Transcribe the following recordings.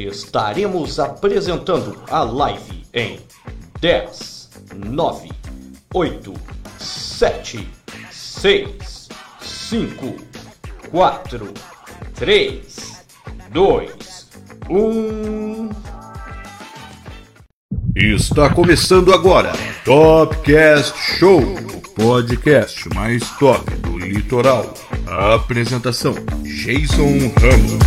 estaremos apresentando a live em 10, 9, 8, 7, 6, 5, 4, 3, 2, 1. Está começando agora Topcast Show, o podcast mais top do litoral. apresentação: Jason Ramos.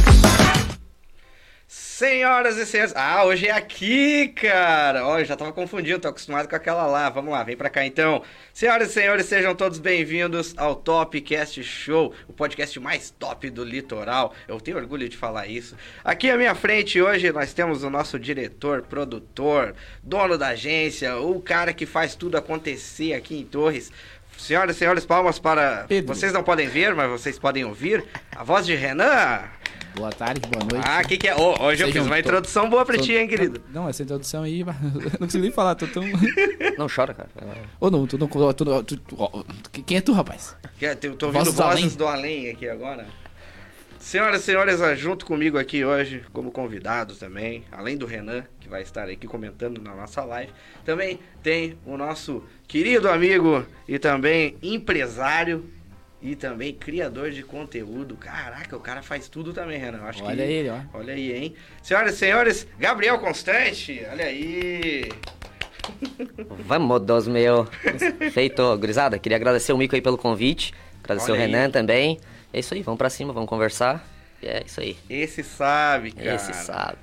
Senhoras e senhores, ah, hoje é aqui, cara! Ó, eu já tava confundindo, tô acostumado com aquela lá. Vamos lá, vem pra cá então. Senhoras e senhores, sejam todos bem-vindos ao Topcast Show, o podcast mais top do litoral. Eu tenho orgulho de falar isso. Aqui à minha frente hoje nós temos o nosso diretor, produtor, dono da agência, o cara que faz tudo acontecer aqui em Torres. Senhoras e senhores, palmas para. Pedro. Vocês não podem ver, mas vocês podem ouvir. A voz de Renan. Boa tarde, boa noite. Ah, o que, que é? Ô, hoje eu Sejam fiz uma to- introdução boa pra Tô- ti, hein, querido? Não, essa introdução aí, eu não consigo nem falar, tô tão. Não chora, cara. Ou não, tu não. Tu, não- tu- tu- ó, tu- quem é tu, rapaz? Que- Eu tô ouvindo Vozes vozes, do do além aqui agora. Senhoras e senhores, ah, junto comigo aqui hoje, como convidados também, além do Renan, que vai estar aqui comentando na nossa live, também tem o nosso querido amigo e também empresário e também criador de conteúdo. Caraca, o cara faz tudo também, Renan. Eu Acho que- Olha ele, ó. Olha aí, hein? Senhoras e senhores, Gabriel Constante, olha aí. Vamos, dos meu. Feito, gurizada. Queria agradecer o Mico aí pelo convite. Agradecer Olha o aí. Renan também. É isso aí, vamos pra cima, vamos conversar. E é isso aí. Esse sabe, cara. Esse sabe.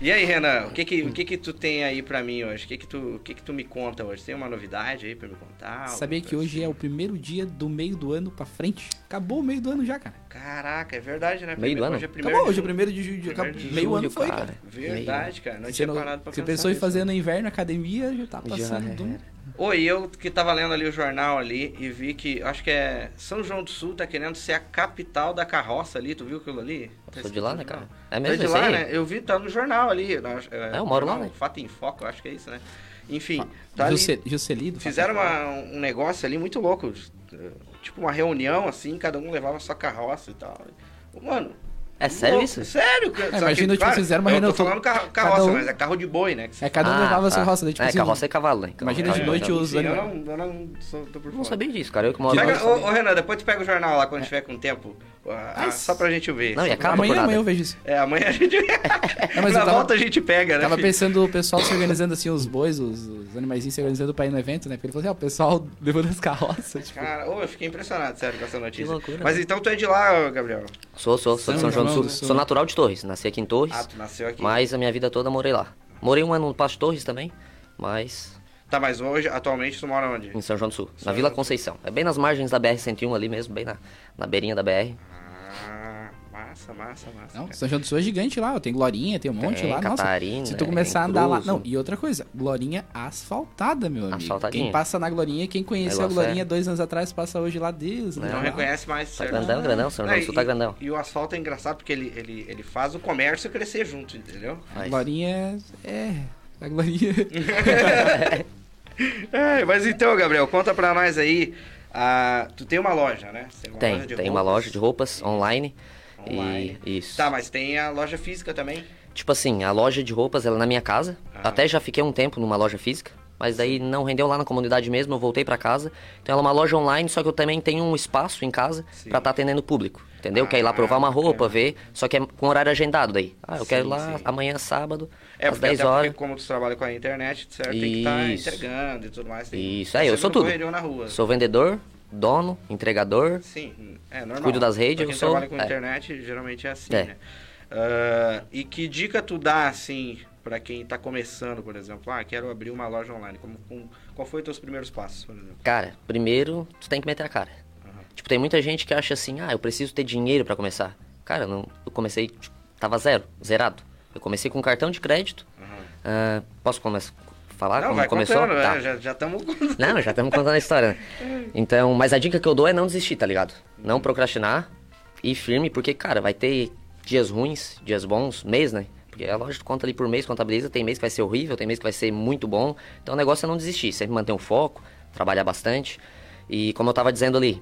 E aí, Renan, o que que, o que que tu tem aí pra mim hoje? O que que tu, o que que tu me conta hoje? Tem uma novidade aí pra me contar? assim? Sabia que hoje é o primeiro dia do meio do ano pra frente? Acabou o meio do ano já, cara. Caraca, é verdade, né? Meio do ano? Hoje é primeiro Acabou, de hoje é o junho. primeiro de julho. acabou- Primeiro de Meio julho, ano foi, cara. cara. Verdade, cara. Não Você, tinha não, parado pra você pensar pensou em nisso, fazer né? no inverno academia, já tá Já passando era. do. Oi, eu que tava lendo ali o jornal ali e vi que, acho que é São João do Sul tá querendo ser a capital da carroça ali, tu viu aquilo ali? Tá Sou de lá, né, escrito no cara? jornal. É Foi mesmo de isso lá, aí? né? Eu vi, tá no jornal ali. na- É, eu moro lá, jornal né? Fato em Foco, eu acho que é isso, né? Enfim, tá ali. Jusce- Juscelino. Fizeram uma- um negócio ali muito louco. Tipo uma reunião, assim, cada um levava sua carroça e tal. Mano. É sério louco, isso? Sério, cara. Só É, imagina, tipo, fizeram uma eu reunião, Tô falando carro- cada carroça, um- mas é carro de boi, né? que se- É, cada um Ah, levava tá. sua roça, daí, tipo É, assim, carroça e cavalo, né? Imagina Cavalo, de noite então. os Enfim, eu animais. não, eu não sou, tô por Não fora. sabia disso, cara. Eu que moro Pega, lá. ô, ô, Renan, depois tu pega o jornal lá quando tiver com tempo. ah, Ah, só pra gente ver. Não, e Só pra- é caro. Amanhã, nada. amanhã eu vejo isso. É, amanhã a gente. É, mas Na eu tava- volta a gente pega, né? Tava filho? pensando o pessoal se organizando assim, os bois, os, os animaizinhos se organizando pra ir no evento, né? Porque ele falou assim, ó, o pessoal levando as carroças, tipo, Cara, ô, eu fiquei impressionado, sério, com essa notícia. loucura, né? mas então tu é de lá, ô, Gabriel. Sou, sou, sou de São João do Sul. Sou natural de Torres. Nasci aqui em Torres, Ah, tu nasceu aqui. mas a minha vida toda morei lá. Morei um ano no Pasto Torres também, mas Tá, mas hoje, atualmente, tu mora onde? em São João do Sul, São na Vila João do Sul. Conceição. É bem nas margens da BR-101 ali mesmo, bem na, na beirinha da BR. Ah, massa, massa, massa. Não, cara. São João do Sul é gigante lá, ó, tem Glorinha, tem um monte Tem, lá. Catarina, é, Nossa, se tu começar a andar lá. Incruso. Não, e outra coisa, Glorinha asfaltada, meu amigo. Asfaltadinha. Quem passa na Glorinha, quem conheceu a Negócio é- Glorinha dois anos atrás, passa hoje lá, Deus. né? Não Lá. reconhece mais. Tá certo? grandão, grandão, São João do Não, Sul e- tá grandão. E o asfalto é engraçado porque ele, ele, ele faz o comércio crescer junto, entendeu? A Mas- Glorinha é. A Glorinha. É, mas então, Gabriel, conta pra nós aí. ah, tu tem uma loja, né? Você uma Tem, loja de tem uma roupas. loja de roupas online. Online. E isso. Tá, mas tem a loja física também. Tipo assim, a loja de roupas ela é na minha casa. Ah. Até já fiquei um tempo numa loja física, mas daí não rendeu lá na comunidade mesmo, eu voltei pra casa. Então ela é uma loja online, só que eu também tenho um espaço em casa Sim. pra estar atendendo o público. Entendeu? Quer ir lá Ah, provar uma bacana. roupa, ver, só que é com horário agendado daí. Ah, eu quero Sim, ir lá sim. amanhã sábado, É, às porque 10 até porque horas. como tu trabalha com a internet, certo? Tem que estar Isso. entregando e tudo mais. Tem, Isso, é, eu sempre sou um tudo. correrio na rua. Sou vendedor, dono, entregador. Sim, é normal. Cuido das redes, Pra quem eu sou- trabalha com é. internet, geralmente é assim, É. né? Ah, e que dica tu dá, assim, pra quem tá começando, por exemplo? Ah, quero abrir uma loja online. Como, com- qual foi os teus primeiros passos, por exemplo? Cara, primeiro, tu tem que meter a cara. Tipo, tem muita gente que acha assim, ah, eu preciso ter dinheiro pra começar. Cara, não, eu comecei, tipo, tava zero, zerado. Eu comecei com cartão de crédito. Ah, posso começar falar Não, como vai começou? contando, né? Tá. Já- Já estamos... Não, já estamos contando a história. né? Então, mas a dica que eu dou é não desistir, tá ligado? Não procrastinar, ir firme, porque, cara, vai ter dias ruins, dias bons, mês, né? Porque a loja tu conta ali por mês, contabiliza, tem mês que vai ser horrível, tem mês que vai ser muito bom. Então o negócio é não desistir, sempre manter um foco, trabalhar bastante. E como eu tava dizendo ali,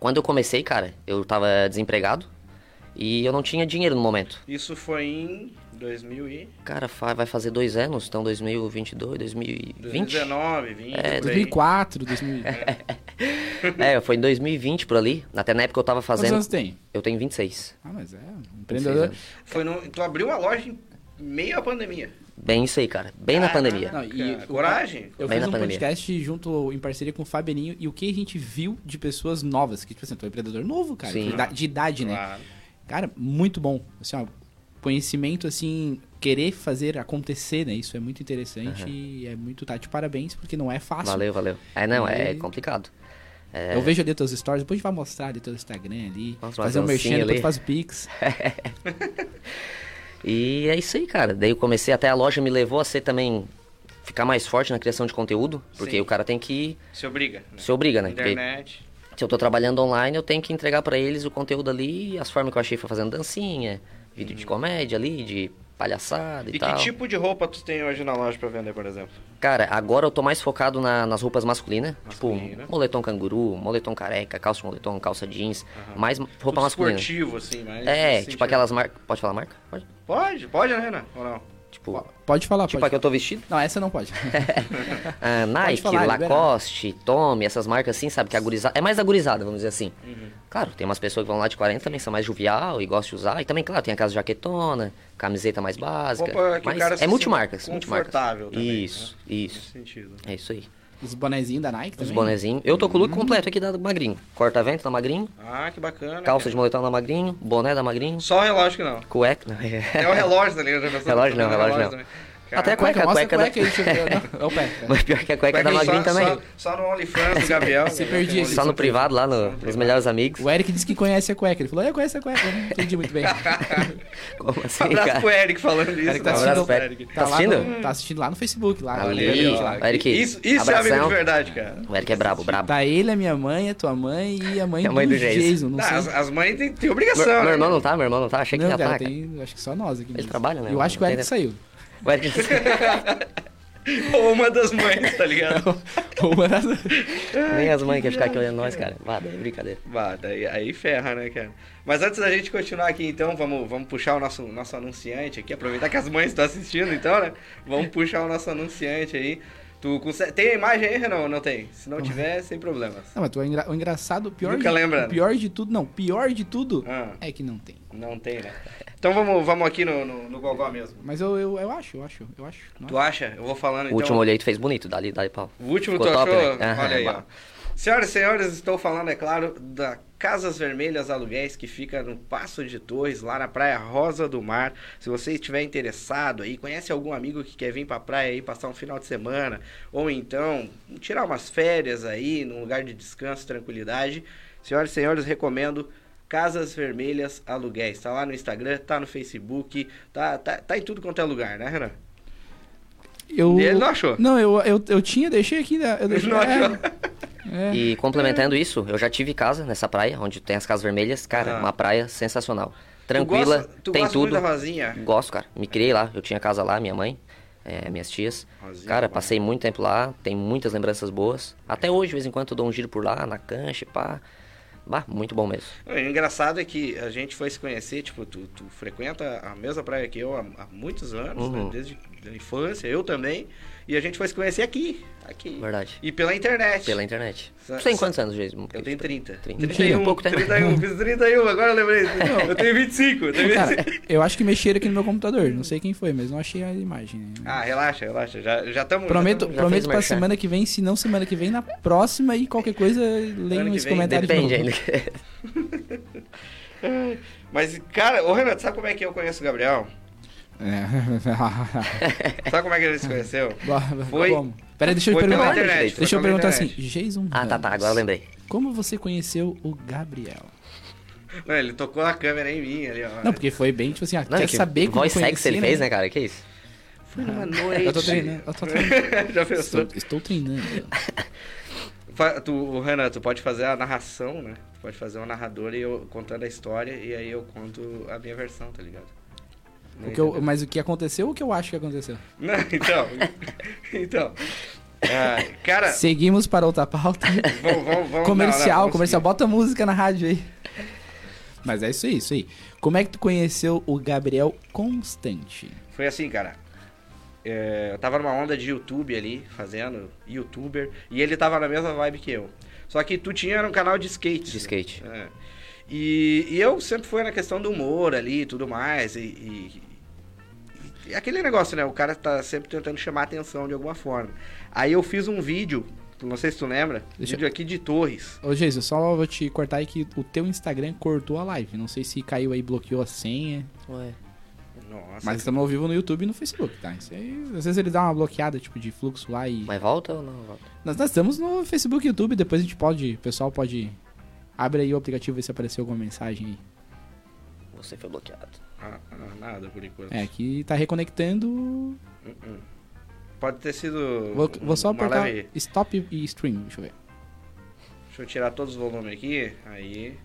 quando eu comecei, cara, eu tava desempregado e eu não tinha dinheiro no momento. Isso foi em 2000 e... Cara, fa- vai fazer dois anos, então 2022, 2020. 2019, 20, por aí. 2004, 2000. Quantos É, foi em 2020 por ali. Até na época eu tava fazendo. anos tem? Eu tenho 26. Ah, mas é, um empreendedor. Foi no, tu abriu uma loja em meio à pandemia. Bem isso aí, cara. Bem na pandemia. é Não, e Cara, o- coragem. Eu Bem fiz na um pandemia. podcast junto em parceria com o Fabeninho e o que a gente viu de pessoas novas, que tipo assim, tu é um empreendedor novo, cara, Sim. de ida- de idade, né? Claro. Cara, muito bom. Assim, ó, conhecimento assim, querer fazer acontecer, né? Isso é muito interessante e é muito tá de parabéns porque não é fácil. Valeu, É. valeu. É, não, é E- complicado. Eu vejo ali os teus stories, depois a gente vai mostrar ali teu Instagram ali, Nossa, fazer uma um merchan, dancinha depois ali. faz o Pix. E é isso aí, cara. Daí eu comecei até a loja, me levou a ser também. Ficar mais forte na criação de conteúdo, porque Sim. o cara tem que. Se obriga. né? Se obriga, né? Porque Internet. se eu tô trabalhando online, eu tenho que entregar pra eles o conteúdo ali, as formas que eu achei foi fazendo dancinha, vídeo de comédia ali, de palhaçada e, Uhum. E tal. que tipo de roupa tu tem hoje na loja pra vender, por exemplo? Cara, agora eu tô mais focado na- nas roupas masculinas. Masculina. Tipo, moletom canguru, moletom careca, calça de moletom, calça jeans. Mais roupa Tudo masculina. Esportivo, assim, mas... É, nesse tipo sentido. aquelas marcas. Pode falar marca? Pode? Pode, pode, né, Renan? Ou não? Tipo, Pode Ah, falar, tipo a pode. que eu tô vestido? Não, essa não pode. Ah, Nike, falar, né? libera. Lacoste, Tommy, essas marcas assim, sabe? Que a gurizada. É mais da gurizada, vamos dizer assim. Uhum. Claro, tem umas pessoas que vão lá de 40 também, são mais jovial e gostam de usar. E também, claro, tem aquelas jaquetona, camiseta mais básica. Roupa que o mas cara se é multimarcas, sinta multimarcas. confortável também, né? Isso, Nesse isso. sentido. É isso aí. Os bonezinhos da Nike Os também. bonezinhos. Eu tô com o Uhum. look completo aqui da do Magrinho. Corta-vento da Magrinho, Ah, que bacana. calça cara. de moletom da Magrinho, boné da Magrinho, Só o relógio que não. cueca. Não, é. É o relógio, tá ligado? Já pensou? Relógio não, O relógio não. também. Até Cara, a É cueca, Cueca, a mostra cueca, né? a cueca aí, da... deixa eu ver. Não, é o pé. Mas pior que a cueca da é só- Magrinho também. Só, só no OnlyFans do Gabriel. Você né? perdi Tem esse- Só no privado lá, no- nos melhores amigos. O Eric disse que conhece a cueca. Ele falou, eu conheço a cueca. Eu não entendi muito bem. Tá Como Um assim, abraço cara? pro Eric falando isso. Eric tá né? assistindo- Um abraço pro Eric. Tá lá assistindo? no- tá assistindo lá no Facebook, lá. Ali, com a gente ó. lá. Eric, Isso, isso é abração. amigo de verdade, cara. O Eric é brabo, brabo. Tá ele, a minha mãe, a tua mãe e a mãe, E a mãe do, do Jason. Jason. Não Tá, sei. as, as mães têm têm Meu, obrigação. meu né, irmão cara? não tá, meu irmão não tá. Achei que Não, já cara, tá. cara. tem, acho que só nós aqui. mesmo. trabalha, né? Eu acho que o Não Eric tem- saiu. O Eric... Ou uma das mães, tá ligado? Ou era- Nem as mães querem ficar aqui olhando nós, cara. Vá, daí é brincadeira. Bah, daí, aí ferra, né, cara? Mas antes da gente continuar aqui, então, vamos, vamos puxar o nosso, nosso anunciante aqui. Aproveitar que as mães estão assistindo, então, né? Vamos puxar o nosso anunciante aí. Tu consegue... Tem a imagem aí, Renan? ou Não tem? Se não tiver, sem problemas. Não, mas tu é engra- o engraçado, o pior, Nunca de, lembra, o pior de tudo, não, o pior de tudo Ah. é que não tem. Não tem, né? Então vamos, vamos aqui no, no, no Gogó mesmo. Mas eu, eu, eu acho, eu acho, eu acho. Não Tu acha? Eu vou falando O então. último olhei tu fez bonito, dali, dali pau. O último tu Ficou top, achou? né? Aham, Olha aí, ó. bom. Senhoras e senhores, estou falando, é claro, da Casas Vermelhas Aluguéis, que fica no Passo de Torres, lá na Praia Rosa do Mar. Se você estiver interessado aí, conhece algum amigo que quer vir pra praia aí passar um final de semana, ou então tirar umas férias aí, num lugar de descanso, tranquilidade. Senhoras e senhores, recomendo Casas Vermelhas Aluguéis. Tá lá no Instagram, tá no Facebook, tá, tá, tá em tudo quanto é lugar, né, Renan? Eu... Ele não achou. Não, eu, eu, eu tinha, deixei aqui. né? Eu deixei, Não é, achou. é. E complementando isso, eu já tive casa nessa praia, onde tem as casas vermelhas. Cara, Ah. uma praia sensacional. Tu Tranquila, gosta- tu tem gosta tudo. Muito da Rosinha? Gosto, cara. Me criei lá. Eu tinha casa lá, minha mãe, eh, minhas tias. Rosinha, cara, bom. passei muito tempo lá. Tem muitas lembranças boas. Até hoje, de vez em quando, eu dou um giro por lá, na cancha, pá. Bah, muito bom mesmo. O engraçado é que a gente foi se conhecer, tipo, tu, tu frequenta a mesma praia que eu há, há muitos anos, né? Uhum. desde a infância, eu também, e a gente foi se conhecer aqui, aqui. Verdade. E pela internet. Pela internet. Sa- Não sei em sa- quantos anos, Jason. Eu tenho 30. 30. 31, Pouco tempo. 31, fiz 31, agora eu lembrei. Eu tenho 25, eu tenho 25. Cara, eu acho que mexeram aqui no meu computador. Não sei quem foi, mas não achei a imagem. né? Ah, relaxa, relaxa, já já tá estamos... prometo já prometo fez pra merchan. semana que vem, se não semana que vem, na próxima e qualquer coisa, leiam que esse vem, comentário de Depende novo. ainda. Mas, cara, ô Renato, sabe como é que eu conheço o Gabriel? É. Sabe como é que ele se conheceu? Bora, Foi- Como? Pera, aí, deixa eu foi pela perguntar. internet, deixa foi eu pela perguntar assim, internet. Jason. Ah, tá, tá. Ramos, Agora eu lembrei. Como você conheceu o Gabriel? Não, ele tocou a câmera em mim ali, ó. Não, porque foi bem, tipo assim, ah, Não, quer que saber como voz conheci, sexy ele fez, né, cara? Que isso? Foi numa noite. Eu tô treinando, eu tô treinando. já pensou? estou, estou treinando. Fa- Tu, o Renan, tu pode fazer a narração, né? Tu pode fazer um narrador e eu contando a história e aí eu conto a minha versão, tá ligado? O que eu- mas o que aconteceu, o que eu acho que aconteceu? Não, então. então. Ah, cara, Seguimos para outra pauta. vamos, vamos, vamos. comercial, não, não, vamos comercial. seguir. Bota música na rádio aí. Mas é isso aí, isso aí. Como é que tu conheceu o Gabriel Constante? Foi assim, cara. É, eu tava numa onda de YouTube ali, fazendo youtuber, e ele tava na mesma vibe que eu. Só que tu tinha um canal de skate. De skate. É. E, e eu sempre fui na questão do humor ali e tudo mais. E, e- e aquele negócio, né? O cara tá sempre tentando chamar atenção de alguma forma. Aí eu fiz um vídeo, não sei se tu lembra, Deixa eu- vídeo aqui de Torres. Ô, Jesus, só vou te cortar aí que o teu Instagram cortou a live. Não sei se caiu aí, bloqueou a senha. Ué. Nossa, Mas estamos ao vivo no YouTube e no Facebook, tá? Isso aí, às vezes ele dá uma bloqueada, tipo, de fluxo lá e... Mas volta ou não volta? Nós, nós estamos no Facebook e YouTube, depois a gente pode... O pessoal pode... Abre aí o aplicativo e vê se apareceu alguma mensagem aí. Você foi bloqueado. ah, ah, nada por enquanto. É, aqui tá reconectando... Pode ter sido. Vou, vou só uma apertar leve- stop e stream, deixa eu ver. Deixa eu tirar todos os volumes aqui. Aí.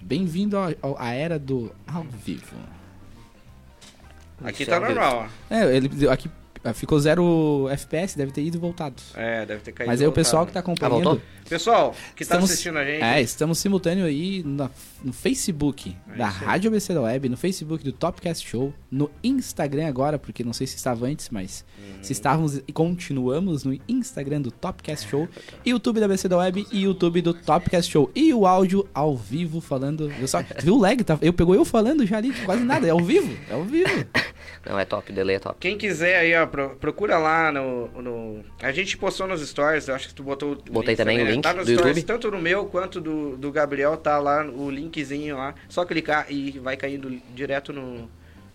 Bem-vindo ao- ao- à era do ao vivo. Aqui Isso tá é um normal, É, ele deu- aqui ah, ficou zero FPS, deve ter ido e voltado. ó. É, deve ter caído. Mas aí o voltado. pessoal que tá Ah, acompanhando... voltou? Pessoal, que tá Estamos- assistindo a gente. É, estamos simultâneo aí na- no Facebook É da isso aí. Rádio ABC da Web, no Facebook do Topcast Show, no Instagram agora, porque não sei se estava antes, mas Uhum. se estávamos e continuamos no Instagram do Topcast Show, YouTube da ABC da Web e YouTube do Topcast Show. E o áudio ao vivo falando. Eu só, tu viu o lag? Tá, eu pegou eu falando já ali, quase nada. É ao vivo, é ao vivo. Não, é top, o delay é top. Quem quiser aí, ó, pro- procura lá no, no- A gente postou nos stories, eu acho que tu botou o Botei também o né? link Tá nos do stories, YouTube. tanto no meu quanto do, do Gabriel, tá lá o linkzinho lá. Só clicar e vai caindo direto no,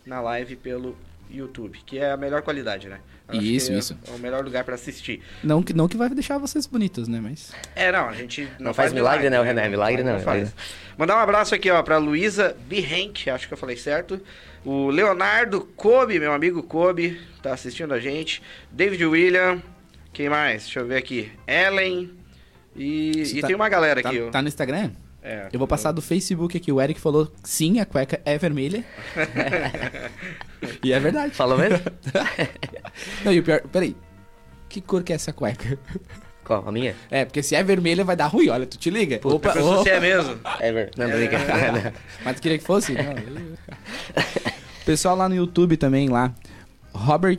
na live pelo YouTube, que é a melhor qualidade, né? Eu acho Isso, que é- isso. É o melhor lugar pra assistir. Não que, não que vai deixar vocês bonitos, né? Mas. É, não, a gente não, Não faz milagre, né, o Renan? Milagre não, é milagre Mandar um abraço aqui, ó, pra Luísa Bihenk, acho que eu falei certo. O Leonardo Kobe, meu amigo Kobe, tá assistindo a gente. David William, quem mais? Deixa eu ver aqui. Ellen. E, Isso e tá- tem uma galera Tá, aqui. ó. tá no Instagram? É. Eu vou passar do Facebook aqui. O Eric falou sim, a cueca é vermelha. e é verdade. Falou mesmo? Não, e o pior, peraí. Que cor que é essa cueca? Qual? A minha? É, porque se é vermelha vai dar ruim, olha, tu te liga. Eu Opa, penso opa. se é mesmo. Ever. Não, tô brincando. É. Mas tu queria que fosse? Não. Pessoal lá no YouTube também, lá. Robert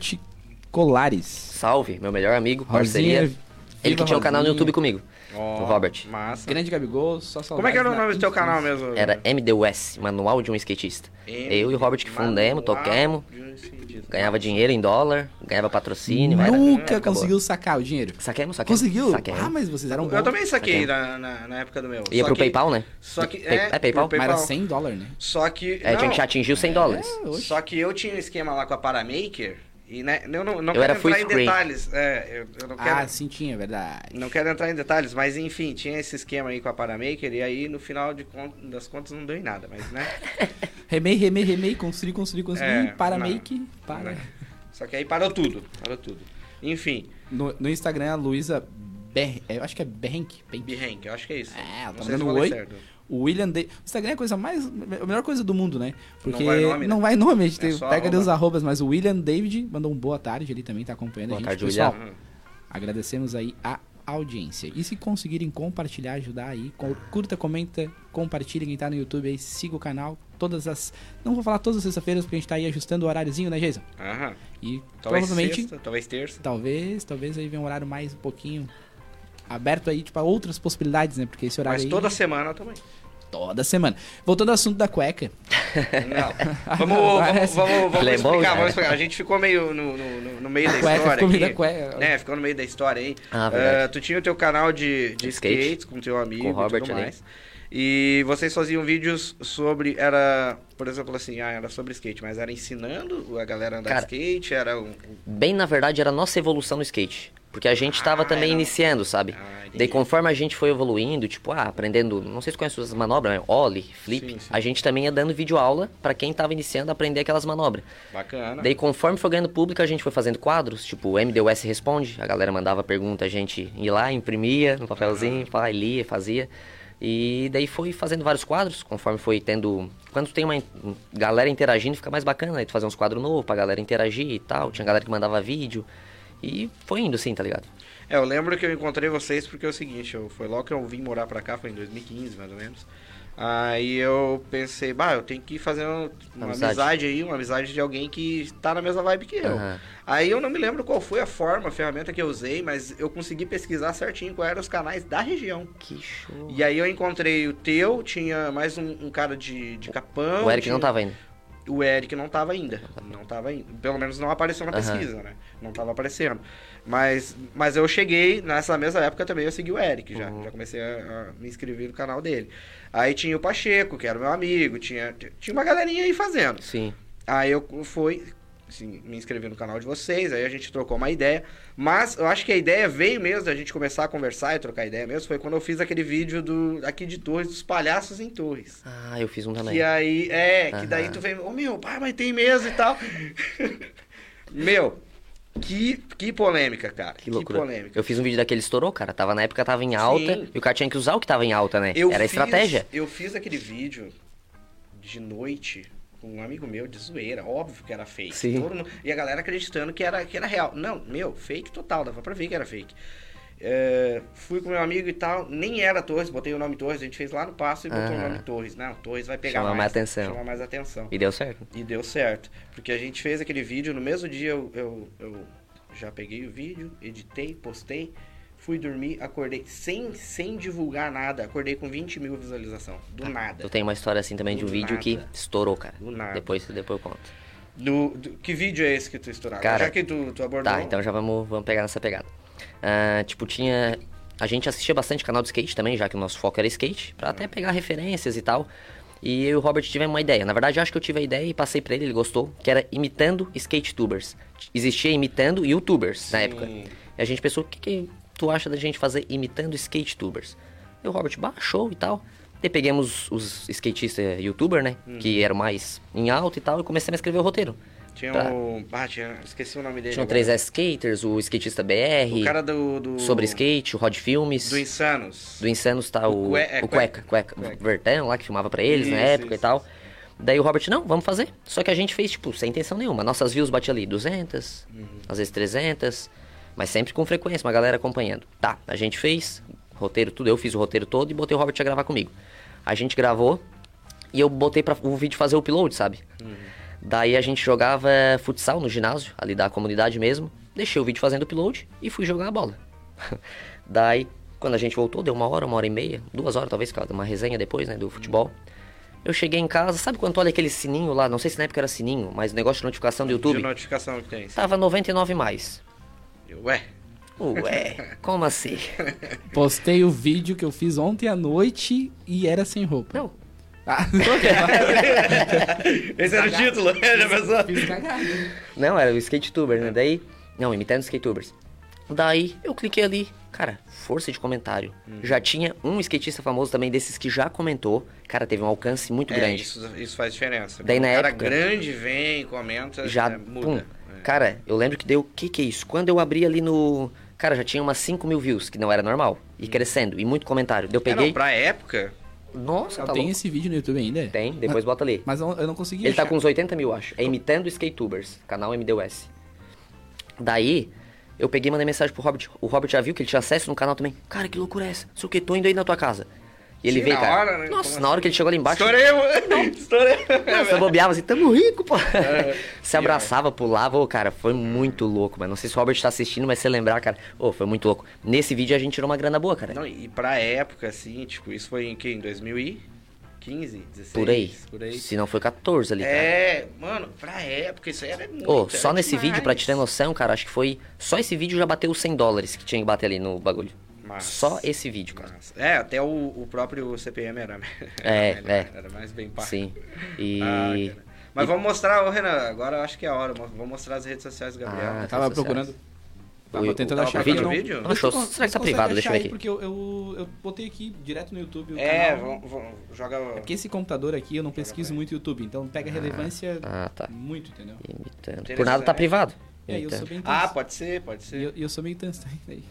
Colares. Salve, meu melhor amigo, Rosinha, parceria. Ele que viva um tinha o canal no Rosinha. YouTube comigo. Ó, O Robert. Massa. Grande né? Gabigol, só saudades Como é que era o na nome do teu infância. canal mesmo? Era MDUS, Manual de um Skatista. Eu e o Robert que fundemos, toquemos, ganhava dinheiro em dólar, ganhava patrocínio. vai dar- Nunca acabou. conseguiu sacar o dinheiro. Saquemos, saquemos. Conseguiu? Saquemos. Ah, mas vocês eram bons. Eu também saquei na, na, na época do meu. um Ia Só pro que- PayPal, né? Só que. Pay- é PayPal? Mas era PayPal. 100 dólares, né? Só que. É, tinha não, que atingir os 100 dólares. É, hoje. Só que eu tinha um esquema lá com a Paramaker e né, eu não, não Eu quero era full entrar em screen. detalhes. É, eu, eu não quero. Ah, sim, tinha, é verdade. Não quero entrar em detalhes, mas enfim, tinha esse esquema aí com a Paramaker e aí no final de con- das contas não deu em nada, mas né? Remei, remei, remei, construí, construí, construí, É, para não. make, para. Né? Só que aí parou tudo, parou tudo. Enfim, No, no Instagram, a Luísa Ber... Eu acho que é Berrenk. Benk. Behang, eu acho que é isso. É, ela Não tá sei se mandando falei oi. certo. O William Day. O Instagram é a coisa mais. A melhor coisa do mundo, né? Porque vai nome, né? não vai nome, a gente É tem- só pega ali arroba. os arrobas, mas o William David mandou um boa tarde, ele também tá acompanhando Boa a gente. tarde, Pessoal, William. agradecemos aí a audiência. E se conseguirem compartilhar, ajudar aí, com- curta, comenta, compartilha quem tá no YouTube aí, siga o canal. Todas as. Não vou falar todas as sextas-feiras, porque a gente tá aí ajustando o horáriozinho, né, Jason? Aham. E Talvez provavelmente sexta, talvez terça. Talvez, talvez aí venha um horário mais um pouquinho aberto aí, tipo, a outras possibilidades, né? Porque esse horário Mas aí- toda semana também. toda semana. Voltando ao assunto da cueca. Não. Vamos, Não, vamos, parece. vamos, vamos Lembrou, né? explicar, cara? vamos explicar. A gente ficou meio no, no- no- no meio da cueca, história. ficou meio aqui. da cueca. Né, ficou no meio da história aí. Ah, verdade. Ah, tu tinha o teu canal de, de Skate. skates com teu amigo Com o Robert e tudo ali. mais. E vocês faziam vídeos sobre. Era, por exemplo, assim, ah, era sobre skate, mas era ensinando a galera a andar de Cara. skate, era um. Bem, na verdade, era a nossa evolução no skate. Porque a gente tava Ah, também era- iniciando, sabe? Ah, entendi. Daí, conforme a gente foi evoluindo, tipo, ah, aprendendo, não sei se conhece as manobras, né? Ollie, flip. Sim, sim. A gente também ia dando videoaula pra quem tava iniciando a aprender aquelas manobras. Bacana. Daí, conforme foi ganhando público, a gente foi fazendo quadros, tipo, o MDUS responde, a galera mandava pergunta, a gente ia lá, imprimia no Uhum. papelzinho, pá, lia, fazia. E daí foi fazendo vários quadros, conforme foi tendo. Quando tem uma in- galera interagindo, fica mais bacana, aí tu fazer uns quadros novos pra galera interagir e tal. Tinha galera que mandava vídeo. E foi indo assim, tá ligado? É, eu lembro que eu encontrei vocês porque é o seguinte, eu, foi logo que eu vim morar pra cá, foi em 2015 mais ou menos. Aí eu pensei, bah, eu tenho que fazer um- uma amizade. Amizade. aí, uma amizade de alguém que tá na mesma vibe que eu. Aham. Aí eu não me lembro qual foi a forma, a ferramenta que eu usei, mas eu consegui pesquisar certinho quais eram os canais da região. Que show. E aí eu encontrei o teu, tinha mais um, um cara de, de Capão. O Eric tinha- não tava indo. o Eric não tava ainda. Não tava ainda. Pelo menos não apareceu na Aham. pesquisa, né? Não tava aparecendo. Mas, mas eu cheguei, nessa mesma época também eu segui o Eric Uhum. já. Já comecei a, a me inscrever no canal dele. Aí tinha o Pacheco, que era meu amigo, tinha, tinha uma galerinha aí fazendo. Sim. Aí eu fui, assim, me inscrevi no canal de vocês, aí a gente trocou uma ideia. Mas eu acho que a ideia veio mesmo da gente começar a conversar e trocar ideia mesmo. Foi quando eu fiz aquele vídeo do aqui de Torres, dos palhaços em Torres. Ah, eu fiz um também. Que aí, é, que daí Aham. tu vem, ô meu, pai, mas tem mesmo e tal. meu, que, que polêmica, cara. Que loucura. polêmica. Eu fiz um vídeo daquele estourou, cara. Tava na época, tava em alta. Sim. E o cara tinha que usar o que tava em alta, né? Eu Era a fiz- estratégia. Eu fiz aquele vídeo de noite com um amigo meu de zoeira, óbvio que era fake. Sim. Todo mundo- e a galera acreditando que era, que era real. Não, meu, fake total, dava pra ver que era fake. É, fui com meu amigo e tal, nem era Torres, botei o nome Torres, a gente fez lá no passo e botou o Aham. nome Torres. Não, Torres vai pegar Chama mais, mais atenção. Chama mais atenção. E deu certo. E deu certo. Porque a gente fez aquele vídeo, no mesmo dia eu, eu, eu já peguei o vídeo, editei, postei, fui dormir, acordei sem, sem divulgar nada. Acordei com 20 mil visualização. Do nada. Eu tenho uma história assim também de um Do vídeo que nada. estourou, cara. Do nada. Depois, depois eu conto. Do, do- que vídeo é esse que tu estourava? Cara, já que tu, tu abordou. Tá, então já vamos, vamos pegar nessa pegada. Ah, tipo, tinha. A gente assistia bastante canal de skate também, já que o nosso foco era skate, pra Uhum. até pegar referências e tal. E eu e o Robert tivemos uma ideia. Na verdade, eu acho que eu tive a ideia e passei pra ele, ele gostou, que era imitando skate tubers. Existia imitando youtubers na época. E a gente pensou, o que, que tu acha da gente fazer imitando skate tubers? E o Robert baixou e tal. Daí pegamos os skatistas youtuber, né? Uhum. Que eram mais em alta e tal, e começamos a escrever o roteiro. Tinha Tá. um. Ah, tinha. Esqueci o nome dele. Tinha um o agora. 3S Skaters, o Skatista BR. O cara do. do Sobre skate, o Rod Filmes. Do Do, Insanos. Insanos tá O o, Cue- é, o Cueca, Cueca, Cueca. Vertão lá que filmava pra eles na Isso, época isso, e tal. Daí o Robert, não, vamos fazer. Só que a gente fez, tipo, sem intenção nenhuma. Nossas views batiam ali 200, às vezes 300, mas sempre com frequência, uma galera acompanhando. Tá, a gente fez, roteiro tudo, eu fiz o roteiro todo e botei o Robert a gravar comigo. A gente gravou e eu botei para o vídeo fazer o upload, sabe? Daí a gente jogava futsal no ginásio, ali da comunidade mesmo. Deixei o vídeo fazendo upload e fui jogar a bola. Daí, quando a gente voltou, deu uma hora, uma hora e meia, duas horas talvez, claro, uma resenha depois, né, do futebol. Eu cheguei em casa, sabe quando tu olha aquele sininho lá? Não sei se na época era sininho, mas o negócio de notificação do YouTube. De notificação que tem. Tava 99 mais. Ué. Ué, como assim? Postei o vídeo que eu fiz ontem à noite e era sem roupa. Não, Ah, não Esse era o título, né? Já pensou? Fiz cagada. tá Não, era o skate tuber, né? Daí. Não, imitando skate tubers. Daí eu cliquei ali, cara, força de comentário. Hum. Já tinha um skatista famoso também desses que já comentou. Cara, teve um alcance muito É, grande. isso, isso faz diferença. Daí, um na cara época- grande vem, comenta, Já, é, pum. muda. É. Cara, eu lembro que deu, o que que é isso? Quando eu abri ali no... Cara, já tinha umas 5 mil views, que não era normal. E crescendo, e muito comentário. Daí Eu Hum. É, peguei... não, pra época, Nossa, tá Tem louco. esse vídeo no YouTube ainda? Tem, depois bota ali. Mas eu eu não consegui Ele tá achar. com uns 80 mil, acho. É imitando skatubers, canal MDUS. Daí, eu peguei e mandei mensagem pro Robert. O Robert já viu que ele tinha acesso no canal também. Cara, que loucura é essa? Não sei o que, tô indo aí na tua casa. E ele Sim, veio, na cara. hora, né? Nossa, Como na hora que ele chegou ali embaixo. Estourei, mano. Estourei. Nossa, eu bobeava assim, tamo rico, pô. se E, abraçava, pulava, ô, cara, foi muito louco, mano. Não sei se o Robert tá assistindo, mas se lembrar, cara, ô, foi muito louco. Nesse vídeo a gente tirou uma grana boa, cara. Não, e pra época, assim, tipo, isso foi em que? Em 2015, 16? por, aí. Por aí. Se não foi 14 ali, cara. É, mano, pra época, isso aí era muito. Ô, era só nesse demais. vídeo, pra te ter noção, cara, acho que foi. Só esse vídeo já bateu os 100 dólares que tinha que bater ali no bagulho. Massa. Só esse vídeo, cara. Nossa. É, até o, o próprio CPM era. É, era, é. Era mais bem pago. Sim. E. Ah, cara. Mas vamos mostrar, ô Renan, agora eu acho que é a hora. mo- Vamos mostrar as redes sociais do Gabriel. Ah, Eu tava redes procurando. sociais. Tava O- tentando o- achar o aqui, vídeo? não- Vídeo? Mas Deixa eu- tu cons- será que tá tu consegue privado? Deixa eu achar ver aí, aqui. Porque eu, eu, eu botei aqui direto no YouTube o é, canal. vamos, vamos- joga. É porque esse computador aqui eu não pesquiso muito YouTube, então pega relevância ah, tá. muito, entendeu? Imitando. Por Interessante. nada tá privado. E aí eu Então- sou bem Ah, trans- pode ser, pode e ser. eu, e eu sou meio transtorno daí.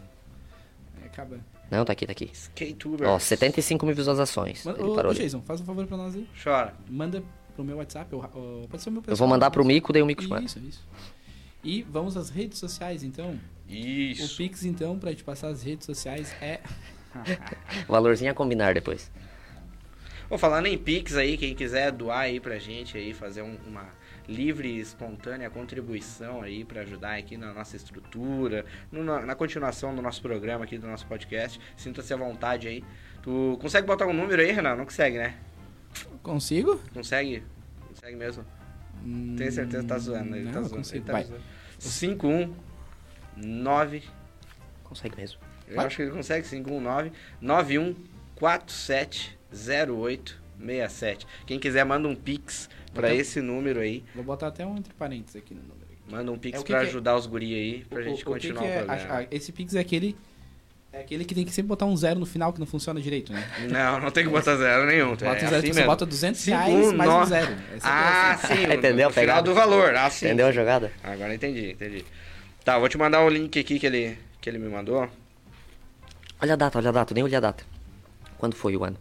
Aí acaba. Não, tá aqui, tá aqui. Skatuber. Ó, 75 mil visualizações. Manda, Ele ô, parou ô, ali. Jason, faz um favor pra nós aí. Chora. Manda pro meu WhatsApp, ou, ou- pode ser o meu né? Eu vou mandar pro Mico, daí o Mico te manda. Isso, isso. E vamos às redes sociais, então. O Isso. Pix, então, pra te passar as redes sociais é... Valorzinho a combinar depois. Ô, Pô, falando em Pix aí, quem quiser doar aí pra gente aí, fazer um- uma livre e espontânea contribuição aí pra ajudar aqui na nossa estrutura, no- na, na continuação do nosso programa aqui, do nosso podcast, sinta-se à vontade aí. Tu consegue botar um número aí, Renan? Não consegue, né? Consigo? Consegue? Consegue mesmo? Tenho certeza que tá zoando. Ele não, tá eu zoando. consigo, Ele tá vai. zoando. 519. Consegue mesmo. Eu Vai. acho que ele consegue. 519 91470867. Quem quiser, manda um pix pra Então- esse número aí. Vou botar até um entre parênteses aqui no número. Manda um pix É, o que pra que é? ajudar os guri aí, pra gente continuar o, que que é- programa. ah, ah, esse Pix é aquele. É aquele que tem que sempre botar um zero no final que não funciona direito, né? Não, não tem que botar zero nenhum. Bota um é zero, assim tipo, você mesmo. bota 200 Cinco, reais mais um nove. zero. É sempre Ah, assim. sim. Entendeu No a final pegada? do valor. Ah, sim. Entendeu a jogada? Agora entendi, entendi. Tá, vou te mandar o link aqui que ele, que ele me mandou. Olha a data, olha a data, nem olhei a data. Quando foi o ano?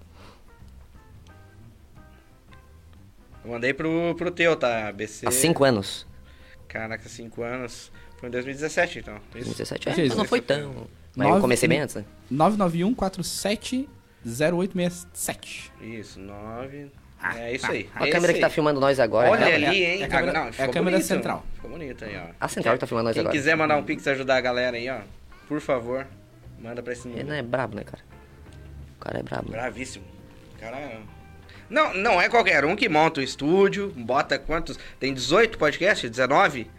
Eu mandei pro, pro teu, tá? BC. Há cinco anos. Caraca, 5 anos. Foi em 2017, então. Isso. 2017. É, Isso. mas não foi tão. Mas Nove- eu comecei bem antes, né? 991 47 0867. Isso, 9. É isso aí. Ah, A é câmera esse que tá aí. filmando nós agora. Olha né? ali, é a hein? câmera- Ah, é a ficou câmera bonito. central. Ficou bonito aí, ó. A central que tá filmando nós Quem agora. quiser mandar um pix ajudar a galera aí, ó, por favor, manda pra esse Ele não número. é brabo, né, cara? O cara é brabo. né? Bravíssimo. Cara. Não, não é qualquer um que monta o estúdio, bota quantos. Tem 18 podcasts? 19?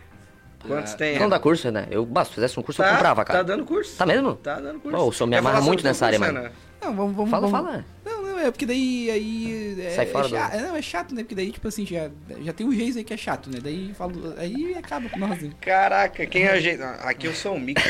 Quantos tem? Não dá curso, né? Eu, bah, se fizesse um curso, É. Tá- eu comprava, Tá cara. dando curso. Tá mesmo? Tá dando curso. Pô, o senhor me Quer falar amarra sobre muito o teu nessa curso, área, mano. Renan? Não, vamos, vamos. Fala, vamos- fala. Não, não, é porque daí. aí é, Sai fora é do- chato, Não, é chato, né? Porque daí, tipo assim, já, já tem o Geis aí que é chato, né? Daí falo, aí acaba com nós. Né? Caraca, quem é o Jason? Aqui eu sou o Mico.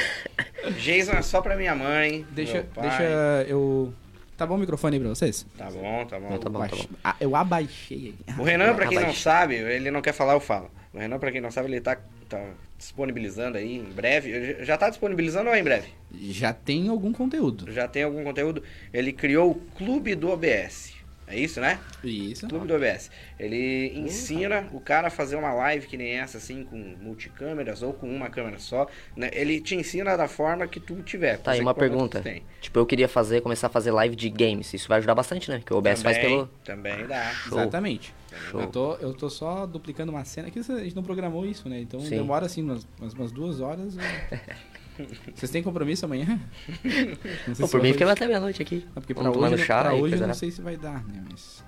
Jason é só pra minha mãe. Deixa, meu pai. deixa eu. Tá bom o microfone aí pra vocês? Tá bom, tá bom. Não, tá bom, tá Baixei- bom. Ah, eu abaixei aqui. O Renan, pra quem não Abaixo. sabe, ele não quer falar, eu falo. O Renan, pra quem não sabe, ele tá, tá disponibilizando aí em breve. Já tá disponibilizando ou é em breve? Já tem algum conteúdo. Já tem algum conteúdo? Ele criou o Clube do OBS. É isso, né? Isso. Clube do OBS. Ele ensina o cara a fazer uma live que nem essa, assim, com multicâmeras ou com uma câmera só. né? Ele te ensina da forma que tu tiver. com Tá, os e uma equipamentos que pergunta. tu tem. Tipo, eu queria fazer, começar a fazer live de games. Isso vai ajudar bastante, né? Porque o OBS faz Também- pelo. Também dá. Show. Exatamente. Show. Eu tô, eu tô só duplicando uma cena que a gente não programou isso, né? Então Sim. demora assim umas, umas, umas duas horas. eu- Vocês têm compromisso amanhã? Não sei Pô, se por vai- mim, fiquei até meia-noite aqui. Ah, porque pra Vamos hoje, tomando não- chá pra e hoje eu coisa. não né? sei se vai dar, né? Mas.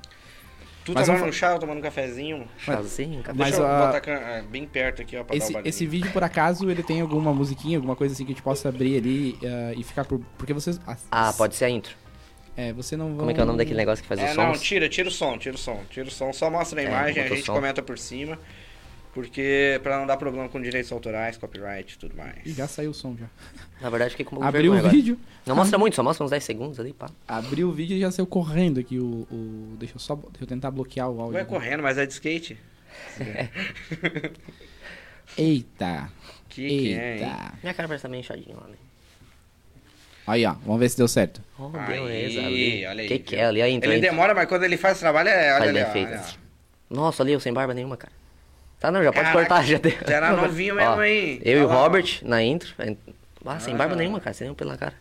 Tu Mas tomando vamos um chá, eu tomando um cafezinho. tá. Chazinho, café. Mas, Deixa eu ah, botar a can- ah, bem perto aqui, ó, pra dar o Esse, barulho. esse vídeo, por acaso, ele tem alguma musiquinha, alguma coisa assim que a gente possa abrir ali ah, e ficar por. Porque vocês. as- Ah, pode ser a intro. É, você não Como é que é o nome daquele negócio que faz É, os não, sons? tira, tira o som, tira o som, tira o som, só mostra a É, imagem, a botou o gente som. comenta por cima. Porque pra não dar problema com direitos autorais, copyright e tudo mais. Ih, Já saiu o som já. Na verdade, fiquei com um Abriu o vídeo. Não mostra muito, só mostra uns 10 segundos ali, pá. Abri o vídeo e já saiu correndo aqui o. o- Deixa eu só. Deixa eu tentar bloquear o áudio. Vai correndo, mas é de skate? Eita! Que que é, hein? Eita! Minha cara parece tá meio inchadinha lá, né? Aí, ó, vamos ver se deu certo. Oh, Aí, beleza, ali. olha aí, Que viu? que é ali? A intro, Ele a intro. demora, mas quando ele faz o trabalho, é, olha Faz ali, bem ó, feito. olha, ó. Nossa, ali eu sem barba nenhuma, cara. Tá, não, já pode Caraca, cortar, já deu. era novinho mesmo, Ó, hein? Eu e o Olha lá, ó. Robert na intro. é- Ah, sem barba Ah. nenhuma, cara, sem nenhum pelo na cara.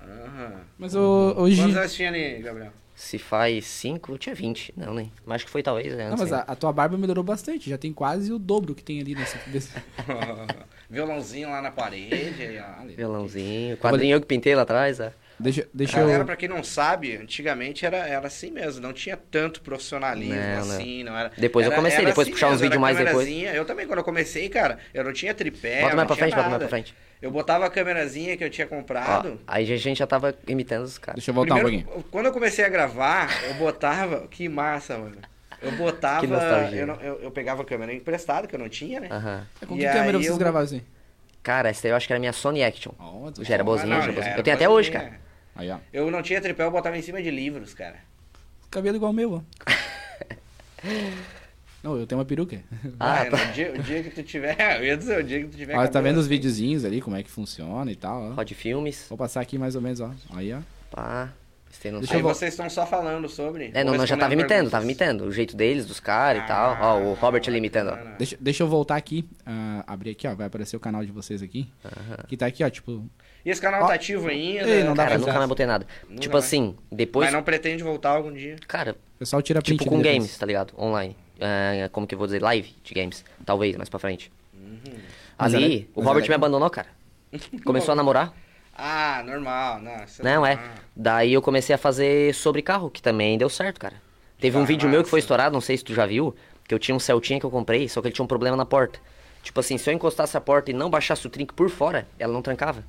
Aham. Mas o, hoje. Quantos anos tinha ali, Gabriel? Se faz 5, eu tinha 20. Não, nem. Mas acho que foi talvez, né? Não, mas sei. a, a tua barba melhorou bastante, já tem quase o dobro que tem ali nesse. desse- Violãozinho lá na parede, aí, ó. Violãozinho, quadrinho eu que pintei lá atrás. ah. Deixa, deixa Galera, eu. pra quem não sabe, antigamente era, era assim mesmo, não tinha tanto profissionalismo Não, não. assim, não era. Depois eu era- comecei, era assim depois puxar uns mesmo, era vídeos mais depois. câmerazinha. Eu também, quando eu comecei, cara, É, eu não tinha tripé. Bota não mais pra tinha frente, bota mais nada. pra frente. Eu botava a câmerazinha que eu tinha Ó, comprado. aí a gente já tava imitando os caras. Deixa eu voltar um Primeiro, pouquinho. Quando eu comecei a gravar, eu botava. Que massa, mano. Eu botava. Que nostalgia. Ah, Eu, não- eu- eu pegava a câmera emprestada, que eu não tinha, né? Aham. Com E que câmera aí vocês eu- gravaram assim? Cara, essa aí eu acho que era a minha Sony Action. Ó, Já era Ah, boazinha, não, já já era boazinha. era Eu tenho até hoje, boazinha. cara. Aí, ó. Eu não tinha tripé, eu botava em cima de livros, cara. Cabelo igual o meu, ó. Não, eu tenho uma peruca. Ah, é, tá. no dia- o dia que tu tiver. Eu ia dizer, o dia que tu tiver. Ó, tá cabelo vendo os videozinhos ali, como é que funciona e tal, ó. Rod Filmes. Vou passar aqui mais ou menos, ó. Aí, ó. Pá. Eles têm noção. Deixa Aí eu vol- vocês estão só falando sobre. É, Vou não, não, já respondendo tava imitando, perguntas. tava imitando. O jeito deles, dos caras e tal. Ó, o Robert ali imitando, ó. Deixa, deixa eu voltar aqui, ah, abrir aqui, ó, vai aparecer o canal de vocês aqui, que tá aqui, ó, tipo, E esse canal tá ativo ainda. Ei, não dá Cara, pra nunca usar. mais botei nada. Nunca tipo mais. assim, depois. Mas não pretende voltar algum dia. Cara, o pessoal tira print. tipo né, com depois. games, tá ligado? Online. É, como que eu vou dizer? Live de games. Talvez, mais pra frente. Mas é Ali, le- o mas é Robert me legal. abandonou, cara. Começou a namorar. Ah, normal. Não, isso Não, é. normal. Daí eu comecei a fazer sobre carro, que também deu certo, cara. Teve um Ah, vídeo meu que foi massa. estourado, não sei se tu já viu, que eu tinha um Celtinha que eu comprei, só que ele tinha um problema na porta. Tipo assim, se eu encostasse a porta e não baixasse o trinque por fora, ela não trancava.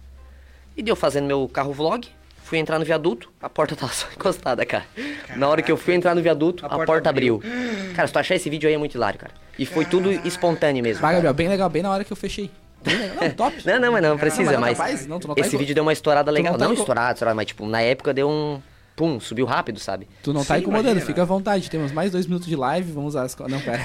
E deu fazendo meu carro vlog, fui entrar no viaduto, a porta tava só encostada, cara. Na hora que eu fui entrar no viaduto, a, porta, abriu. Cara, se tu achar esse vídeo aí é muito hilário, cara. E foi tudo espontâneo mesmo. Vai, cara. Gabriel, bem legal, bem na hora que eu fechei. Bem legal, não, top. Não, não, mas não precisa, não, mas não mas. tá capaz? Não, tu não tá esse igual- vídeo deu uma estourada legal. não Não, tá igual- estourada, estourada, mas tipo, na época deu um. Pum, subiu rápido, sabe? Tu não tá Sim, incomodando, imagina. fica à vontade. Temos mais dois minutos de live, vamos às... co- Não, pera.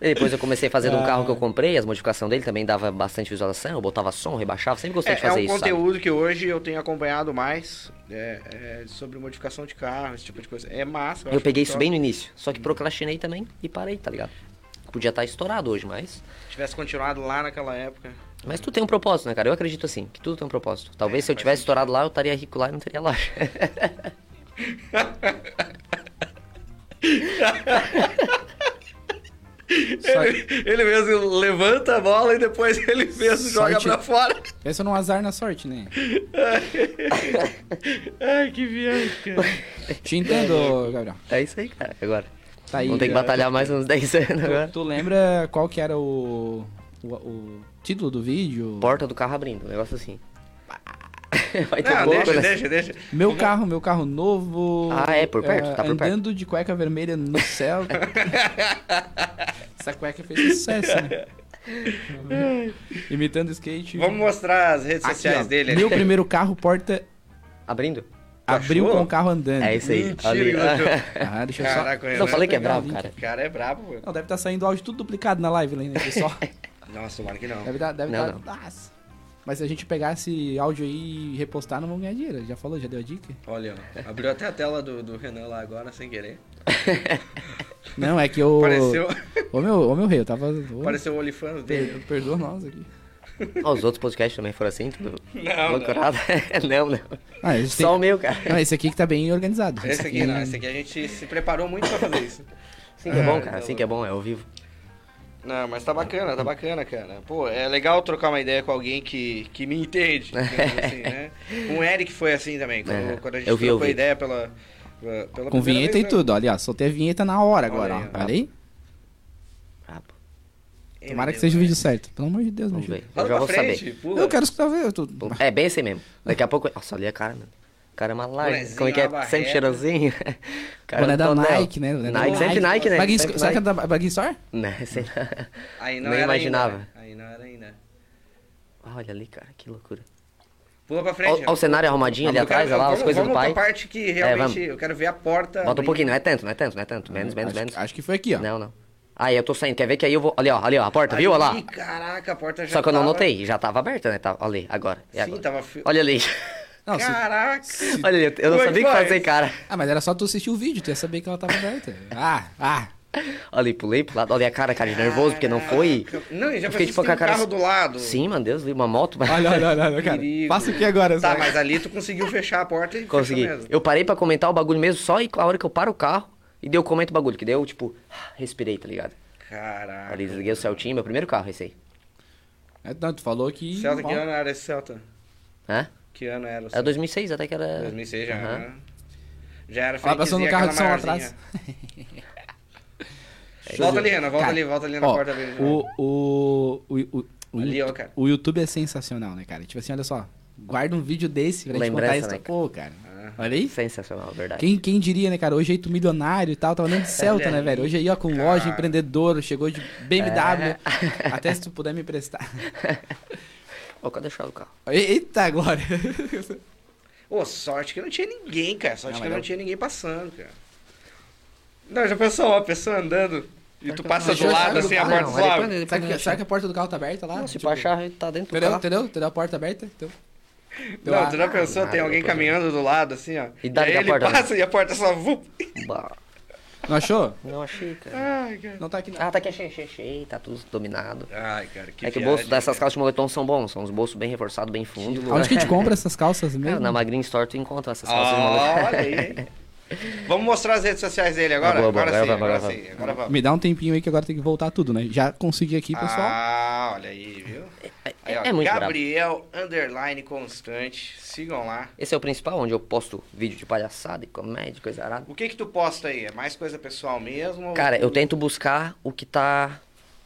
E depois eu comecei fazendo um Ah. carro que eu comprei, as modificações dele também dava bastante visualização, eu botava som, rebaixava, sempre gostei de É, é fazer um isso. sabe? conteúdo que hoje eu tenho acompanhado mais é, é, sobre modificação de carro, esse tipo de coisa. É massa. Eu acho peguei que isso bem no início, só que procrastinei também e parei, tá ligado? Podia estar estourado hoje, mas. Se tivesse continuado lá naquela época. Mas tu tem um propósito, né, cara? Eu acredito assim, que tudo tem um propósito. É, Talvez se eu tivesse estourado lá, eu estaria rico lá e não teria loja. Ele, ele mesmo levanta a bola e depois ele mesmo Sorte. joga pra fora. Pensa num azar na sorte, né? Ai, que viagem, cara. Te entendo, Gabriel. é isso aí, cara, agora. Tá aí. Vamos ter que batalhar mais uns 10 anos agora. Tu, tu lembra qual que era o, o, o título do vídeo? Porta do carro abrindo, um negócio assim. Vai ter Não, louco, deixa, né? deixa, deixa. Meu carro, meu carro novo. Ah, é, por perto, eh, tá por perto. Andando de cueca vermelha no céu. Essa cueca fez sucesso, né? Imitando skate. Vamos mostrar as redes Aqui, sociais ó, dele. Meu primeiro carro, porta Abrindo? abriu Cachorro? com o carro andando. Tá É isso aí. Mentira, Ali, que ah. loucura. Ah, deixa eu só. Caraca, Não, Renan. falei que é pegar o brabo, link cara. O cara é brabo. meu. Não, deve estar saindo áudio tudo duplicado na live, né, pessoal? Nossa, tomara que não. Deve dar, deve Não, dar. não. Nossa. Mas se a gente pegar esse áudio aí e repostar, não vamos ganhar dinheiro. Já falou, já deu a dica? Olha, ó, abriu até a tela do, do Renan lá agora, sem querer. Não, é que eu. Pareceu, Ô meu, ô meu rei, eu tava. ô, pareceu o OnlyFans dele. per- Perdoa nós aqui. Ó, os outros podcasts também foram assim, tudo Não, loucurado. Não, não. Ah, esse Só o meu, cara. Não, esse aqui que tá bem organizado. é Esse aqui não, esse aqui é a gente se preparou muito pra fazer isso. Assim que é Ah, bom, tá cara. Assim que é bom, é ao vivo. Não, mas tá bacana, tá bacana, cara. Pô, é legal trocar uma ideia com alguém que, que me entende, digamos assim, né? Com o Eric foi assim também, quando, É, quando a gente eu vi, eu trocou vi. ideia pela, pela pela primeira Com vinheta vez, e né? tudo, olha, ó, soltei a vinheta na Olha hora agora, aí, ó. ó. Olha aí. Brabo. Ei, Tomara meu que seja o Deus, vídeo certo. Pelo amor de Deus, meu Ah, Vamos filho. ver. cara. Eu né? Fala já pra vou frente, saber. pula. Eu quero escutar. Eu tô... É bem assim mesmo. Daqui a pouco. Nossa, ali a cara, mano. O Cara é uma live. Bonezinho, Como é que é? aba Sempre reta. cheirosinho. O Cara, Boné da todo dela. Nike, né? Boné da Nike, sempre Nike, né? Baguinho- Sempre Será que é Nike. da Baguinho Store? Né, sei lá. Aí não Nem era imaginava. Ainda, né? Aí não era ainda. Olha ali, cara, que loucura. Pula pra frente. Olha o cenário arrumadinho ali Eu quero- atrás, olha lá, vamos, as coisas do vamos pra pai. É, parte que realmente vamos. eu quero ver a porta. Bota um abrindo. pouquinho, não é tanto, não é tanto, não é tanto. Menos, menos, acho, menos. Acho que foi aqui, ó. Não, não. Aí eu tô saindo, quer ver que aí eu vou. Ali, ó, ali, ó, a porta, viu? Olha lá. Ih, caraca, a porta já Só que eu não tava- notei, já tava aberta, né? Tava, olha ali, agora. E Sim, agora? tava fi- Olha ali. Não, se- Caraca. olha ali, eu não Como é sabia que o que faz? fazer, cara. Ah, mas era só tu assistir o vídeo, tu ia saber que ela tava aberta. Ah, ah. Olha ali, pulei pro lado, olha a cara, cara, de nervoso, porque não foi. Não, e já Eu pensou fiquei tipo se com tem a um cara. carro do lado. Sim, meu Deus, vi uma moto. mas- Olha, olha, olha, olha, cara. Perigo. Passa o que agora, Tá, sabe? mas ali tu conseguiu fechar a porta e Consegui. fechou mesmo. Eu parei pra comentar o bagulho mesmo, só e a hora que eu paro o carro e deu comento o bagulho, que deu, tipo, respirei, tá ligado? Caraca. Ali desliguei o Celtinho, meu primeiro carro, esse aí. É, Não, tu falou que. Celta, Ó, que ano era esse Celta? Hã? Que ano era o Celta? Era 2006, até que era. 2006 já. É Aham. né? Já era Ela passou no fakezinha, carro de som aquela atrás. maiorzinha. Volta ali, Renan, volta Cara, ali, volta ali na ó, porta ali. O, o, o, o, o, Ali, ó, Youtu- cara. o YouTube é sensacional, né, cara? Tipo assim, olha só. Guarda um vídeo desse pra gente Lembrança, contar isso. né, Pô, cara. Olha aí. Sensacional, verdade. Quem, quem diria, né, cara? Hoje aí tu milionário e tal, tava nem de Celta, né, velho? Hoje aí, ó, com loja, empreendedor, chegou de BMW. Até se tu puder me emprestar. Ó, cadê a chave do carro? Eita, agora. Ô, sorte que não tinha ninguém, cara. Sorte Não, que mas não eu- tinha ninguém passando, cara. Não, já pensou, ó, a pessoa andando e tu passa do eu- lado eu- assim, a eu- porta eu- suave. é Será que, será que a porta do carro tá aberta lá? Ah, tipo Não, se pá, a chave tá dentro do é um Entendeu? carro. Entendeu? Entendeu? A porta aberta? Então. Deu Não, lá. tu já pensou? Tem alguém caminhando do lado, assim, ó. Ah, E dá- aí dá a ele porta, né? passa e a porta só... vup. Bah, Não achou? Não achei, cara. Ai, cara. Não tá aqui não. Ah, tá aqui, achei, achei, achei. Tá tudo dominado. Ai, cara, Ah, que é que viagem, o né? bolso dessas cara. calças de moletom são bons. São uns bolsos bem reforçados, bem fundos. Onde que a gente compra essas calças Cara, mesmo? na Magrinha Store tu encontra essas calças de moletom. Ah, Olha aí. Vamos mostrar as redes sociais dele agora? Ah, Boa, boa, agora, agora sim, vamos, agora, agora sim, agora vamos. Me dá um tempinho aí que agora tem que voltar tudo, né? Já consegui aqui, pessoal. Ah, olha aí, viu? Aí, ó, é muito brabo. Gabriel Underline Constante. Sigam lá. Esse é o principal, onde eu posto vídeo de palhaçada e comédia, coisa arada. O que que tu posta aí? É mais coisa pessoal mesmo? ou- Cara, eu tento buscar o que tá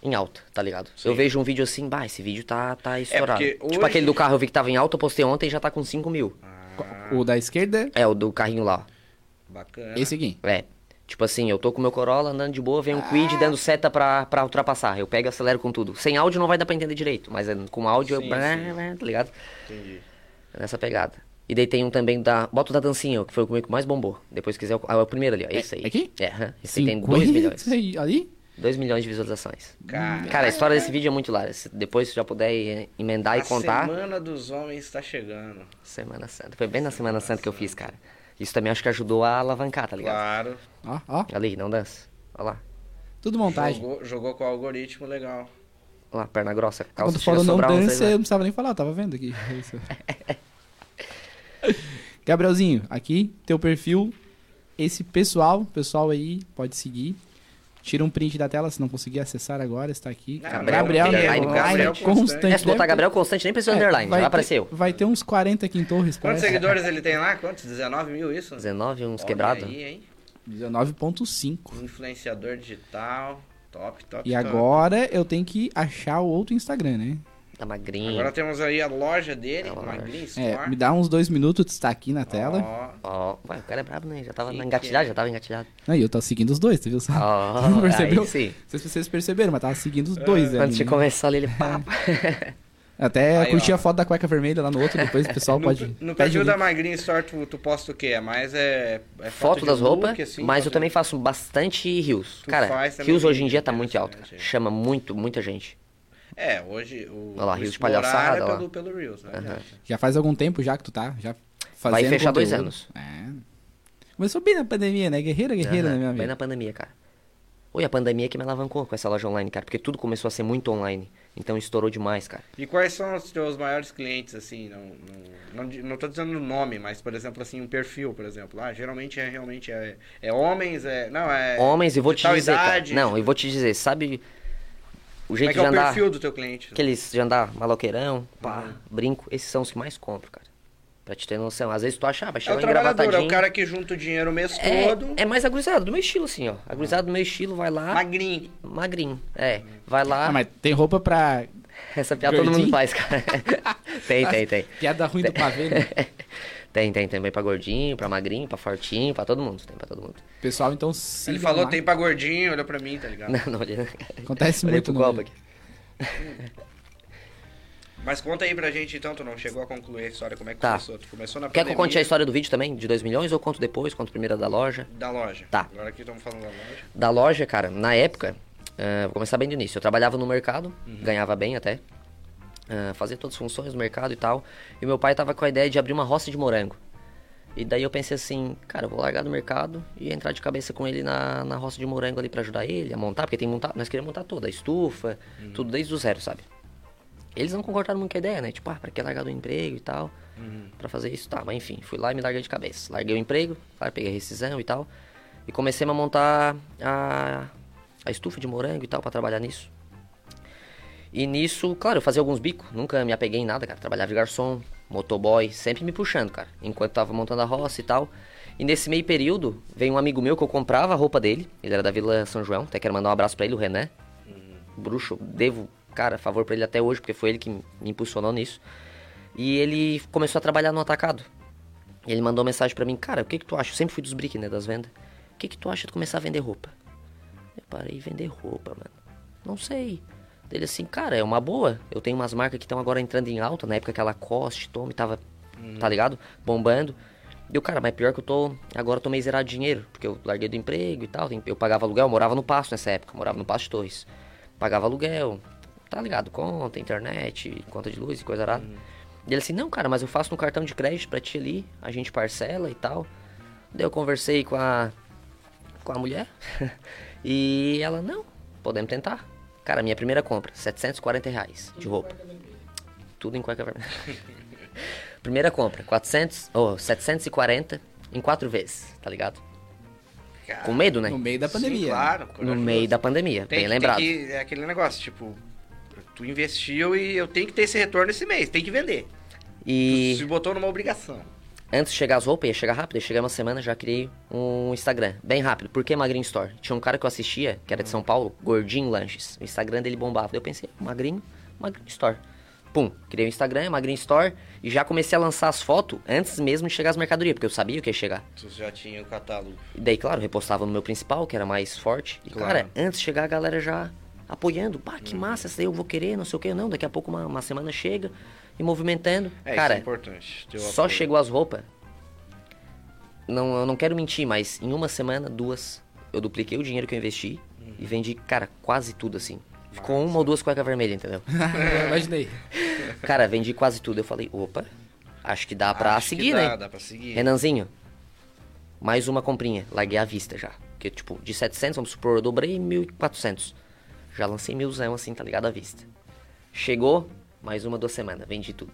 em alta, tá ligado? Eu vejo um vídeo assim, bah, esse vídeo tá, tá estourado. É porque Tipo hoje- Ah. aquele do carro, eu vi que tava em alta, eu postei ontem e já tá com 5 mil. O da esquerda. É, o do carrinho lá, Bacana. Esse aqui. ó. É. Tipo assim, eu tô com meu Corolla andando de boa, vem um Quid Ah. dando seta pra, pra ultrapassar. Eu pego e acelero com tudo. Sem áudio não vai dar pra entender direito, mas é, com áudio Sim, eu. sim. Tá ligado? Entendi. É Nessa pegada. E daí tem um também da. Bota o da dancinha, que foi o comigo que mais bombou. Depois se quiser. eu- Ah, é o primeiro ali, ó. Esse aí. aqui? É, aham. esse aí tem 50 2 milhões. aí, ali? 2 milhões de visualizações. Cara, Cara, a história desse vídeo é muito larga. Se depois você já puder eh, emendar a e contar. Semana dos Homens está chegando. Semana Santa. Foi bem na Semana Santa que eu fiz, cara. Isso também acho que ajudou a alavancar, tá ligado? Claro. Ó, ó. Ali, não dança. Olha lá. Tudo montagem. Jogou, jogou com o algoritmo legal. Olha lá, perna grossa, calça Quando chega a falou não sobrar uns dança, eu três, não né? precisava nem falar, eu tava vendo aqui. É Isso. Gabrielzinho, aqui, teu perfil. Esse pessoal, pessoal aí, pode seguir. Tira um print da tela, se não conseguir acessar agora, está aqui. Gabriel Gabriel, Underline Gabriel Constante. Constante. É, se botar Gabriel Constante, nem precisa de underline. É, vai Já ter- apareceu. Vai ter uns 40 aqui em Torres, Quantos parece. seguidores ele tem lá? Quantos? 19 mil isso? 19, uns Olha quebrados. Aí, hein? 19.5. Influenciador digital. Top, top, E top. agora eu tenho que achar o outro Instagram, né? Tá magrinho. Agora temos aí a loja dele, É a loja. Magrin Store. É, me dá uns dois minutos, está aqui na tela. Ó, Ó, ué, o cara é brabo, né? Já tava Que engatilhado, que é? já tava engatilhado. Não, e eu tava seguindo os dois, tu viu? Ó, Não percebeu? aí sim. Não sei se vocês perceberam, mas tava seguindo os dois ali, Antes de né? começar ali, ele pá, pá. Até Aí, curti ó. a foto da cueca vermelha lá no outro, depois o pessoal pode. no, no pede perfil o da link. Magrin Store tu, tu posta o quê? É mais é, é foto de das look, roupas, assim, mas eu foto- também faço bastante rios. Tu Cara, faz também rios hoje em rios, dia tá muito alto, interessante, cara. é. Chama muito, muita gente. É, hoje o, Olha lá, o Rios de explorar palhaçada, é olha lá. pelo, pelo Reels, né? Já faz algum tempo já que tu tá. Já fazendo fechar dois conteúdo. anos. É. Começou bem na pandemia, né? Guerreira, guerreira, Aham, né, meu amigo? Bem na pandemia, cara. Oi, a pandemia que me alavancou com essa loja online, cara, porque tudo começou a ser muito online. Então estourou demais, cara. E quais são os teus maiores clientes, assim, não, não, não, di- não tô dizendo o nome, mas, por exemplo, assim, um perfil, por exemplo. Ah, geralmente é realmente é, é homens, é. Não, é. Homens, e vou de te tal dizer, idade. cara. Não, eu vou te dizer, sabe o Como jeito é que é de o andar, perfil Uhum. do teu cliente? aqueles de andar maloqueirão, pá, brinco, esses são os que mais compro, cara. Pra te ter noção, às vezes tu acha, ah, vai É chegar o trabalhador, é engravatadinho. o cara que junta o dinheiro o mês todo. É, é mais agrisado, do meu estilo, assim, ó. Agrisado do meu estilo, vai lá. Magrinho. Magrinho. É. Vai lá. Ah, mas tem roupa pra. Essa piada todo Gordinho? mundo faz, cara. tem, tem, tem. Piada ruim do pavê, né? Tem, tem, tem. Bem pra gordinho, pra magrinho, pra fortinho, pra todo mundo. Tem pra todo mundo. Pessoal, então sim. Ele falou, tem pra gordinho, olhou pra mim, tá ligado? Não, não, olhei. Acontece olhei muito, não. pro copo aqui. Mas conta aí pra gente, então, tu não chegou a concluir a história, como é que Tá. começou? Tu começou na Quer que eu pandemia conte a história do vídeo também, de 2 milhões, ou conto depois, conto primeiro a da loja? da loja. Tá. Agora aqui estamos falando da loja. da loja, cara, na época, ah, vou começar bem do início. Eu trabalhava no mercado, ganhava bem até, ah, fazia todas as funções do mercado e tal. E meu pai tava com a ideia de abrir uma roça de morango. E daí eu pensei assim, cara, eu vou largar do mercado e entrar de cabeça com ele na, na roça de morango ali pra ajudar ele a montar, porque tem montar, nós queríamos montar toda, a estufa, tudo desde o zero, sabe? Eles não concordaram muito com a ideia, né? Tipo, ah, pra que largar do emprego e tal, pra fazer isso, tá. Mas enfim, fui lá e me larguei de cabeça. Larguei o emprego, claro, peguei a rescisão e tal. E comecei a montar a, a estufa de morango e tal, pra trabalhar nisso. E nisso, claro, eu fazia alguns bicos, nunca me apeguei em nada, cara. Trabalhava de garçom, motoboy, sempre me puxando, cara, enquanto tava montando a roça e tal. E nesse meio período, veio um amigo meu que eu comprava a roupa dele, ele era da Vila São João, até quero mandar um abraço pra ele, o René. Bruxo, devo, cara, favor pra ele até hoje, porque foi ele que me impulsionou nisso. E ele começou a trabalhar no atacado. E ele mandou uma mensagem pra mim, cara, o que que tu acha? Eu sempre fui dos brick, né, das vendas. O que que tu acha de começar a vender roupa? Eu parei de vender roupa, mano. Não sei. Daí Ele assim, cara, é uma boa. Eu tenho umas marcas que estão agora entrando em alta, na época que a Lacoste, Tommy tava, tá ligado? Bombando. Deu, cara, mas pior que eu tô, agora eu tô meio zerado de dinheiro, porque eu larguei do emprego e tal, tem- eu pagava aluguel, eu morava no Passo nessa época, eu morava no Passo de Torres. Pagava aluguel, tá ligado? Conta, internet, conta de luz e coisa arada. E ele assim, não, cara, mas eu faço no cartão de crédito pra ti ali, a gente parcela e tal. Daí eu conversei com a. com a mulher. e ela, não, podemos tentar. Cara, minha primeira compra, 740 reais de roupa. Tudo em cueca vermelha. primeira compra, 400, ou 740 em quatro vezes, tá ligado? Cara, Com medo, né? No meio da sim, pandemia. né? claro, No corajoso. meio da pandemia, Tem bem que- lembrado. tem que- é aquele negócio, tipo, tu investiu e eu tenho que ter esse retorno esse mês, tem que vender. E Tu se botou numa obrigação. antes de chegar as roupas, ia chegar rápido. Eu cheguei uma semana, já criei um Instagram, bem rápido. Por que Magrinho Store? Tinha um cara que eu assistia, que era de São Paulo, Gordinho Lanches. O Instagram dele bombava. Daí Eu pensei, Magrinho, Magrinho Store. Pum, criei o Instagram, Magrinho Store, e já comecei a lançar as fotos antes mesmo de chegar as mercadorias, porque eu sabia o que ia chegar. Tu já tinha o catálogo. E daí, claro, repostava no meu principal, que era mais forte. E, Claro. Uhum. cara, antes de chegar, a galera já apoiando. Pá, que massa, essa daí eu vou querer, não sei o que. Não, daqui a pouco uma, uma semana chega e movimentando. É, cara, isso é importante. teu só apoio. chegou as roupas. Não, eu não quero mentir, mas em uma semana, duas, eu dupliquei o dinheiro que eu investi Uhum. e vendi, cara, quase tudo assim. Ficou uma ou duas cuecas vermelhas, entendeu? É. Imaginei. cara, vendi quase tudo. Eu falei, opa, acho que dá pra Acho que seguir, dá, né? Dá pra seguir. Renanzinho, mais uma comprinha. Larguei à vista já. Porque, tipo, de 700, vamos supor, eu dobrei 1.400. Já lancei milzão assim, tá ligado? À vista. Chegou, mais uma, duas semanas. Vendi tudo.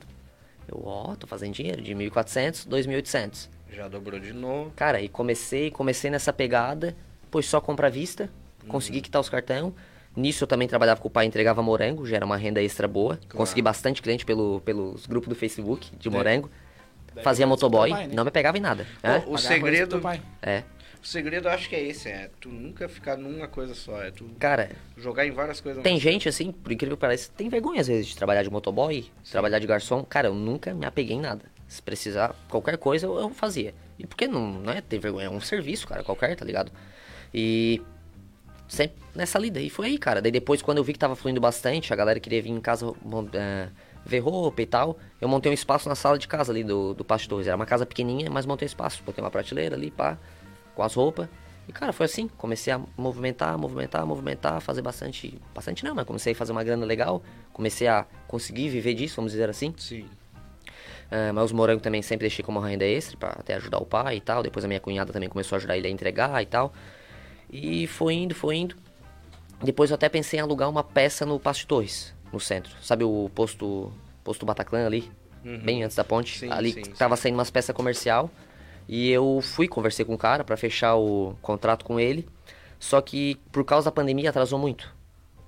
Eu, ó, tô fazendo dinheiro. De 1.400, 2.800. Já dobrou de novo. Cara, e comecei, comecei nessa pegada, pois só compra à vista, consegui quitar os cartão. Nisso eu também trabalhava com o pai, entregava morango, já era uma renda extra boa. Consegui bastante cliente pelo pelos grupos do Facebook de morango. Fazia motoboy, teu pai, né? não me pegava em nada. Hã? o segredo, Do pai. É, o segredo eu acho que é esse, é tu nunca ficar numa coisa só, é tu cara, jogar em várias coisas. tem gente assim, por incrível que pareça, tem vergonha às vezes de trabalhar de motoboy, de trabalhar de garçom. Cara, eu nunca me apeguei em nada. Se precisar, qualquer coisa eu, eu fazia. E porque não, não é ter vergonha, é um serviço, cara, qualquer, tá ligado? E sempre nessa lida. E foi aí, cara. Daí depois, quando eu vi que tava fluindo bastante, a galera queria vir em casa mon- eh, ver roupa e tal. Eu montei um espaço na sala de casa ali do, do Pátio Torres. Era uma casa pequenininha, mas montei um espaço. Botei uma prateleira ali, pá, com as roupas. E, cara, foi assim. Comecei a movimentar, movimentar, movimentar, fazer bastante... Bastante não, mas comecei a fazer uma grana legal. Comecei a conseguir viver disso, vamos dizer assim. Sim. Ah, mas os morangos também sempre deixei como uma renda extra pra até ajudar o pai e tal. Depois a minha cunhada também começou a ajudar ele a entregar e tal. E foi indo, foi indo. Depois eu até pensei em alugar uma peça no Passo de Torres, no centro. Sabe o posto posto Bataclan ali? Bem antes da ponte. Uhum. Sim, ali tá sim, sim. tava saindo umas peças comercial. E eu fui, conversei com o cara pra fechar o contrato com ele. Só que por causa da pandemia atrasou muito.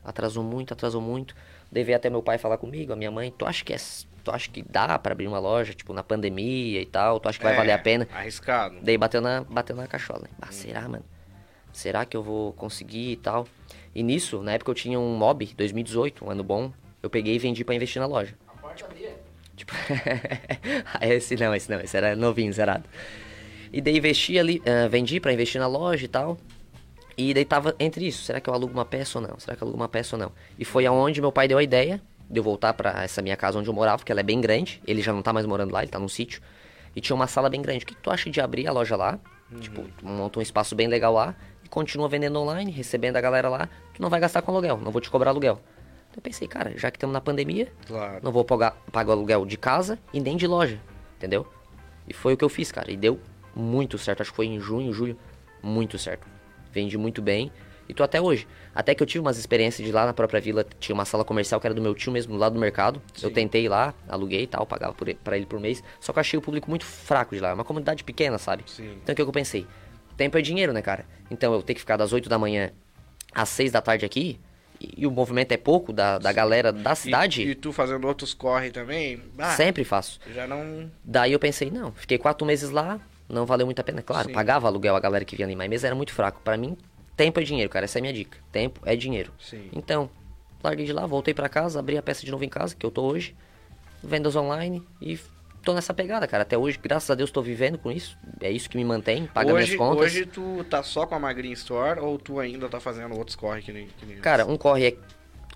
Atrasou muito, atrasou muito. Daí veio até meu pai falar comigo, a minha mãe, tu acha que é, tu acha que dá pra abrir uma loja, tipo, na pandemia e tal? Tu acha que vai É, valer a pena? Arriscado. Daí bateu na, bateu na cachola. né? Ah, será, mano? Será que eu vou conseguir e tal? E nisso, na época eu tinha um mob, 2018, um ano bom. Eu peguei e vendi pra investir na loja. Tipo, Ah, esse não, esse não, esse era novinho, zerado. E daí investi ali, ah, vendi pra investir na loja e tal. E daí tava entre isso, será que eu alugo uma peça ou não? Será que eu alugo uma peça ou não? E foi aonde meu pai deu a ideia de eu voltar pra essa minha casa onde eu morava, que ela é bem grande. Ele já não tá mais morando lá, ele tá num sítio. E tinha uma sala bem grande. O que que tu acha de abrir a loja lá? Tipo, tu monta um espaço bem legal lá e continua vendendo online, recebendo a galera lá. Tu não vai gastar com aluguel, não vou te cobrar aluguel. Eu pensei, cara, já que estamos na pandemia, Claro. não vou pagar, pagar o aluguel de casa e nem de loja, entendeu? E foi o que eu fiz, cara. E deu muito certo. Acho que foi em junho, julho, muito certo. Vendi muito bem. E tô até hoje. Até que eu tive umas experiências de lá na própria vila. Tinha uma sala comercial que era do meu tio mesmo, do lado do mercado. Eu tentei lá, aluguei e tal, pagava por ele- pra ele por mês. Só que eu achei o público muito fraco de lá. É uma comunidade pequena, sabe? Sim. Então o que que eu pensei? Tempo é dinheiro, né, cara? Então eu tenho que ficar das 8 da manhã às 6 da tarde aqui. E, e o movimento é pouco da, da galera da cidade. E, e tu fazendo outros corre também? Ah, Sempre faço. Já não. Daí eu pensei, não, fiquei quatro meses lá, não valeu muito a pena. Claro, pagava aluguel a galera que vinha ali, mas mesmo era muito fraco. Pra mim, tempo é dinheiro, cara, essa é a minha dica. Tempo é dinheiro. Sim. Então, larguei de lá, voltei pra casa, abri a peça de novo em casa, que eu tô hoje, vendas online e tô nessa pegada, cara. Até hoje, graças a Deus, tô vivendo com isso. É isso que me mantém, paga hoje, minhas contas. hoje tu tá só com a Magrinha Store ou tu ainda tá fazendo outros corre que nem. Que nem Uhum. Cara, um corre é.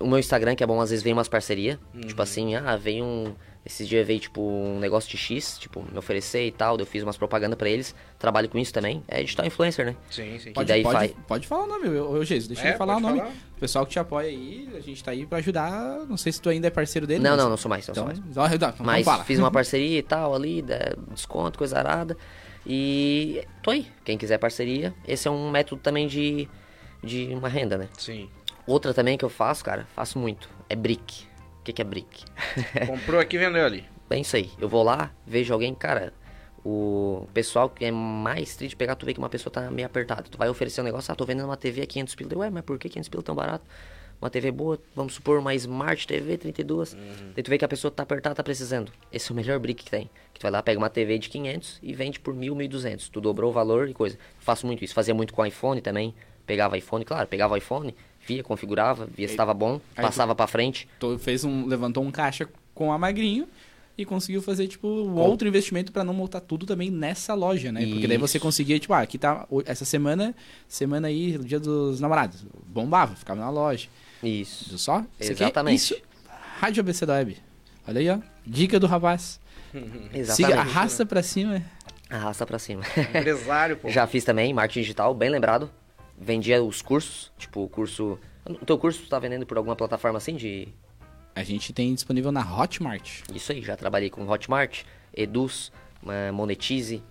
O meu Instagram, que é bom, às vezes vem umas parcerias. Tipo assim, ah, vem um. Esses dias veio, tipo, um negócio de X, tipo, me oferecer e tal, daí eu fiz umas propagandas pra eles, trabalho com isso também. É digital influencer, né? Sim, sim. E daí pode, vai- pode falar o nome, eu, eu, Jesus, deixa É, eu falar o pode nome. falar. O pessoal que te apoia aí, a gente tá aí pra ajudar. Não sei se tu ainda é parceiro dele. Não, mas- não, não sou mais, não Então, sou mais. então, então Mas fala. fiz uma parceria e tal ali, da- desconto, coisa arada. E tô aí. Quem quiser parceria, esse é um método também de, de uma renda, né? Sim. Outra também que eu faço, cara, faço muito, é brick. O que, que é brick? Comprou aqui, vendeu ali. É isso aí. Eu vou lá, vejo alguém, cara. O pessoal que é mais triste de pegar, tu vê que uma pessoa tá meio apertada. Tu vai oferecer um negócio, ah, tô vendendo uma TV a 500 pila. Daí, Ué, mas por que 500 pila tão barato? Uma TV boa, vamos supor, uma Smart TV 32. Uhum. Daí tu vê que a pessoa tá apertada, tá precisando. Esse é o melhor brick que tem. Que tu vai lá, pega uma TV de 500 e vende por 1.000, 1.200. Tu dobrou o valor e coisa. Eu faço muito isso. Fazia muito com iPhone também. Pegava iPhone, claro, pegava iPhone, via, configurava, via se tava bom, tu- passava pra frente. Tu fez um, levantou um caixa com a Magrinho e conseguiu fazer, tipo, um outro investimento pra não montar tudo também nessa loja, né? Porque daí você Isso. conseguia, tipo, ah, aqui tá o- essa semana, semana aí, dia dos namorados. Bombava, ficava na loja. Isso. Viu só? Isso aqui- Exatamente. isso, Rádio ABC da Web. Olha aí, ó. Dica do rapaz. Siga, Exatamente. arrasta Uhum. pra cima. Arrasta pra cima. Empresário, pô. É. Já fiz também marketing digital, bem lembrado. Vendia os cursos, tipo o curso. O teu curso tu tá vendendo por alguma plataforma assim de. A gente tem disponível na Hotmart. Isso aí, já trabalhei com Hotmart, Eduz, eh, Monetize.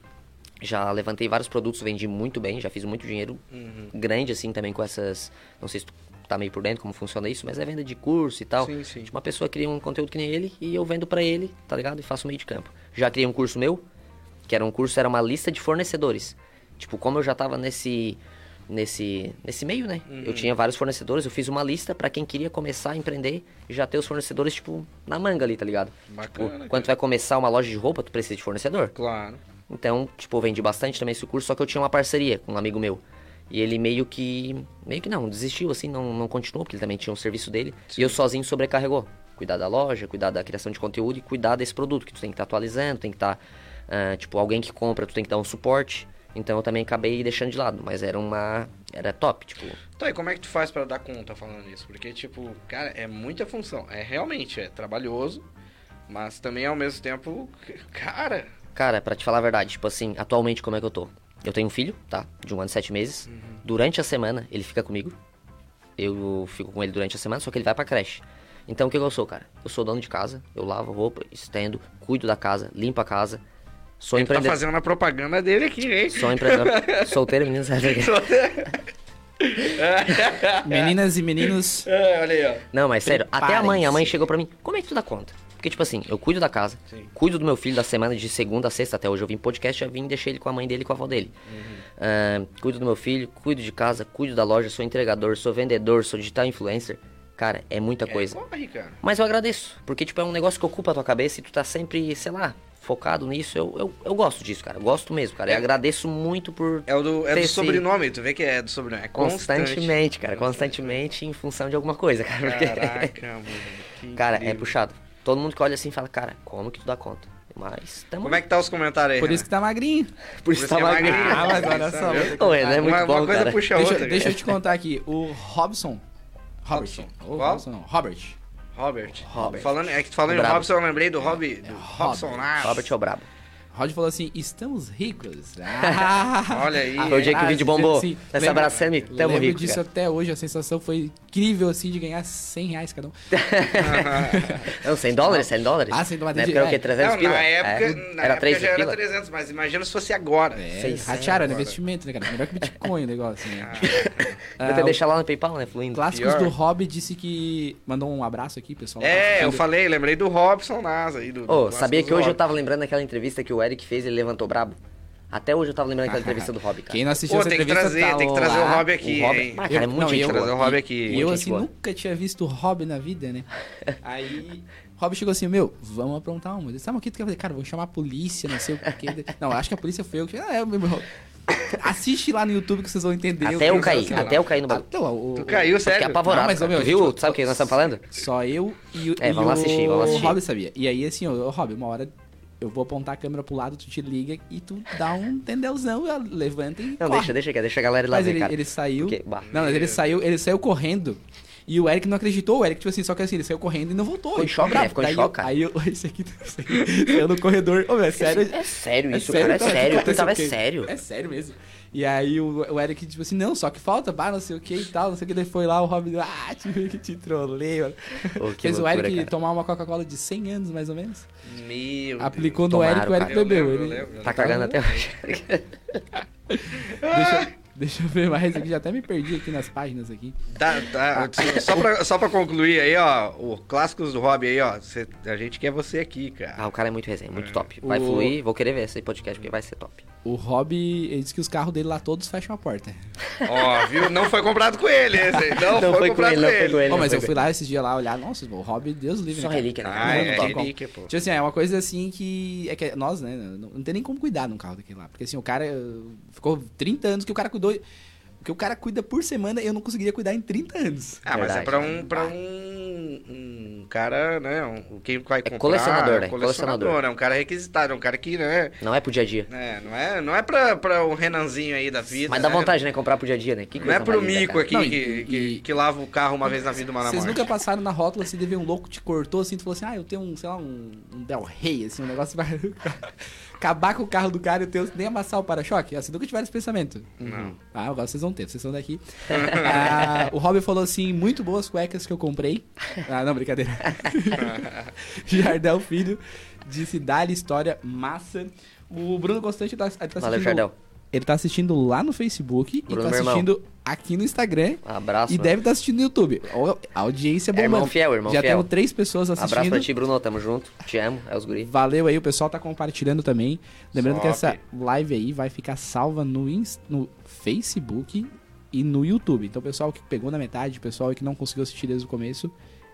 Já levantei vários produtos, vendi muito bem, já fiz muito dinheiro Uhum. grande assim também com essas. Não sei se tu tá meio por dentro como funciona isso, mas é venda de curso e tal. Sim, sim. Tipo, uma pessoa cria um conteúdo que nem ele e eu vendo pra ele, tá ligado? E faço meio de campo. Já criei um curso meu, que era um curso, era uma lista de fornecedores. Tipo, como eu já tava nesse nesse nesse meio, né? Uhum. Eu tinha vários fornecedores, eu fiz uma lista pra quem queria começar a empreender e já ter os fornecedores tipo na manga ali, tá ligado? Bacana, tipo, cara. quando tu vai começar uma loja de roupa, tu precisa de fornecedor. Claro. Então, tipo, eu vendi bastante também esse curso, só que eu tinha uma parceria com um amigo meu. E ele meio que. meio que não, desistiu, assim, não, não continuou, porque ele também tinha um serviço dele. E eu sozinho sobrecarregou. Cuidar da loja, cuidar da criação de conteúdo e cuidar desse produto, que tu tem que estar atualizando, tem que estar. tipo, alguém que compra, tu tem que dar um suporte. Então eu também acabei deixando de lado, mas era uma. Era top, tipo. Então, e como é que tu faz pra dar conta falando isso? Porque, tipo, cara, é muita função. É realmente, é trabalhoso, mas também ao mesmo tempo, cara. tá Cara, pra te falar a verdade, tipo assim, atualmente como é que eu tô? Eu tenho um filho, tá? De um ano e sete meses. Uhum. Durante a semana, ele fica comigo. Eu fico com ele durante a semana, só que ele vai pra creche. Então o que que eu sou, cara? Eu sou dono de casa, eu lavo roupa, estendo, cuido da casa, limpo a casa. Sou Ele tá empreendedor. fazendo a propaganda dele aqui, hein? Sou empreendedor. Solteiro, menino, sabe? é? Meninas e meninos, É, olha aí, ó. Não, mas sério, até a mãe, a mãe Preparem-se. chegou pra mim, como é que tu dá conta? Porque, tipo assim, eu cuido da casa, Sim. cuido do meu filho da semana de segunda a sexta até hoje. Eu vim em podcast, já vim e deixei ele com a mãe dele e com a avó dele. Uhum. Ah, cuido do meu filho, cuido de casa, cuido da loja, sou entregador, sou vendedor, sou digital influencer. Cara, é muita coisa. É, corre, cara. Mas eu agradeço, porque tipo, é um negócio que ocupa a tua cabeça e tu tá sempre, sei lá, focado nisso. Eu, eu, eu gosto disso, cara. Eu gosto mesmo, cara. Eu É. agradeço muito por. É, o do, é ter do esse- sobrenome, tu vê que é do sobrenome. É constante. Constantemente, cara. Constantemente em função de alguma coisa, cara. porque- Caraca, mano. que Cara, é incrível. puxado. Todo mundo que olha assim fala, cara, como que tu dá conta? Mas tamo... Como é que tá os comentários aí? por isso que tá magrinho. Por isso que é magrinho. magrinho. Ah, mas olha só. vou ter que- Ô, Renan, é muito uma, bom, uma coisa cara. puxa a Deixa, outra. deixa eu cara. te contar aqui. O Robson. Robson. Ô, Qual? Robson não. Robert. Robert. Robert. Falando, é que tu falando em Brabo. É, Robson, eu lembrei do Rob. Do Robson lá. Robert é o brabo. Rod falou assim: estamos ricos. Ah, Olha aí. Foi o dia que o ah, vídeo bombou. sim, Nós lembra- abraçamos e é tamo Lembro rico, disso cara. até hoje, a sensação foi incrível assim de ganhar 100 reais cada um. Tá Não, 100 dólares, 100 dólares. é Ah, 100 dólares, Na época era o quê? entendi. 300 Não, pila? na época, É, na era época já 300 era pila. 300, mas imagina se fosse agora. É, 600 ratearam, era agora. investimento, né, cara? Melhor que Bitcoin o negócio, né? Ah. Vou até deixar lá no Paypal, né? Fluindo. Clássicos pior. do Hobby disse que. Mandou um abraço aqui, pessoal. É, eu falei. falei, lembrei do Robson Nas aí. Do, do tá Ô, clássico sabia que do hoje eu Robson. tava lembrando daquela entrevista que o Eric fez e ele levantou brabo? Até hoje eu tava lembrando daquela entrevista do Rob, cara. Quem não assistiu Pô, essa tem que entrevista trazer, tá tem que trazer lá. Ah, o Rob aqui, O Rob- hein? Mas, cara, é muito não, gente eu- boa. trazer o Rob aqui. E eu, Gente assim, boa. nunca tinha visto o Rob na vida, né? Aí, Rob chegou assim, meu, vamos aprontar uma. Ele disse, sabe o que tu quer fazer? Cara, vou chamar a polícia, não sei o que. Não, acho que a polícia foi eu que... Ah, é, meu irmão. Assiste lá no YouTube que vocês vão entender. Até eu caí, fiz assim, até eu caí no bagulho. Ah, então, o- Tu o- caiu, Eu Fiquei sério. apavorado, Não, mas, cara. ô, meu, Tu viu? tipo, Tu sabe é o que nós estamos falando? Só eu e, o- É, e vamos lá assistir, o vamos lá assistir. Rob sabia. E aí, assim, ô, ô, Rob, uma hora eu vou apontar a câmera pro lado, tu te liga e tu dá um tendelzão, levanta e Não, corre. deixa, deixa, deixa a galera ir lá Mas ver, ele, cara. ele saiu. Porque, bah. Não, mas ele saiu, ele saiu correndo. E o Eric não acreditou, o Eric, tipo assim, só que assim, ele saiu correndo e não voltou. Ficou em Ele choque, bravo. né? Ficou em Daí choque, eu- cara. Aí eu, esse aqui, esse aqui eu no corredor, ô, meu, é sério. É sério É isso, cara. cara, É sério. Eu aconteceu tava é o quê? sério. É sério mesmo. E aí o, o Eric, tipo assim, não, só que falta, bah, não sei o que e tal, não sei o que. Daí foi lá, o Robin, ah, tive que te trolei, mano. Ô, que Fez loucura, o Eric cara. Hum, tomar uma Coca-Cola de 100 anos, mais ou menos. Meu Aplicou no Tomaram, Eric, o Eric cara. Eu bebeu. lembro, eu ele- lembro, eu Tá cagando até hoje. Deixa, deixa eu ver mais aqui, já até me perdi aqui nas páginas aqui. Tá, tá. Só pra, só pra concluir aí, ó, o Clássicos do Hobby aí, ó, cê- a gente quer você aqui, cara. Ah, o cara é muito resenha, muito top. Vai O- fluir, vou querer ver esse podcast porque vai ser top. O Rob, ele disse que os carros dele lá todos fecham a porta. Ó, viu? Não foi comprado com ele esse aí, não, foi, comprado com ele. Ó, mas eu fui lá esses dias lá olhar, nossa, o Rob, Deus livre. Só né, cara? relíquia, né? Ah, cara? é, Muito top. como. relíquia, pô. Tipo assim, é uma coisa assim que. É que nós, né? Não, não tem nem como cuidar de um carro daquele lá. Porque assim, o cara. uh, Ficou 30 anos que o cara cuidou. O que o cara cuida por semana, eu não conseguiria cuidar em 30 anos. Ah, mas é Verdade. né? pra um, pra um, um cara, né, um, quem vai comprar... colecionador, né? é Colecionador, Colecionador. né? Um cara requisitado, é um cara que, né, Não é pro dia a dia. né, não é, não é pra, pra um Renanzinho aí da vida, é Mas dá né? vontade, né? Comprar pro dia a dia, né? Que Não é coisa pro mais linda, mico cara. aqui Não, que, e- que, e- que lava o carro uma vez na vida, uma na Vocês morte. nunca passaram na rótula se dever um louco te cortou assim, tu falou assim: ah, eu tenho um, sei lá, um, um Del Rey, assim, um negócio pra acabar com o carro do cara e o teu nem amassar o para-choque? Assim, nunca tiveram esse pensamento. Não. Ah, agora vocês vão ter, vocês são daqui. Ah, o Rob falou assim: muito boas cuecas que eu comprei. Ah, não, brincadeira. Jardel Filho disse: dá-lhe história massa. O Bruno Constante tá, ele tá assistindo. Valeu, Jardel. Ele tá assistindo lá no Facebook Bruno, e tá meu irmão. assistindo aqui no Instagram. Um abraço. E mano. deve estar assistindo no YouTube. Ó, A audiência É bombando. irmão fiel, irmão Já fiel. temos três pessoas assistindo. Abraço pra ti, Bruno. Tamo junto. Te amo. É os guri. Valeu aí, o pessoal tá compartilhando também. Lembrando que Top. essa live aí vai ficar salva no, Ins- no Facebook e no YouTube. Então, o pessoal que pegou na metade, o pessoal que não conseguiu assistir desde o começo,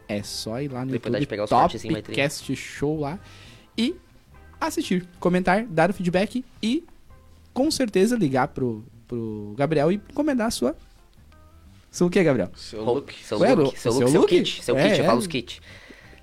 é só ir lá no Depois dá de YouTube, pegar os cortezinhos, vai ter. Topcast Show lá e assistir, comentar, dar o feedback e com certeza ligar pro, pro Gabriel e encomendar a sua... Sua o que, Gabriel? Seu Look, look. Seu Ué, Lu- look, seu seu look, seu look? kit. Seu É, kit, eu é. falo os kit.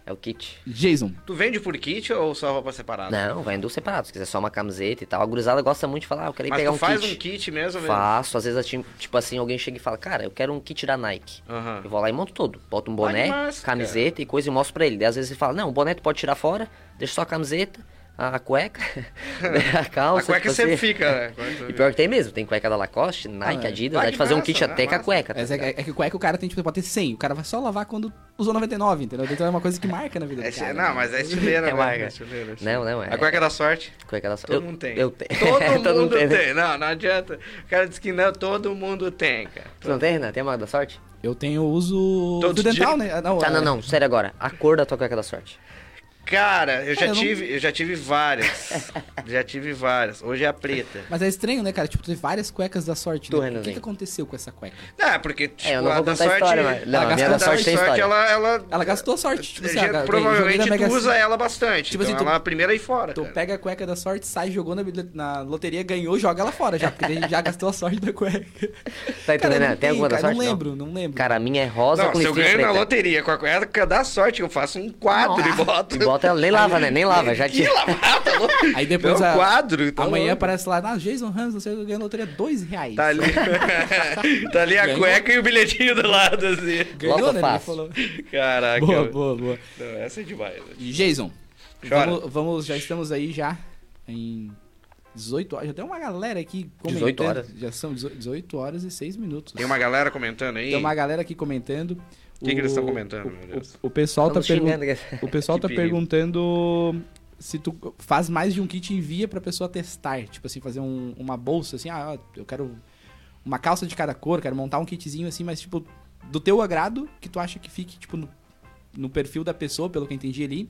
É o kit. Jason. Tu vende por kit ou só roupa Ah. separada? Não, vai em duas separados. Se quiser só uma camiseta e tal. A gurizada gosta muito de falar, ah, eu quero ir Mas pegar tu um faz kit. um kit mesmo? mesmo? Faço, às vezes, assim, tipo assim, alguém chega e fala, cara, eu quero um kit da Nike. Aham. Eu vou lá e monto todo. Boto um boné, Ai, massa, camiseta e coisa e mostro pra ele. Daí às vezes ele fala, não, o boné tu pode tirar fora, deixa só a camiseta, a cueca, a calça. A cueca tipo sempre assim. fica, né? Cueca- E pior que tem mesmo, tem cueca da Lacoste, Nike, é. Adidas, Ah, dá que de fazer um massa, kit né? até com a Massa. cueca. tá Mas é, que- ligado? é que cueca o cara tem, tipo, pode ter 100. O cara vai só lavar quando usou 99, entendeu? Então é uma coisa que marca na vida É do chi- cara. não, mas é estileira, É né? marca. É estileira, é estileira. Não, não, é. A cueca da sorte, Cueca da todo eu- mundo tem. Eu tenho. Todo, mundo tem. né? Não, não adianta. O cara disse que não, todo mundo tem, cara. Tu não tem, Renan? Tem a marca da sorte? Eu tenho uso Todo do dia? dental, né? Ah, Não, Tá, é- não, não, sério agora. A cor da tua cueca da sorte. Cara, É, eu já, eu não- tive, eu já tive várias. já tive várias. Hoje é a preta. Mas é estranho, né, cara? Tipo, tem várias cuecas da sorte. Tu, né? O que, Renanzinho. que aconteceu com essa cueca? Ah, porque tipo, É, eu não a vou da contar a sorte. história, mas- não, a minha da da sorte tem história. ela. ela... Ela gastou a sorte. Tipo, assim, já- ela- joguei- é, provavelmente joguei na tu Mega usa Sena. ela bastante. Tipo então assim, tu- ela primeiro aí fora. Tu cara. pega a cueca da sorte, sai, jogou na, bibli- na loteria, ganhou, joga ela fora já, porque daí já gastou a sorte da cueca. Tá entendendo, não né? Tem alguma da cara, sorte? Não Não. lembro, não, lembro. Cara, a minha é rosa Não, com se eu listinha ganho na preta. loteria com a cueca da sorte, eu faço um quadro e boto. E bota ela, nem lava, né? Nem lava, já Que tinha. lavada, louco. Aí depois Não, a- quadro, tá Amanhã louco. aparece lá, ah, Jason Hans, não sei, o que, eu ganhei na loteria dois reais. Tá ali, tá ali a Ganhou. cueca e o bilhetinho do lado, assim. ganhou, Loto né? Ele fácil. falou. Caraca. Boa, boa, boa. Não, essa é demais. né? Jason, Chora. vamos, vamos- já estamos aí já em 18 horas. Já tem uma galera aqui comentando. 18 horas. Já são 18 18 horas e 6 minutos. Tem uma galera comentando aí. Tem uma galera aqui comentando. O que eles estão comentando, meu O, Deus? o- o pessoal tá, Tamo pergun- xingando, cara. o pessoal Que tá perigo. perguntando se tu faz mais de um kit e envia pra pessoa testar. Tipo assim, fazer um- uma bolsa assim. Ah, ó, eu quero uma calça de cada cor, quero montar um kitzinho assim, mas tipo, do teu agrado, que tu acha que fique, tipo, no, no perfil da pessoa, pelo que eu entendi ali.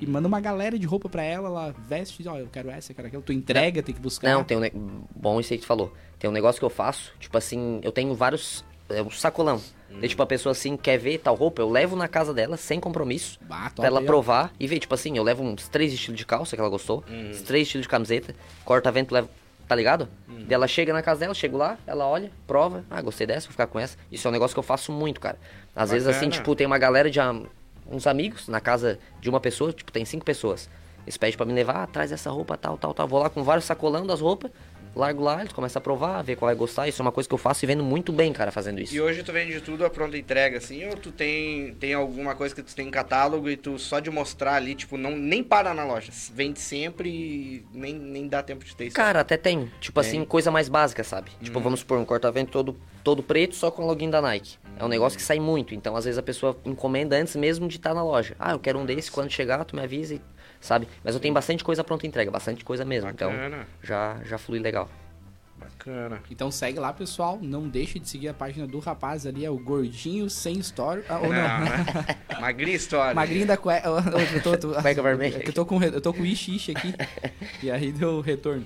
E manda uma galera de roupa pra ela, ela veste, ó, eu quero essa, eu quero aquela. Tu entrega, tem que buscar. Não, tem um. ne- Bom, isso aí que tu falou. Tem um negócio que eu faço, tipo assim, eu tenho vários. É um sacolão. Daí, tipo, a pessoa assim quer ver tal roupa, eu levo na casa dela, sem compromisso. Ah, top pra ela aí, ó. provar e ver. Tipo assim, eu levo uns três estilos de calça que ela gostou, uns três estilos de camiseta, corta-vento, levo. Tá ligado? Daí ela chega na casa dela, eu chego lá, ela olha, prova. Ah, gostei dessa, vou ficar com essa. Isso é um negócio que eu faço muito, cara. Às vezes, assim, Bacana. tipo, tem uma galera de am- uns amigos na casa de uma pessoa, tipo, tem cinco pessoas. Eles pedem pra me levar, ah, traz essa roupa, tal, tal, tal. Vou lá com vários sacolão das roupas, largo lá, eles começam a provar, ver qual vai gostar. Isso é uma coisa que eu faço e vendo muito bem, cara, fazendo isso. E hoje tu vende tudo a pronta entrega, assim, ou tu tem, tem alguma coisa que tu tem em catálogo e tu só de mostrar ali, tipo, não, nem para na loja. Vende sempre e nem, nem dá tempo de ter isso. Cara, até tem. Tipo assim, coisa mais básica, sabe? Tipo, vamos supor, um corta-vento todo, todo preto, só com o login da Nike. É um negócio que sai muito. Então, às vezes, a pessoa encomenda antes mesmo de estar na loja. Ah, eu quero um desse, quando chegar, tu me avisa, e- sabe? Mas eu tenho bastante coisa pronta entrega, bastante coisa mesmo. Bacana. Então, já, já flui legal. Bacana. Então segue lá, pessoal. Não deixe de seguir a página do rapaz ali, é o Gordinho Sem Story. Ah, ou não. Não, né? Magrinha história. Magrinho da cueca. Eu tô, eu tô, Cueca vermelha. é que Eu tô com, re- eu tô com ishi ishi aqui. E aí deu retorno.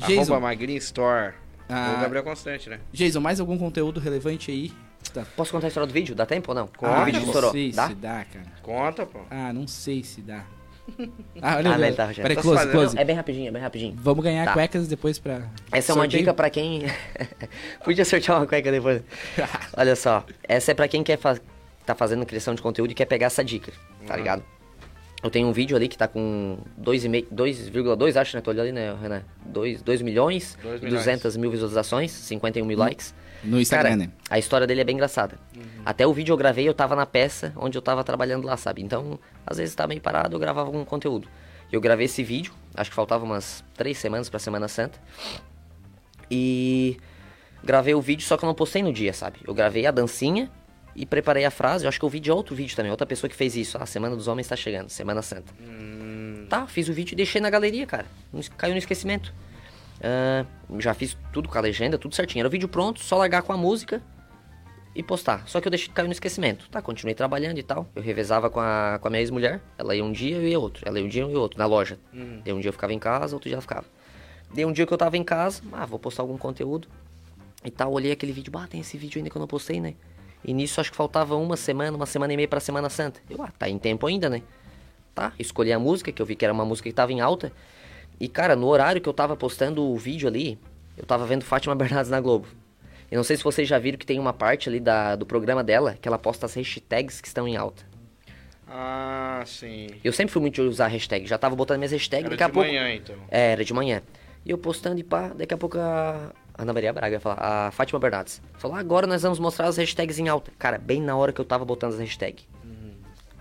Arroba Jason, Magrinha Store. Ah. O Gabriel Constante, né? Jason, mais algum conteúdo relevante aí? Tá. Posso contar a história do vídeo? Dá tempo ou não? Ah, o vídeo não estourou. sei Dá? se dá, cara. Conta, pô. Ah, não sei se dá. Ah, olha Ah, olha, não, tá, já Peraí, tá se close, fazendo. close. É bem rapidinho, é bem rapidinho. Vamos ganhar Tá. cuecas depois pra. Essa é uma sorteio. dica pra quem. Podia sortear uma cueca depois. Olha só. Essa é pra quem quer fa... tá fazendo criação de conteúdo e quer pegar essa dica, Ah. tá ligado? Eu tenho um vídeo ali que tá com 2,5 2,2, acho, né? Tô olhando ali, né, Renan? 2, 2 milhões, Dois e milhões. Hum. 200 mil visualizações, 51 mil likes. No Instagram, Cara, né? Uhum. a história dele é bem engraçada. Até o vídeo eu gravei, eu tava na peça onde eu tava trabalhando lá, sabe? Então, às vezes tá meio parado, eu gravava algum conteúdo. Eu gravei esse vídeo, acho que faltava umas três semanas pra Semana Santa. E gravei o vídeo, só que eu não postei no dia, sabe? Eu gravei a dancinha e preparei a frase. Eu acho que eu vi de outro vídeo também, outra pessoa que fez isso. Ah, Semana dos Homens tá chegando, Semana Santa. Hum. Tá, fiz o vídeo e deixei na galeria, cara. Não es- Caiu no esquecimento. Ah, já fiz tudo com a legenda, tudo certinho. Era o vídeo pronto, só largar com a música e postar. Só que eu deixei cair no esquecimento. Tá, continuei trabalhando e tal. Eu revezava com a, com a minha ex-mulher. Ela ia um dia, eu ia outro. Ela ia um dia, eu ia outro, na loja. Daí um dia eu ficava em casa, outro dia ela ficava. Dei um dia que eu tava em casa, ah, vou postar algum conteúdo e tal. Olhei aquele vídeo, ah, tem esse vídeo ainda que eu não postei, né? E nisso acho que faltava uma semana, uma semana e meia pra Semana Santa. Eu, ah, tá em tempo ainda, né? Tá, escolhi a música, que eu vi que era uma música que tava em alta. E, cara, no horário que eu tava postando o vídeo ali, eu tava vendo Fátima Bernardes na Globo. Eu não sei se vocês já viram que tem uma parte ali da, do programa dela que ela posta as hashtags que estão em alta. Ah, sim. Eu sempre fui muito de usar hashtag, já tava botando minhas hashtags, Era daqui a de pouco. manhã, então. É, era de manhã. E eu postando e pá, daqui a pouco a a Ana Maria Braga ia falar, a Fátima Bernardes. Falou, "Ah, agora nós vamos mostrar as hashtags em alta. Cara, bem na hora que eu tava botando as hashtags.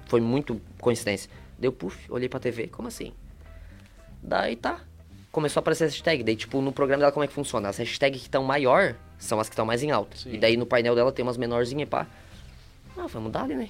Foi muito coincidência. Deu puff, olhei pra TV, como assim? Daí tá. Começou a aparecer as hashtags. Daí, tipo, no programa dela, como é que funciona? As hashtags que estão maior são as que estão mais em alta. E daí no painel dela tem umas menorzinhas e pá. Ah, vamos dar ali, né?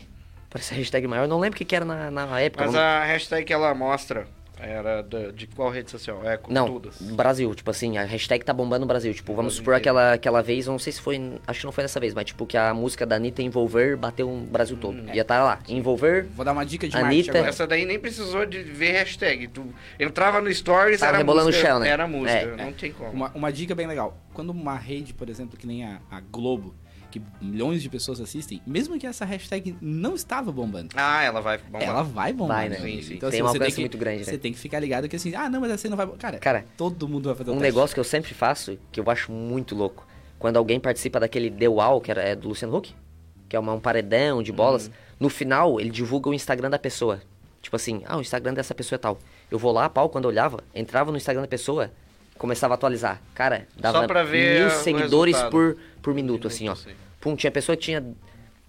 Parece a hashtag maior. Eu não lembro o que, que era na, na época. Mas vamos- a hashtag que ela mostra era da- de qual rede social? É, com Não, todas. Brasil, tipo assim, a hashtag tá bombando no Brasil. Tipo, vamos Brasil supor inteiro. aquela, aquela vez, eu não sei se foi, acho que não foi dessa vez, mas tipo, que a música da Anitta Envolver bateu o Brasil todo. Hum, é. Ia tá lá, Envolver, Vou dar uma dica de marketing Anitta- agora. Essa daí nem precisou de ver hashtag. Tu entrava no Stories, Tava era rebolando música. o chão, né? Era música, É, não tem como. Uma, uma dica bem legal. Quando uma rede, por exemplo, que nem a, a Globo, que milhões de pessoas assistem, mesmo que essa hashtag não estava bombando, Ah, ela vai bombar. ela vai bombar. Vai, né? amigo. Sim, sim. Tem um alcance que, muito grande, né? assim, Você tem que ficar ligado que assim, ah, não, mas essa aí não vai... bom- Cara, Cara, todo mundo vai fazer o um teste. negócio que eu sempre faço, que eu acho muito louco. Quando alguém participa daquele The Wall, que era, é do Luciano Huck, que é uma- um paredão de bolas, Uhum. no final ele divulga o Instagram da pessoa. Tipo assim, ah, o Instagram dessa pessoa é tal. Eu vou lá, pau, quando eu olhava, entrava no Instagram da pessoa, começava a atualizar. Cara, dava Só pra ver mil o seguidores resultado. por, por minuto, assim, ó. Minuto, sim. Pum, tinha pessoa que tinha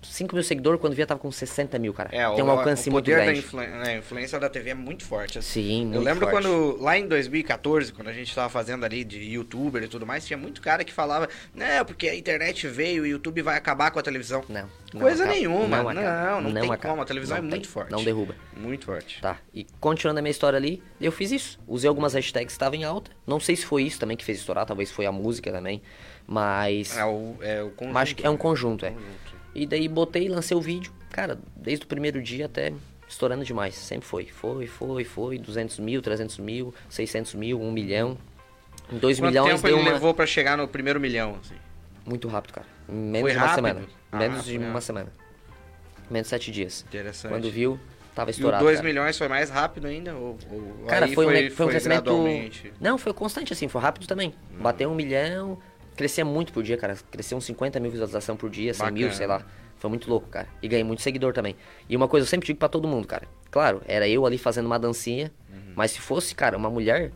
5 mil seguidores, quando via tava com 60 mil, cara. É, Tem o- um alcance o muito poder grande. Da influ- né, a influência da TV é muito forte. assim. Sim, muito Eu lembro forte. quando, lá em 2014, quando a gente tava fazendo ali de youtuber e tudo mais, tinha muito cara que falava, né, porque a internet veio e o YouTube vai acabar com a televisão. Não, não Coisa acaba. nenhuma. Não Não, acaba. não, Não tem acaba. como. A televisão Não é tem. muito forte. Não derruba. Muito forte. Tá, e continuando a minha história ali, eu fiz isso. Usei algumas hashtags que estavam em alta. Não sei se foi isso também que fez estourar, talvez foi a música também. Mas. É o, é o conjunto, mas acho que é um né? conjunto, é. E daí botei, lancei o vídeo. Cara, desde o primeiro dia até estourando demais. Sempre foi. Foi, foi, foi. 200 mil, 300 mil, 600 mil, 1 milhão. Em 2 Quanto milhões tempo deu ele uma... levou pra chegar no primeiro milhão, assim? Muito rápido, cara. Em menos Foi de uma rápido? semana. Ah, menos foi de uma rápido. semana. Menos de sete dias. Interessante. Quando viu, tava E o estourado. 2 cara. milhões foi mais rápido ainda? Ou, ou Cara, aí foi, um, ne- foi um crescimento. gradualmente? Uhum. Não, foi constante assim, foi rápido também. Bateu um milhão, crescia muito por dia, cara. Cresceu uns 50 mil visualização por dia, 100 mil, Bacana. sei lá. Foi muito louco, cara. E ganhei muito seguidor também. E uma coisa eu Uhum. sempre digo pra todo mundo, cara. Claro, era eu ali fazendo uma dancinha, mas se fosse, cara, uma mulher.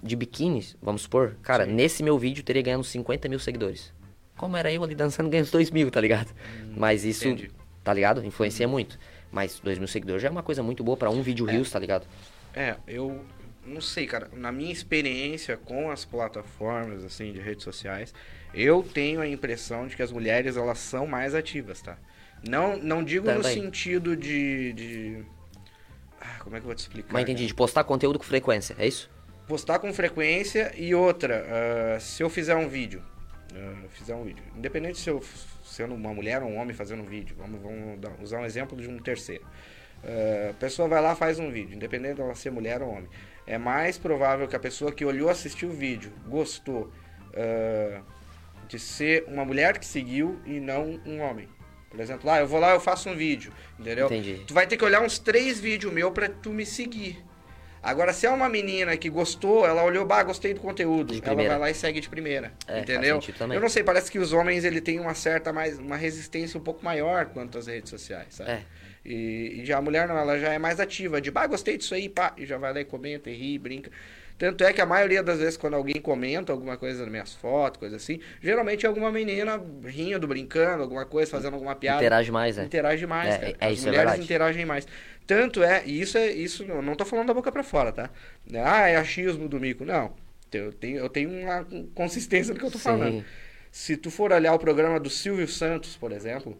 de biquíni, vamos supor, cara, nesse meu vídeo teria ganhado uns 50 mil seguidores. Como era eu ali dançando, ganhei uns 2 mil, tá ligado? Mas isso, Hum, entendi. Uhum. tá ligado? Influencia muito. Mas 2 mil seguidores já é uma coisa muito boa pra um vídeo Reels, tá ligado? É, eu não sei, cara. Na minha experiência com as plataformas, assim, de redes sociais, eu tenho a impressão de que as mulheres, elas são mais ativas, tá? Não, não digo no Também. sentido de... de- Ah, como é que eu vou te explicar? Mas entendi, de postar conteúdo com frequência, é isso? postar com frequência e outra, ah, se eu fizer um vídeo, ah, fizer um vídeo, independente se eu f- sendo uma mulher ou um homem fazendo um vídeo, vamos, vamos dar- usar um exemplo de um terceiro. Ah, a pessoa vai lá faz um vídeo, independente dela ser mulher ou homem. É mais provável que a pessoa que olhou, assistiu o vídeo, gostou ah, de ser uma mulher que seguiu e não um homem. Por exemplo, ah, eu vou lá, eu faço um vídeo, entendeu? Entendi. Tu vai ter que olhar uns três vídeos meu pra tu me seguir. Agora, se é uma menina que gostou, ela olhou, bah, gostei do conteúdo. De Ela primeira. vai lá e segue de primeira. É, faz entendeu? sentido também. Eu não sei, parece que os homens ele tem uma certa mais. uma resistência um pouco maior quanto às redes sociais, sabe? É. E, e já a mulher não, ela já é mais ativa, de bah, gostei disso aí, pá, e já vai lá e comenta, e ri, brinca. Tanto é que a maioria das vezes, quando alguém comenta alguma coisa nas minhas fotos, coisa assim, geralmente é alguma menina rindo, brincando, alguma coisa, fazendo alguma piada Interage mais, né? interage mais, É, cara. é, As isso é mulheres verdade. interagem mais. Tanto é, e isso é isso, eu não tô falando da boca pra fora, tá? Ah, é achismo do mico. Não. Eu tenho, eu tenho uma consistência no que eu tô Sim. falando. Se tu for olhar o programa do Silvio Santos, por exemplo,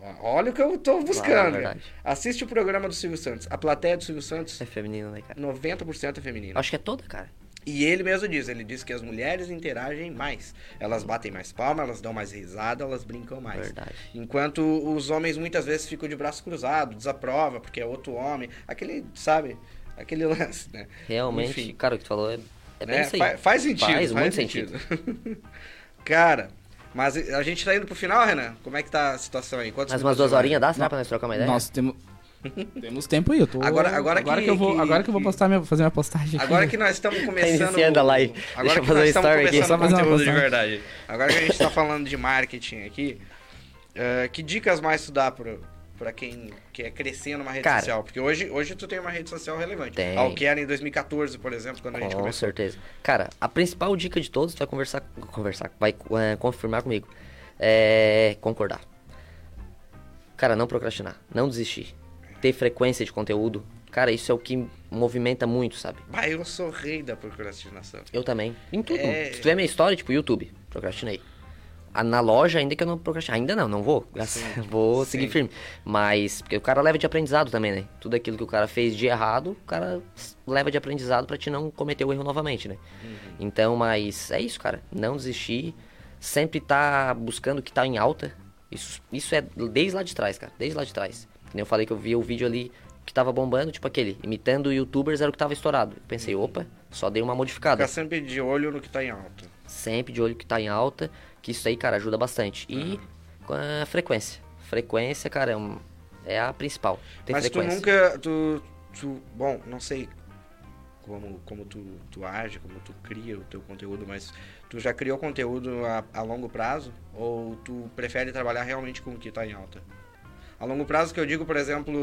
ó, olha o que eu tô buscando. cara. verdade. Assiste o programa do Silvio Santos. A plateia do Silvio Santos, É feminino, né, cara? 90% é feminina. Acho que é toda, cara. E ele mesmo diz, ele diz que as mulheres interagem mais. Elas batem mais palma, elas dão mais risada, elas brincam mais. Verdade. Enquanto os homens muitas vezes ficam de braço cruzado, desaprova, porque é outro homem. Aquele, sabe? Aquele lance, né? Realmente, Enfim, cara, o que tu falou é, é bem né? isso aí. Fa- Faz sentido. Faz, muito sentido. Cara, mas a gente tá indo pro final, Renan? Como é que tá a situação aí? Quantas Mais umas duas horinhas dá, será Não. pra nós trocar uma ideia? Nós temos. temos tempo aí, eu tô. Agora- agora agora que- que, eu vou, que- agora que eu vou que- postar minha, fazer minha postagem aqui. Agora que nós estamos começando. Tá iniciando a live. Agora Deixa eu que fazer nós um estamos story aqui. começando Só fazer uma conteúdo de postagem. verdade. Agora que a gente tá falando de marketing aqui, eh, que dicas mais tu dá pro, pra quem quer crescer numa rede Cara. social? Porque hoje, hoje tu tem uma rede social relevante. Tem. Ah, o que era em 2014, por exemplo, quando a gente Com começou. certeza. Cara, a principal dica de todos, tu vai conversar, conversar vai é, confirmar comigo, é concordar. Cara, não procrastinar, não desistir. Ter frequência de conteúdo. Cara, isso é o que movimenta muito, sabe? Bah, eu sou rei da procrastinação. Eu também. Em tudo. É. Se tu vê a minha história, tipo, YouTube, procrastinei. Ah, Na loja, ainda que eu não procrastinei. Ainda não, não vou. Graças- Vou seguir Sim. firme. Mas, porque o cara leva de aprendizado também, né? Tudo aquilo que o cara fez de errado, o cara s- leva de aprendizado pra te não cometer o erro novamente, né? Uhum. Então, mas é isso, cara. Não desistir. Sempre tá buscando o que tá em alta. Isso, isso é desde lá de trás, cara. Desde lá de trás. Que nem eu falei que eu vi o vídeo ali que tava bombando, tipo aquele, imitando youtubers era o que tava estourado. Eu pensei, Uhum. opa, só dei uma modificada Ficar sempre de olho no que tá em alta. sempre de olho que tá em alta, que isso aí, cara, ajuda bastante. E com a frequência. Frequência, cara, é, um- é a principal. Tem Mas tu frequência. nunca. Tu, tu- bom, não sei como, como tu, tu age, como tu cria o teu conteúdo, mas tu já criou conteúdo a, a longo prazo? Ou tu prefere trabalhar realmente com o que tá em alta? A longo prazo que eu digo, por exemplo,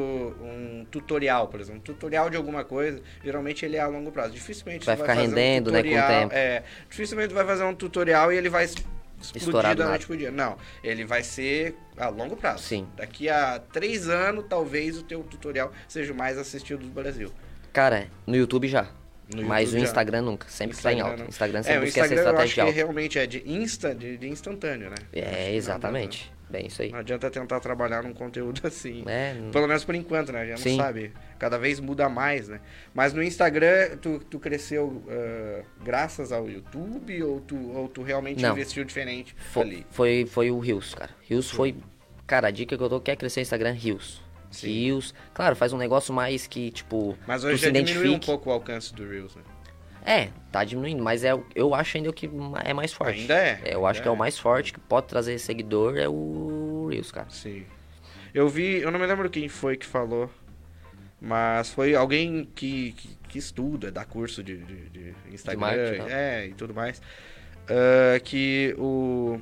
um tutorial, por exemplo, tutorial de alguma coisa, geralmente ele é a longo prazo. Dificilmente Vai tu ficar fazer um rendendo, né, com o tempo. É, dificilmente tu vai fazer um tutorial e ele vai es- explodir Estourar do da nada. noite pro dia. Não, ele vai ser a longo prazo. Sim. Daqui a três anos, talvez o teu tutorial seja o mais assistido do Brasil. Cara, no YouTube já. No Mas YouTube o já. Instagram nunca. Sempre tá em alta. não. Instagram é, sempre o busca essa Instagram eu acho estratégia que de alta. realmente é de, insta, de, de instantâneo, né? É, exatamente. Bem, isso aí. Não adianta tentar trabalhar num conteúdo assim. É, Pelo menos por enquanto, né? A gente não Sim. sabe. Cada vez muda mais, né? Mas no Instagram, tu, tu cresceu ah, graças ao YouTube ou tu, ou tu realmente Não. investiu diferente fo- ali? foi, foi o Rios, cara. Rios foi. Cara, a dica que eu dou quer crescer o Instagram, Rios. Sim. Rios. Claro, faz um negócio mais que, tipo. Mas tu hoje se já diminuiu um identifique. pouco o alcance do Reels, né? É, tá diminuindo, mas é, o- eu acho ainda o que ma- é mais forte. Ainda é, eu ainda acho que é é. o mais forte que pode trazer seguidor é o Reels, cara. Sim. Eu vi, eu não me lembro quem foi que falou, mas foi alguém que, que, que estuda, dá curso de, de, de Instagram marketing, tá. é, e tudo mais, ah, que o,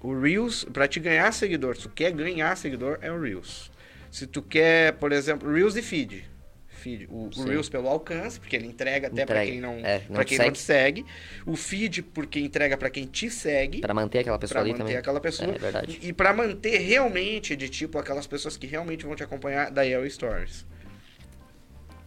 o Reels, pra te ganhar seguidor, se tu quer ganhar seguidor, é o Reels. Se tu quer, por exemplo, Reels e Feed. feed. O, o Sim. Reels pelo alcance, porque ele entrega até pra Entrega. quem não, É, pra não te quem não te segue. O feed porque entrega pra quem te segue. Pra manter aquela pessoa Pra ali manter também. aquela pessoa. É verdade. E pra manter realmente de tipo aquelas pessoas que realmente vão te acompanhar, daí é o Stories.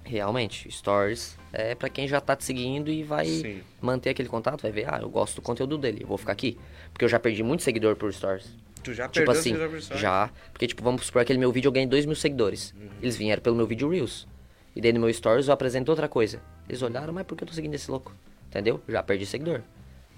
Realmente, stories é pra quem já tá te seguindo e vai Sim. manter aquele contato, vai ver, ah, eu gosto do conteúdo dele, eu vou ficar aqui. Porque eu já perdi muito seguidor por stories. Tu já Tipo Ah, perdeu assim, os seguidores por stories? Uhum. já. Porque, tipo, vamos supor aquele meu vídeo eu ganhei 2 mil seguidores. Eles vieram pelo meu vídeo Reels. E daí no meu Stories eu apresento outra coisa. Eles olharam, mas por que eu tô seguindo esse louco? Entendeu? Já perdi seguidor.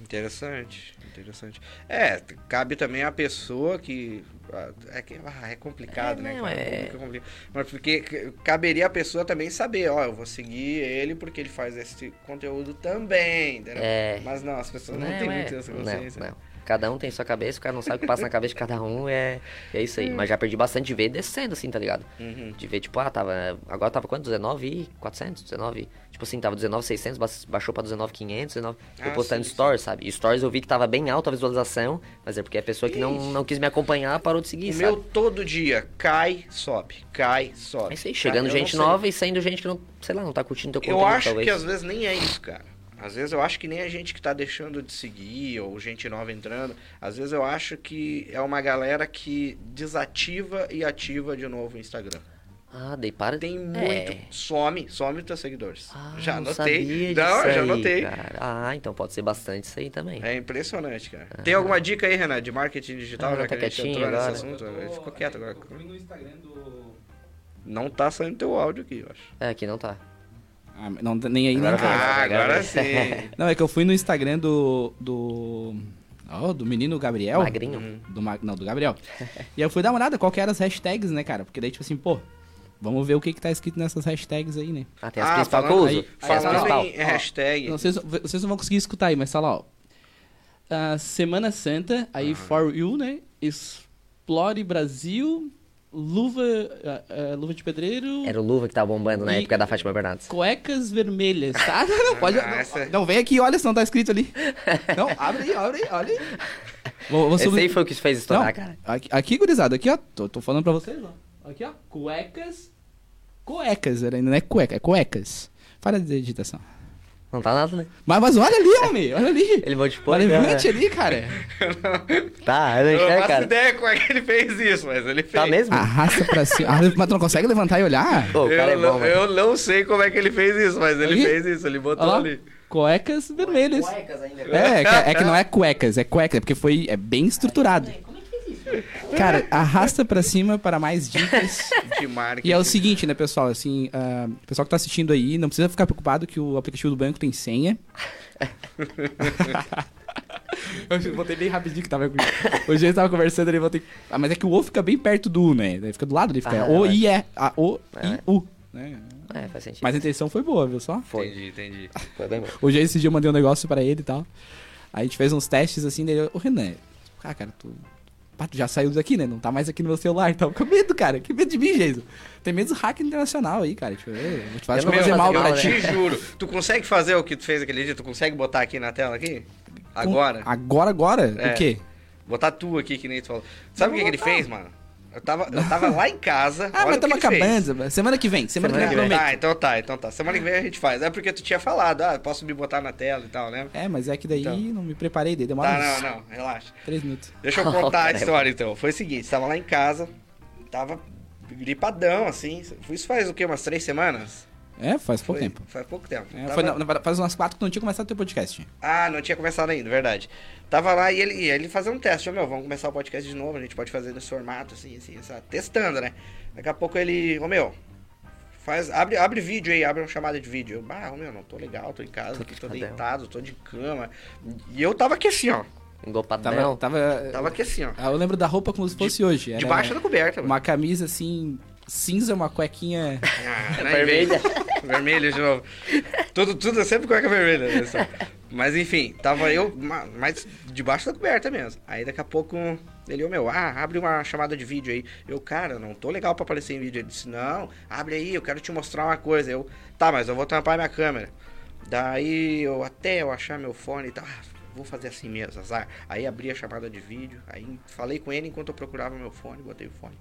Interessante, interessante. É, t- cabe também a pessoa que. ah, É, que, ah, é complicado, É, né? não, cara? é- Complicado, complicado. Mas porque c- caberia a pessoa também saber, ó, eu vou seguir ele porque ele faz esse conteúdo também, entendeu? É. Mas não, as pessoas não, é? têm muito essa consciência. não, não. Cada um tem sua cabeça, o cara não sabe o que passa na cabeça de cada um, é, é isso aí. Mas já perdi bastante de ver descendo, assim, tá ligado? Uhum. De ver, tipo, ah, tava. Agora tava quanto? 19,400? 19? Tipo assim, tava 19,600, ba- baixou pra 19,500, 19. Ah, eu postando sim, stories, sabe? E stories eu vi que tava bem alta a visualização, mas é porque a pessoa que não, não quis me acompanhar parou de seguir, O sabe? meu todo dia cai, sobe, cai, sobe. É isso aí, cai, chegando eu gente não sei. nova e saindo gente que não, sei lá, não tá curtindo teu conteúdo, Eu acho talvez. que às vezes nem é isso, cara. Às vezes eu acho que nem a gente que tá deixando de seguir, ou gente nova entrando. Às vezes eu acho que é uma galera que desativa e ativa de novo o Instagram. Ah, dei para. Tem É. muito. Some, some os teus seguidores. Ah, já não anotei. sabia Não, disso já aí, anotei. cara. Ah, então pode ser bastante isso aí também. É impressionante, cara. Tem alguma dica aí, Renan, de marketing digital, Ah, já tá que a gente quietinho entrou nesse agora. assunto? Eu tô- Ele ficou quieto agora. Eu fui no Instagram do... Não tá saindo teu áudio aqui, eu acho. É, aqui não tá. Ah, não, nem aí, nem Agora cá. vai. Ah, agora agora vai. sim. Não, é que eu fui no Instagram do. do. ó, do menino Gabriel. Magrinho. Do Mag... Não, do Gabriel. e eu fui dar uma olhada qual que eram as hashtags, né, cara? Porque daí, tipo assim, pô, vamos ver o que que tá escrito nessas hashtags aí, né? Ah, tem as Ah, principais que eu falando uso. aí- Tem as falando principais. em hashtag. Não, vocês, vocês não vão conseguir escutar aí, mas tá lá, ó. Ah, Semana Santa, aí For You, né? Explore Brasil, Luva, ah, ah, luva de é. Pedreiro, Era o Luva que tava bombando na E- época da Fátima Bernardes. Cuecas vermelhas, tá? Não, não, pode. Ah, não, é. essa- não, vem aqui e olha se não tá escrito ali. Não, abre aí, abre aí, olha aí. Vou, vou Esse subli- aí foi o que fez não, estourar, cara. Aqui, aqui, gurizada, aqui, ó. Tô, tô falando pra vocês, ó. Aqui, ó. Cuecas. Cuecas, era ainda não é cueca, é cuecas. Para de digitação. Não tá nada, né? Mas, mas olha ali, homem, olha ali. Ele modificou. Olha, né? levante ali, cara. Tá, eu não Eu não enxergo, faço cara. ideia como é que ele fez isso, mas ele fez. Tá mesmo? Arrasta pra cima. Ah, mas tu não consegue levantar e olhar? Pô, o cara é Eu, bom, não, mano. eu não sei como é que ele fez isso, mas ele Aqui? fez isso, ele botou Olha lá. ali. Cuecas vermelhas. Cuecas ainda, cara. É, é que- é que não é cuecas, é cuecas, é porque foi é bem estruturado. Cara, arrasta pra cima para mais dicas. De marketing. E é o seguinte, né, pessoal? Assim, ah, pessoal que tá assistindo aí, não precisa ficar preocupado que o aplicativo do banco tem senha. Eu botei bem rapidinho que tava com. Hoje eu tava conversando, ele botei. Ah, mas é que o O fica bem perto do U, né? Ele fica do lado, ele fica Ah, O, é. I, E. A, O, I, É. U. Né? É, faz sentido. Mas a intenção foi boa, viu só? Foi. Entendi, entendi. Foi bem bom. Hoje, esse dia, eu mandei um negócio pra ele e tal. Aí a gente fez uns testes assim, daí eu, ô Renan, ah, cara, tu. Pá, tu já saiu daqui, né? Não tá mais aqui no meu celular, então. Com medo, cara. Que medo de mim, Jason. Tem medo do hack internacional aí, cara. Tipo, eu vou te falar, acho que Eu eu vou não fazer vou mal fazer pra mal, ti. né? Te juro. Tu consegue fazer o que tu fez aquele dia? Tu consegue botar aqui na tela aqui? Agora? Agora, agora? É. O quê? Botar tu aqui, que nem tu falou. Sabe o que, que ele fez, mano? Eu tava, eu tava lá em casa. Ah, olha mas o que tamo ele fez. acabando. Semana que vem. Semana, Semana que que vem, eu prometo. Ah, então tá, então tá. Semana que vem a gente faz. É porque tu tinha falado, ah, posso me botar na tela e tal, né? É, mas é que daí Então. não me preparei, daí demora Tá, uns não, não, relaxa. três minutos. Deixa eu contar a Caramba. história então. Foi o seguinte, tava lá em casa, tava gripadão assim. Isso faz o quê? Umas três semanas? É, faz pouco Foi- Tá tempo. Faz pouco tempo. É, Tava- foi na- na- faz umas quatro que tu não tinha começado o teu podcast. Ah, não tinha começado ainda, verdade. Tava lá e ele, e ele fazia um teste. Ô, meu, vamos começar o podcast de novo, a gente pode fazer nesse formato, assim, assim, essa- testando, né? Daqui a pouco ele, ô, meu, faz, abre, abre vídeo aí, abre uma chamada de vídeo. Eu, bah, ô, meu, não tô legal, tô em casa, Tô aqui, tô deipadão. deitado, tô de cama. E eu tava aqui assim, ó. Tava. Engopadão. tava, Tava aqui assim, ó. Ah, eu lembro da roupa como se fosse hoje. Era Debaixo da coberta, mano. Uma camisa assim, cinza, uma cuequinha. tá Ah, nem Vermelha. vem. Vermelha de novo. Tudo, tudo é sempre cueca vermelha. né, só. Mas enfim, tava eu ma- mais debaixo da coberta mesmo. Aí daqui a pouco ele, ô meu, ah, abre uma chamada de vídeo aí. Eu, cara, não tô legal pra aparecer em vídeo. Ele disse, não, abre aí, eu quero te mostrar uma coisa. Eu, tá, mas eu vou tampar minha câmera. Daí eu até eu achar meu fone e tal. Ah, vou fazer assim mesmo, azar. Aí abri a chamada de vídeo, aí falei com ele enquanto eu procurava meu fone, botei o fone.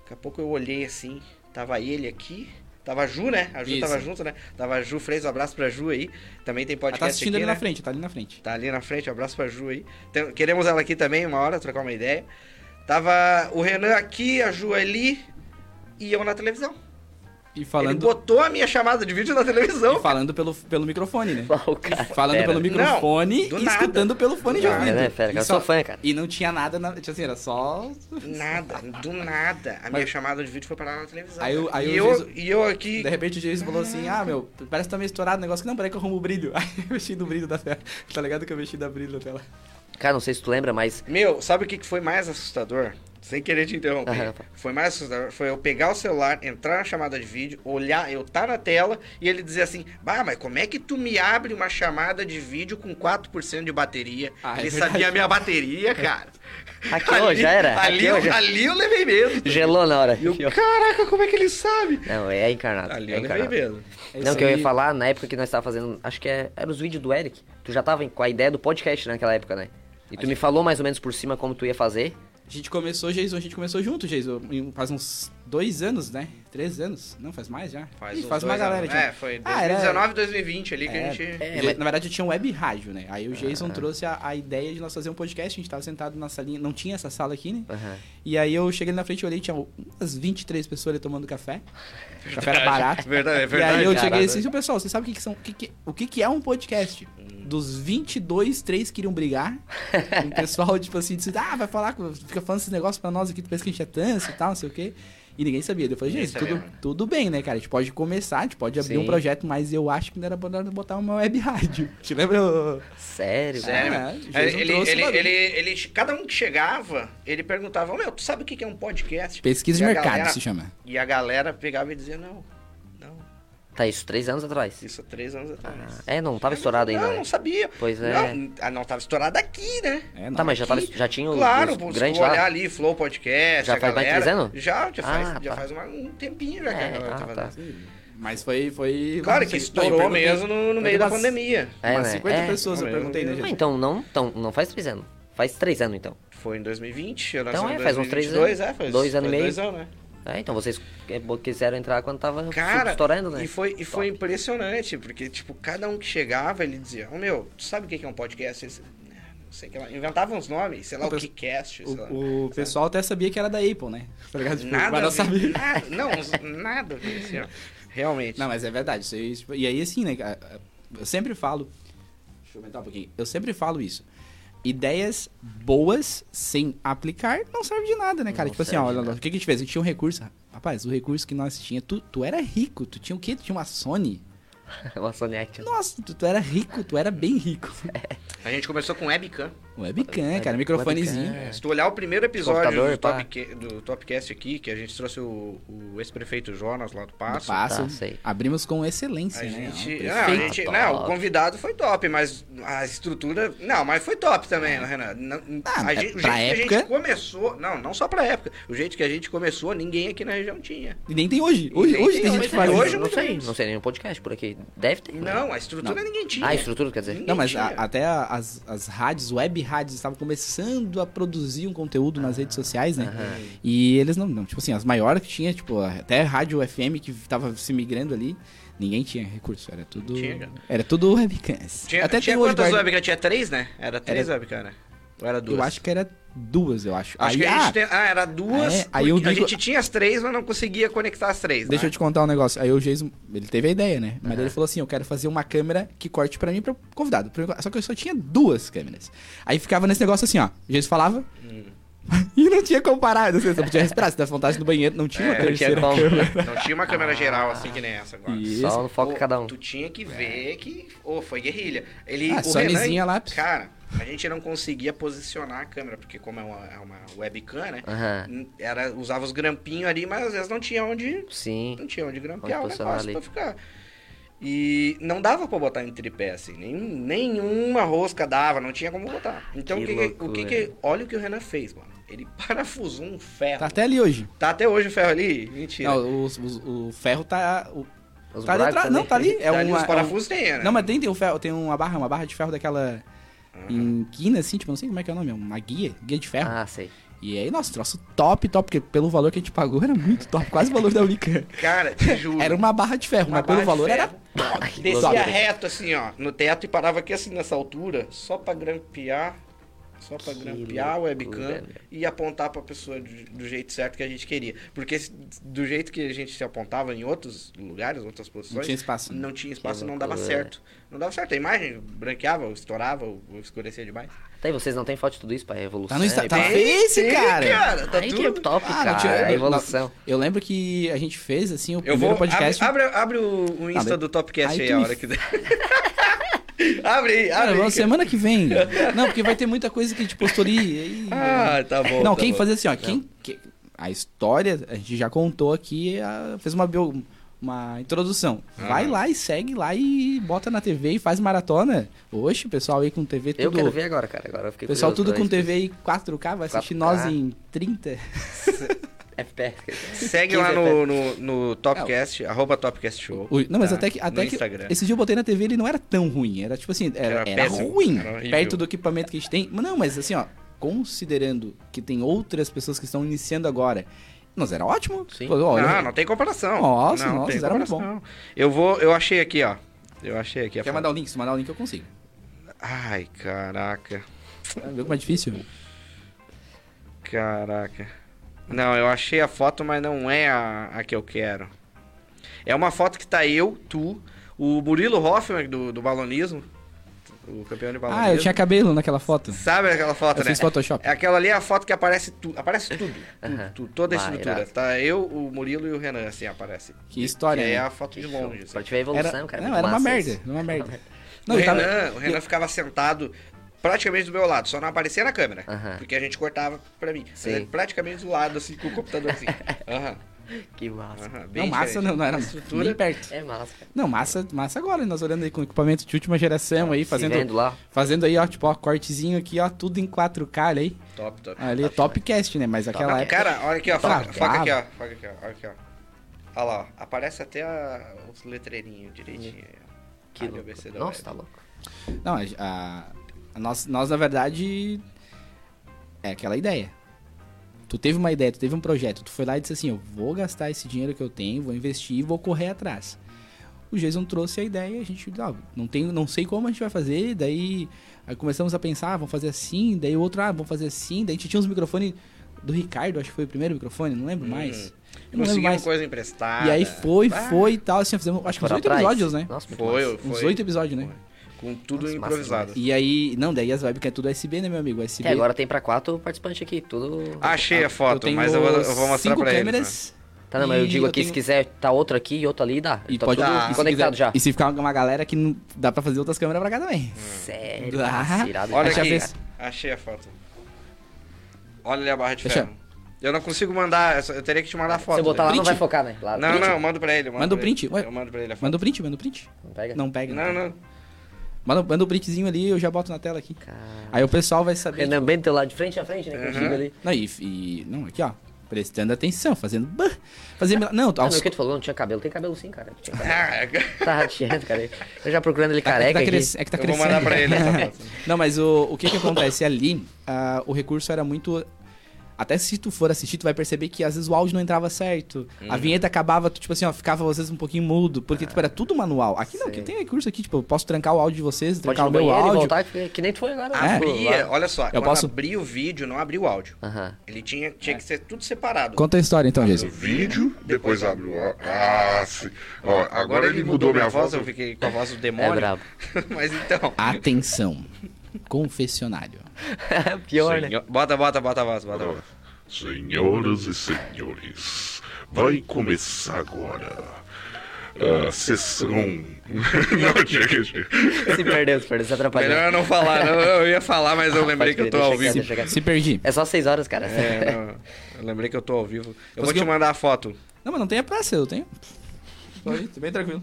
Daqui a pouco eu olhei assim, tava ele aqui, Tava a Ju, né? A Ju Isso. tava junto, né? Tava a Ju Freitas, um abraço pra Ju aí. Também tem Ela tá podcast assistindo aqui, ali né? na frente, tá ali na frente. Tá ali na frente, um abraço pra Ju aí. Tem- queremos ela aqui também, uma hora, trocar uma ideia. Tava o Renan aqui, a Ju ali e eu na televisão. E Ele falando, botou a minha chamada de vídeo na televisão. e falando pelo, pelo microfone, né? O cara, Falando fera. pelo microfone do e nada. escutando pelo fone de Ah, ouvido. né, fera, cara, E eu só- sou fã, cara. E não tinha nada, na, tinha assim, era só... Nada, do nada. A minha chamada de vídeo foi parar na televisão. Aí eu- aí e, eu eu, fiz- e eu aqui. De repente o Jason falou assim, ah, meu, parece que tá meio estourado o negócio. Não, peraí que eu arrumo o brilho. Aí eu mexi no brilho da tela. Tá ligado que eu mexi da brilho da tela. Cara, não sei se tu lembra, mas Meu, sabe o que que foi mais assustador? Sem querer te interromper. É, Aham. foi mais assustador. Foi eu pegar o celular, entrar na chamada de vídeo, olhar, eu tá na tela e ele dizer assim: Bah, mas como é que tu me abre uma chamada de vídeo com 4% de bateria? Ah, é ele verdade. sabia a minha bateria, cara. Aqui, ó, já era. Ali, Aqui, eu, ó, já- ali eu levei mesmo. gelou na hora. E eu, Caraca, como é que ele sabe? Não, é Ah, encarnado. Ali é eu levei encarnado. mesmo. É não, isso que eu aí. ia falar na época que nós tava fazendo. Acho que é, era os vídeos do Eric. Tu já tava com a ideia do podcast naquela época, né? E tu me falou mais ou menos por cima como tu ia fazer. A gente começou, Jason, a gente começou junto, Jason. em- um, Faz uns dois anos, né? Três anos. Não, faz mais já. Ih, uns faz dois mais galera anos. já. É, foi Ah, era- 2019, 2020 ali que a gente. É, mas, na verdade eu tinha um web rádio, né? Aí o Jason trouxe a, a ideia de nós fazer um podcast, a gente tava sentado na salinha, não tinha essa sala aqui, né? Aham. E aí eu cheguei na frente e olhei, tinha umas 23 pessoas ali tomando café. O café era barato. Verdade, é e aí eu cara. cheguei assim, "Seu pessoal, vocês sabem o que, que são, o, que, que- o que, que é um podcast? Dos 22, três queriam brigar. o pessoal, tipo assim, disse, ah, vai falar, com- fica falando esses negócios pra nós aqui, tu pensa que a gente é tanso e tal, não sei o quê. E ninguém sabia. Eu falei, Ninguém gente, sabia, tudo, né? tudo bem, né, cara? A gente pode começar, a gente pode abrir Sim. um projeto, mas eu acho que não era pra botar uma web rádio. Te lembra? ô? Sério, Sério, cara. É, meu. Jesus ele, trouxe ele, o barulho. ele, ele- cada um que chegava, ele perguntava, "Ô, meu, tu sabe o que que é um podcast? Pesquisa E de a mercado galera- se chama. E a galera pegava e dizia, não, não, Tá isso, três anos atrás. isso há três anos atrás. É, não tava estourado ainda. não, né? não sabia. Pois é. Não, ah, não tava estourado aqui, né? É, não. Tá, mas já, tava, Aqui. já tinha os, claro, os pô, se grandes tu olhar lá. ali, Flow Podcast, a Já faz mais de galera- três anos? Já, já faz, Ah, já pá. faz uma- um tempinho já que a É, galera tá, tava tá. nessa. Mas foi. foi Claro não que sei, estourou não, eu perguntei- é mesmo no, no eu meio da perguntei umas- pandemia. É, umas né? 50 É. pessoas, eu Não, perguntei, né, eu- Ah, gente? então, não, então, não faz três anos. Faz três anos, então. Foi em 2020, eu Então nasci é, em faz uns três 2022, anos. é, faz Dois anos e faz meio. Dois anos, né? É, então vocês que- quiseram entrar quando tava Cara, estourando, né? e foi, e foi Top. impressionante, porque, tipo, cada um que chegava, ele dizia, "Ô, meu, tu sabe o que que é um podcast? Eles, "Ah, não sei o que lá. Inventavam uns nomes, sei lá, O o que cast, sei lá. O, o pessoal até sabia que era da Apple, né? Tá ligado? Tipo, Nada, mas não a ver, sabia. nada, não, uns- nada, a ver, assim, ó. realmente. Não, mas é verdade. isso aí, tipo, e aí, assim, né? cara, Eu sempre falo. Deixa eu aumentar um pouquinho. Eu sempre falo isso. Ideias boas sem aplicar não serve de nada, né, cara? Não tipo assim, serve ó, de olha, nada. o que que a gente fez? A gente tinha um recurso. Rapaz, o recurso que nós tinha. Tu, tu era rico. Tu tinha o quê? Tu tinha uma Sony? Uma sonete. Nossa, tu, tu era rico. Tu era bem rico. A gente começou com webcam. Webcam, cara. Microfonezinho. Webcam. Se tu olhar o primeiro episódio É. Computador, do, pá. Topca- do Topcast aqui, que a gente trouxe o, o ex-prefeito Jonas lá do Do Passo, Passo. Tá, sei. Abrimos com excelência, A né? gente, Ah. Ó, não, a gente- Top. não, o convidado foi top, mas a estrutura. Não, mas foi top também, né, Renan. Não, Ah, a é gente, o jeito pra que a época. gente começou. Não, não só pra época. O jeito que a gente começou, ninguém aqui na região tinha. E nem tem hoje. Hoje, nem hoje tem tem gente hoje, que né? faz Hoje isso. não muito sei, menos. não sei nenhum podcast por aqui. Deve ter. né? Não, a estrutura ninguém tinha. Ah, estrutura, quer dizer. Não, mas a- Mentira. até as, as rádios, web rádios, estavam começando a produzir um conteúdo nas Ah, redes sociais, né? E eles não, não, tipo assim, as maiores que tinha, tipo, até rádio FM que tava se migrando ali, ninguém tinha recurso, era tudo. Tinha. Era tudo webcams. Tinha, até tinha tem um hoje, quantas guarda- webcam? Tinha três, né? Era três webcam, né? Ou era duas? Eu acho que era duas, eu acho. Acho Aí, que a gente ah, tem- Ah, era duas. é, aí eu porque a digo- gente tinha as três, mas não conseguia conectar as três. Deixa eu né? te contar um negócio. Aí o Jason, ele teve a ideia, né? Mas ele falou assim: eu quero fazer uma câmera que corte pra mim, pro convidado. Pro- Só que eu só tinha duas câmeras. Aí ficava nesse negócio assim, ó. O Jason falava. Hum. e não tinha comparado. Você só podia respirar. Se dava vontade no banheiro, não tinha É, uma não tinha terceira como. câmera. Não Então, tinha uma câmera geral assim que nem essa agora. Isso. Só no foco Pô, cada um. Tu tinha que ver que. Ô, foi guerrilha. Ele, Ah, o Sonyzinha Renan, lápis. Cara, a gente não conseguia posicionar a câmera, porque como é uma, é uma webcam, né? Aham. Era, usava os grampinhos ali, mas às vezes não tinha onde. Não Sim. tinha onde grampear o Onde negócio posicionar pra ficar. E não dava pra botar em tripé, assim. nenhum- nenhuma rosca dava, não tinha como botar. Então, Que o que que, o que loucura. que- Olha o que o Renan fez, mano. Ele parafusou um ferro. Tá Tá até ali hoje. até, hoje o ferro ali? Mentira. Não, o, o- o ferro tá. O, Os tá ali buracos atrás. também. Não, tá ali. É Tá ali uma, os é um- parafusos tem, né? Não, mas tem, tem, um ferro, tem uma barra, uma barra de ferro daquela. Em quina, assim, tipo, não sei como é que é o nome, é uma guia, guia de ferro. Ah, sei. E aí, nossa, troço top, top, porque pelo valor que a gente pagou era muito top, quase o valor da Unicamp. Cara, te juro. Era uma barra de ferro, Uma mas pelo barra de valor era ferro. top. Descia top. reto assim, ó, no teto e parava aqui assim nessa altura, só pra grampear, só pra Que grampear a webcam loucura, velho. e apontar pra pessoa do, do jeito certo que a gente queria. Porque se- do jeito que a gente se apontava em outros lugares, outras posições, Não tinha espaço, né? não tinha espaço, Que não dava loucura. certo. Não dava certo, a imagem branqueava, ou estourava, ou ou escurecia demais. Tá aí, vocês não têm foto de tudo isso, pai? É evolução. Tá no Insta- é tá evolução. no Face, Sim, cara. tá Ai, tudo. que top, Ah, não cara. tinha- é evolução. Eu lembro que a gente fez, assim, o Eu primeiro vou. podcast. Abre, abre, abre o, o Insta daí- do Topcast aí aí, tu a me- hora que der. abre aí, abre Cara, aí. é vamos cara. semana que vem. Não, porque vai ter muita coisa que a gente postou ali. e- né? Ah, tá bom. não, tá quem bom. fazer assim, ó, quem, que- a história, a gente já contou aqui, a- fez uma bio- uma introdução. Vai Ah. lá e segue lá e bota na TV e faz maratona. Oxe, o pessoal aí com TV Eu quero tudo. ver agora, cara. Agora eu fiquei Pessoal curioso tudo com pra ver TV aí 4K, vai assistir 4K. nós em 30. isso. FPS. Segue 15 lá no, FPS. no, no É Topcast, arroba Topcast Show. Ui, Não, mas tá? até que, até no que Instagram. esse dia eu botei na TV ele não era tão ruim. Era tipo assim, era, Era era péssimo, ruim. era horrível. perto do equipamento que a gente tem. Mas não, mas assim, ó, considerando que tem outras pessoas que estão iniciando agora, nós era ótimo. Sim. Pô, ó, Ah, não, eu- não tem comparação. Nossa, não nossa, tem era muito comparação. Eu vou, eu achei aqui, ó. Eu achei aqui. a Quer foto. mandar um- o link? Se mandar o link eu consigo. Ai, caraca. Viu como é difícil? Caraca. Não, eu achei a foto, mas não é a, a que eu quero. É uma foto que tá eu, tu, o Murilo Hoffman do, do balonismo, o campeão de balonismo. Ah, eu tinha cabelo naquela foto. Sabe aquela foto, Eu né? fiz Photoshop. É aquela ali é a foto que aparece tudo. Aparece tudo. tudo, Aham. tudo, toda a Vai, estrutura. irado. Tá eu, o Murilo e o Renan, assim, aparece. Que história, Que é né? a foto de longe. assim. Pra te ver a evolução, Era, cara. não, muito era uma massa merda. isso. Era uma merda. o, eu tava- Renan, o Renan ficava sentado praticamente do meu lado, só não aparecia na câmera. Aham. Porque a gente cortava pra mim. Mas Sim. ele é praticamente do lado, assim, com o computador assim. Aham. Que massa. aham, bem Não, massa diferente. não, não era estrutura- nem perto. É massa, cara. Não, massa, massa agora, nós olhando aí com equipamento de última geração aí, fazendo, Fazendo... Tá Se vendo lá. fazendo aí, ó, tipo, ó, cortezinho aqui, ó, tudo em 4K olha aí. Top, top. Tá Ali é topcast, né? Mas aquela época. Cara, olha aqui, ó. Tá Foca, foca aqui, ó. bravo. Foca aqui, ó. Olha aqui, ó. Olha lá, ó. Aparece até a, os letreirinhos direitinho. aí, ó. Que Rádio louco. ABC da Nossa, web. tá louco. Não, a- a- a nós, nós, na verdade, é aquela ideia. Tu teve uma ideia, tu teve um projeto, tu foi lá e disse assim, eu vou gastar esse dinheiro que eu tenho, vou investir e vou correr atrás. O Jason trouxe a ideia e a gente, ah, não, tem, não sei como a gente vai fazer, daí aí começamos a pensar, ah, vamos fazer assim, daí o outro, ah, vamos fazer assim, daí a gente tinha uns microfones do Ricardo, acho que foi o primeiro microfone, não lembro mais. Eu não lembro Conseguimos mais. Hum, coisa emprestada. E aí foi, Ah, foi e tal, assim, fizemos acho que uns Foram oito atrás. episódios, né? Nossa, muito Foi, massa. foi. Uns oito episódios, né? Com tudo Nossa, massa improvisado. E aí, não, daí as webcams é tudo USB, né, meu amigo? USB. Que É, agora tem pra quatro participantes aqui. Tudo. Achei a eu foto, tenho mas eu vou, eu vou mostrar cinco pra eles. né? câmeras. Tá, não, mas eu e digo aqui, se tenho- quiser, tá outro aqui e outro ali, dá. E tá pode tudo dar. conectado já. E se ficar uma galera que não dá pra fazer outras câmeras pra cá também. Sério, Ah, nossa, irado. Olha demais, Deixa eu aqui. ver se- Achei a foto. Olha ali a barra de Deixa- ferro. Eu não consigo mandar, eu só- eu teria que te mandar a cara. foto. Se eu botar lá, não Print? vai focar, né? Lá, Não, print. não, eu mando pra ele. eu mando Manda o pra ele. print, ué. Eu mando pra ele a Manda o foto. print, manda o print. Não pega? Não pega. Não, não. Manda, manda o printzinho ali e eu já boto na tela aqui. Cara. Aí o pessoal vai saber. Renan, bem do teu lado, de frente a frente, né? Uhum. Contigo ali. Não, e, e- Não, aqui, ó. Prestando atenção, fazendo. bah, Fazendo. Não, Ah, aos... meu, o que tu falou? Não tinha cabelo. Tem cabelo sim, cara. Tinha cabelo. Ah, Tá rateando, cara. Eu já procurando ele careca tá aqui. cres- É que tá eu vou crescendo. mandar pra ele essa foto. Não, mas o, o que que acontece ali, ah, o recurso era muito... Até se tu for assistir, tu vai perceber que às vezes o áudio não entrava certo. A Uhum. vinheta acabava, tu, tipo assim, ó, ficava às vezes um pouquinho mudo, É. porque tipo, era tudo manual. Aqui não, sei. que tem recurso aqui, tipo, eu posso trancar o áudio de vocês, Pode ir trancar no o meu banheiro e áudio. voltar, que, que nem tu foi agora. Ah, né? Pô, Abria, lá. olha só, quando posso- abria o vídeo, não abria o áudio. Aham. Ele tinha, tinha É. que ser tudo separado. Conta a história Tá então, Jason. Vídeo, depois abre o. ó- Ah, sim. Ó, agora ele mudou minha voz, eu eu fiquei com a voz do demônio. É brabo. Ah, Mas então. Atenção. Confessionário. Pior, né? Bota, bota, bota a voz, bota a voz. Senhoras e senhores, vai começar agora a sessão. Não, chega, chega. Se perdeu, se perdeu, se atrapalhou. Melhor eu não falar, não. Eu ia falar, mas eu lembrei Pode que eu crer, tô ao vivo. deixa quieto, deixa Se quieto. perdi. É só seis horas, cara. É, não, eu lembrei que eu tô ao vivo. Eu vou te Conseguiu? mandar a foto. Não, mas não tem a praça, eu tenho. Pode, tô bem tranquilo.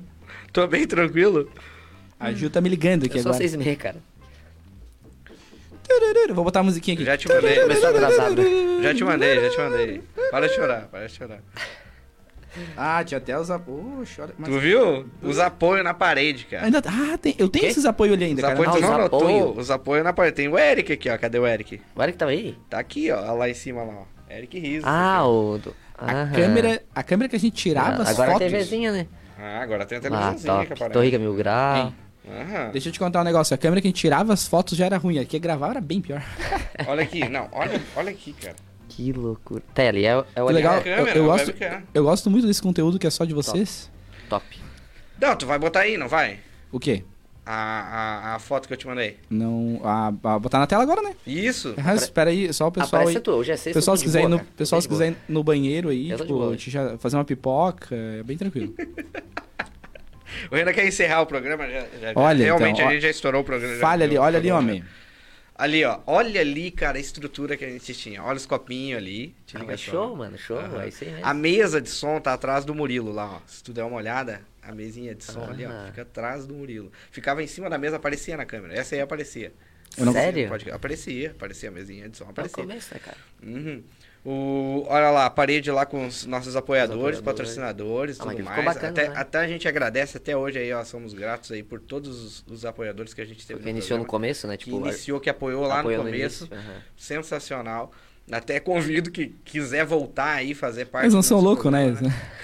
Tô bem tranquilo? A Ju tá me ligando aqui É só agora. seis e meia, cara. Turururu, Vou botar a musiquinha aqui. Já te mandei. Começou atrasado. né? Já te mandei, já te mandei. Para de chorar, para de chorar. Ah, tinha até os apoios. Poxa, olha. mas- Tu viu? Os apoios na parede, cara. Ainda... Ah, tem... eu tenho Quê? esses apoios ali ainda, Os cara. apoios tu Ah, não os notou. apoio. Os apoios na parede. Tem o Eric aqui, ó. Cadê o Eric? O Eric tava aí? Tá aqui, ó. Lá em cima, lá, ó. Eric Rizzo. Ah, o. Do... A, Aham. Ah, câmera, a câmera que a gente tirava as Agora a fotos. TVzinha, né? Ah, agora tem a Ah, tá. televisãozinha que top. aparece. Torriga Mil Grau. Aham. Deixa eu te contar um negócio. A câmera que a gente tirava as fotos já era ruim. Aqui gravar era bem pior. Olha aqui, não, olha, olha aqui, cara. Que loucura. Tele, é, é o Que legal. olhar. Eu, câmera, eu a gosto, webcam. eu gosto muito desse conteúdo que é só de vocês. Top. Não, tu vai botar aí, não vai? O quê? A, a, a foto que eu te mandei. Não. A, a- botar na tela agora, né? Isso. Ah, espera aí, só o pessoal. Aparece aí- a tua, hoje é sexta, pessoal, eu tô se de quiser, boa, ir no, cara. pessoal, Eu tô se de quiser ir no banheiro aí, Eu tô de tipo, boa, a gente já fazer uma pipoca, é bem tranquilo. O Renan quer encerrar o programa. Já, já- Olha, realmente então, ó, a gente já estourou o programa. já Falha deu- ali, olha ali, estourou, homem. Ali, ó. Olha ali, cara, a estrutura que a gente tinha. Olha os copinhos ali. Te Ah, liga mas só. show, mano, show. Aham. É isso aí mesmo. A mesa de som tá atrás do Murilo lá, ó. Se tu der uma olhada, a mesinha de som ali, ó, Ah. fica atrás do Murilo. Ficava em cima da mesa, aparecia na câmera. Essa aí aparecia. Eu não- Sério? Pode- Aparecia, aparecia a mesinha de som, Tá no aparecia. começo, né, cara? Uhum. O, olha lá, a parede lá com os nossos apoiadores, Os apoiadores. patrocinadores, Ah, mas tudo ficou mais. bacana, até, né? até a gente agradece até hoje aí, ó, somos gratos aí por todos os, os apoiadores que a gente teve Porque iniciou no programa, começo, né? que Tipo, iniciou, que apoiou lá apoiou no começo. início, aham. Sensacional. Até convido que quiser voltar aí fazer parte. Eles não do são nosso loucos, né?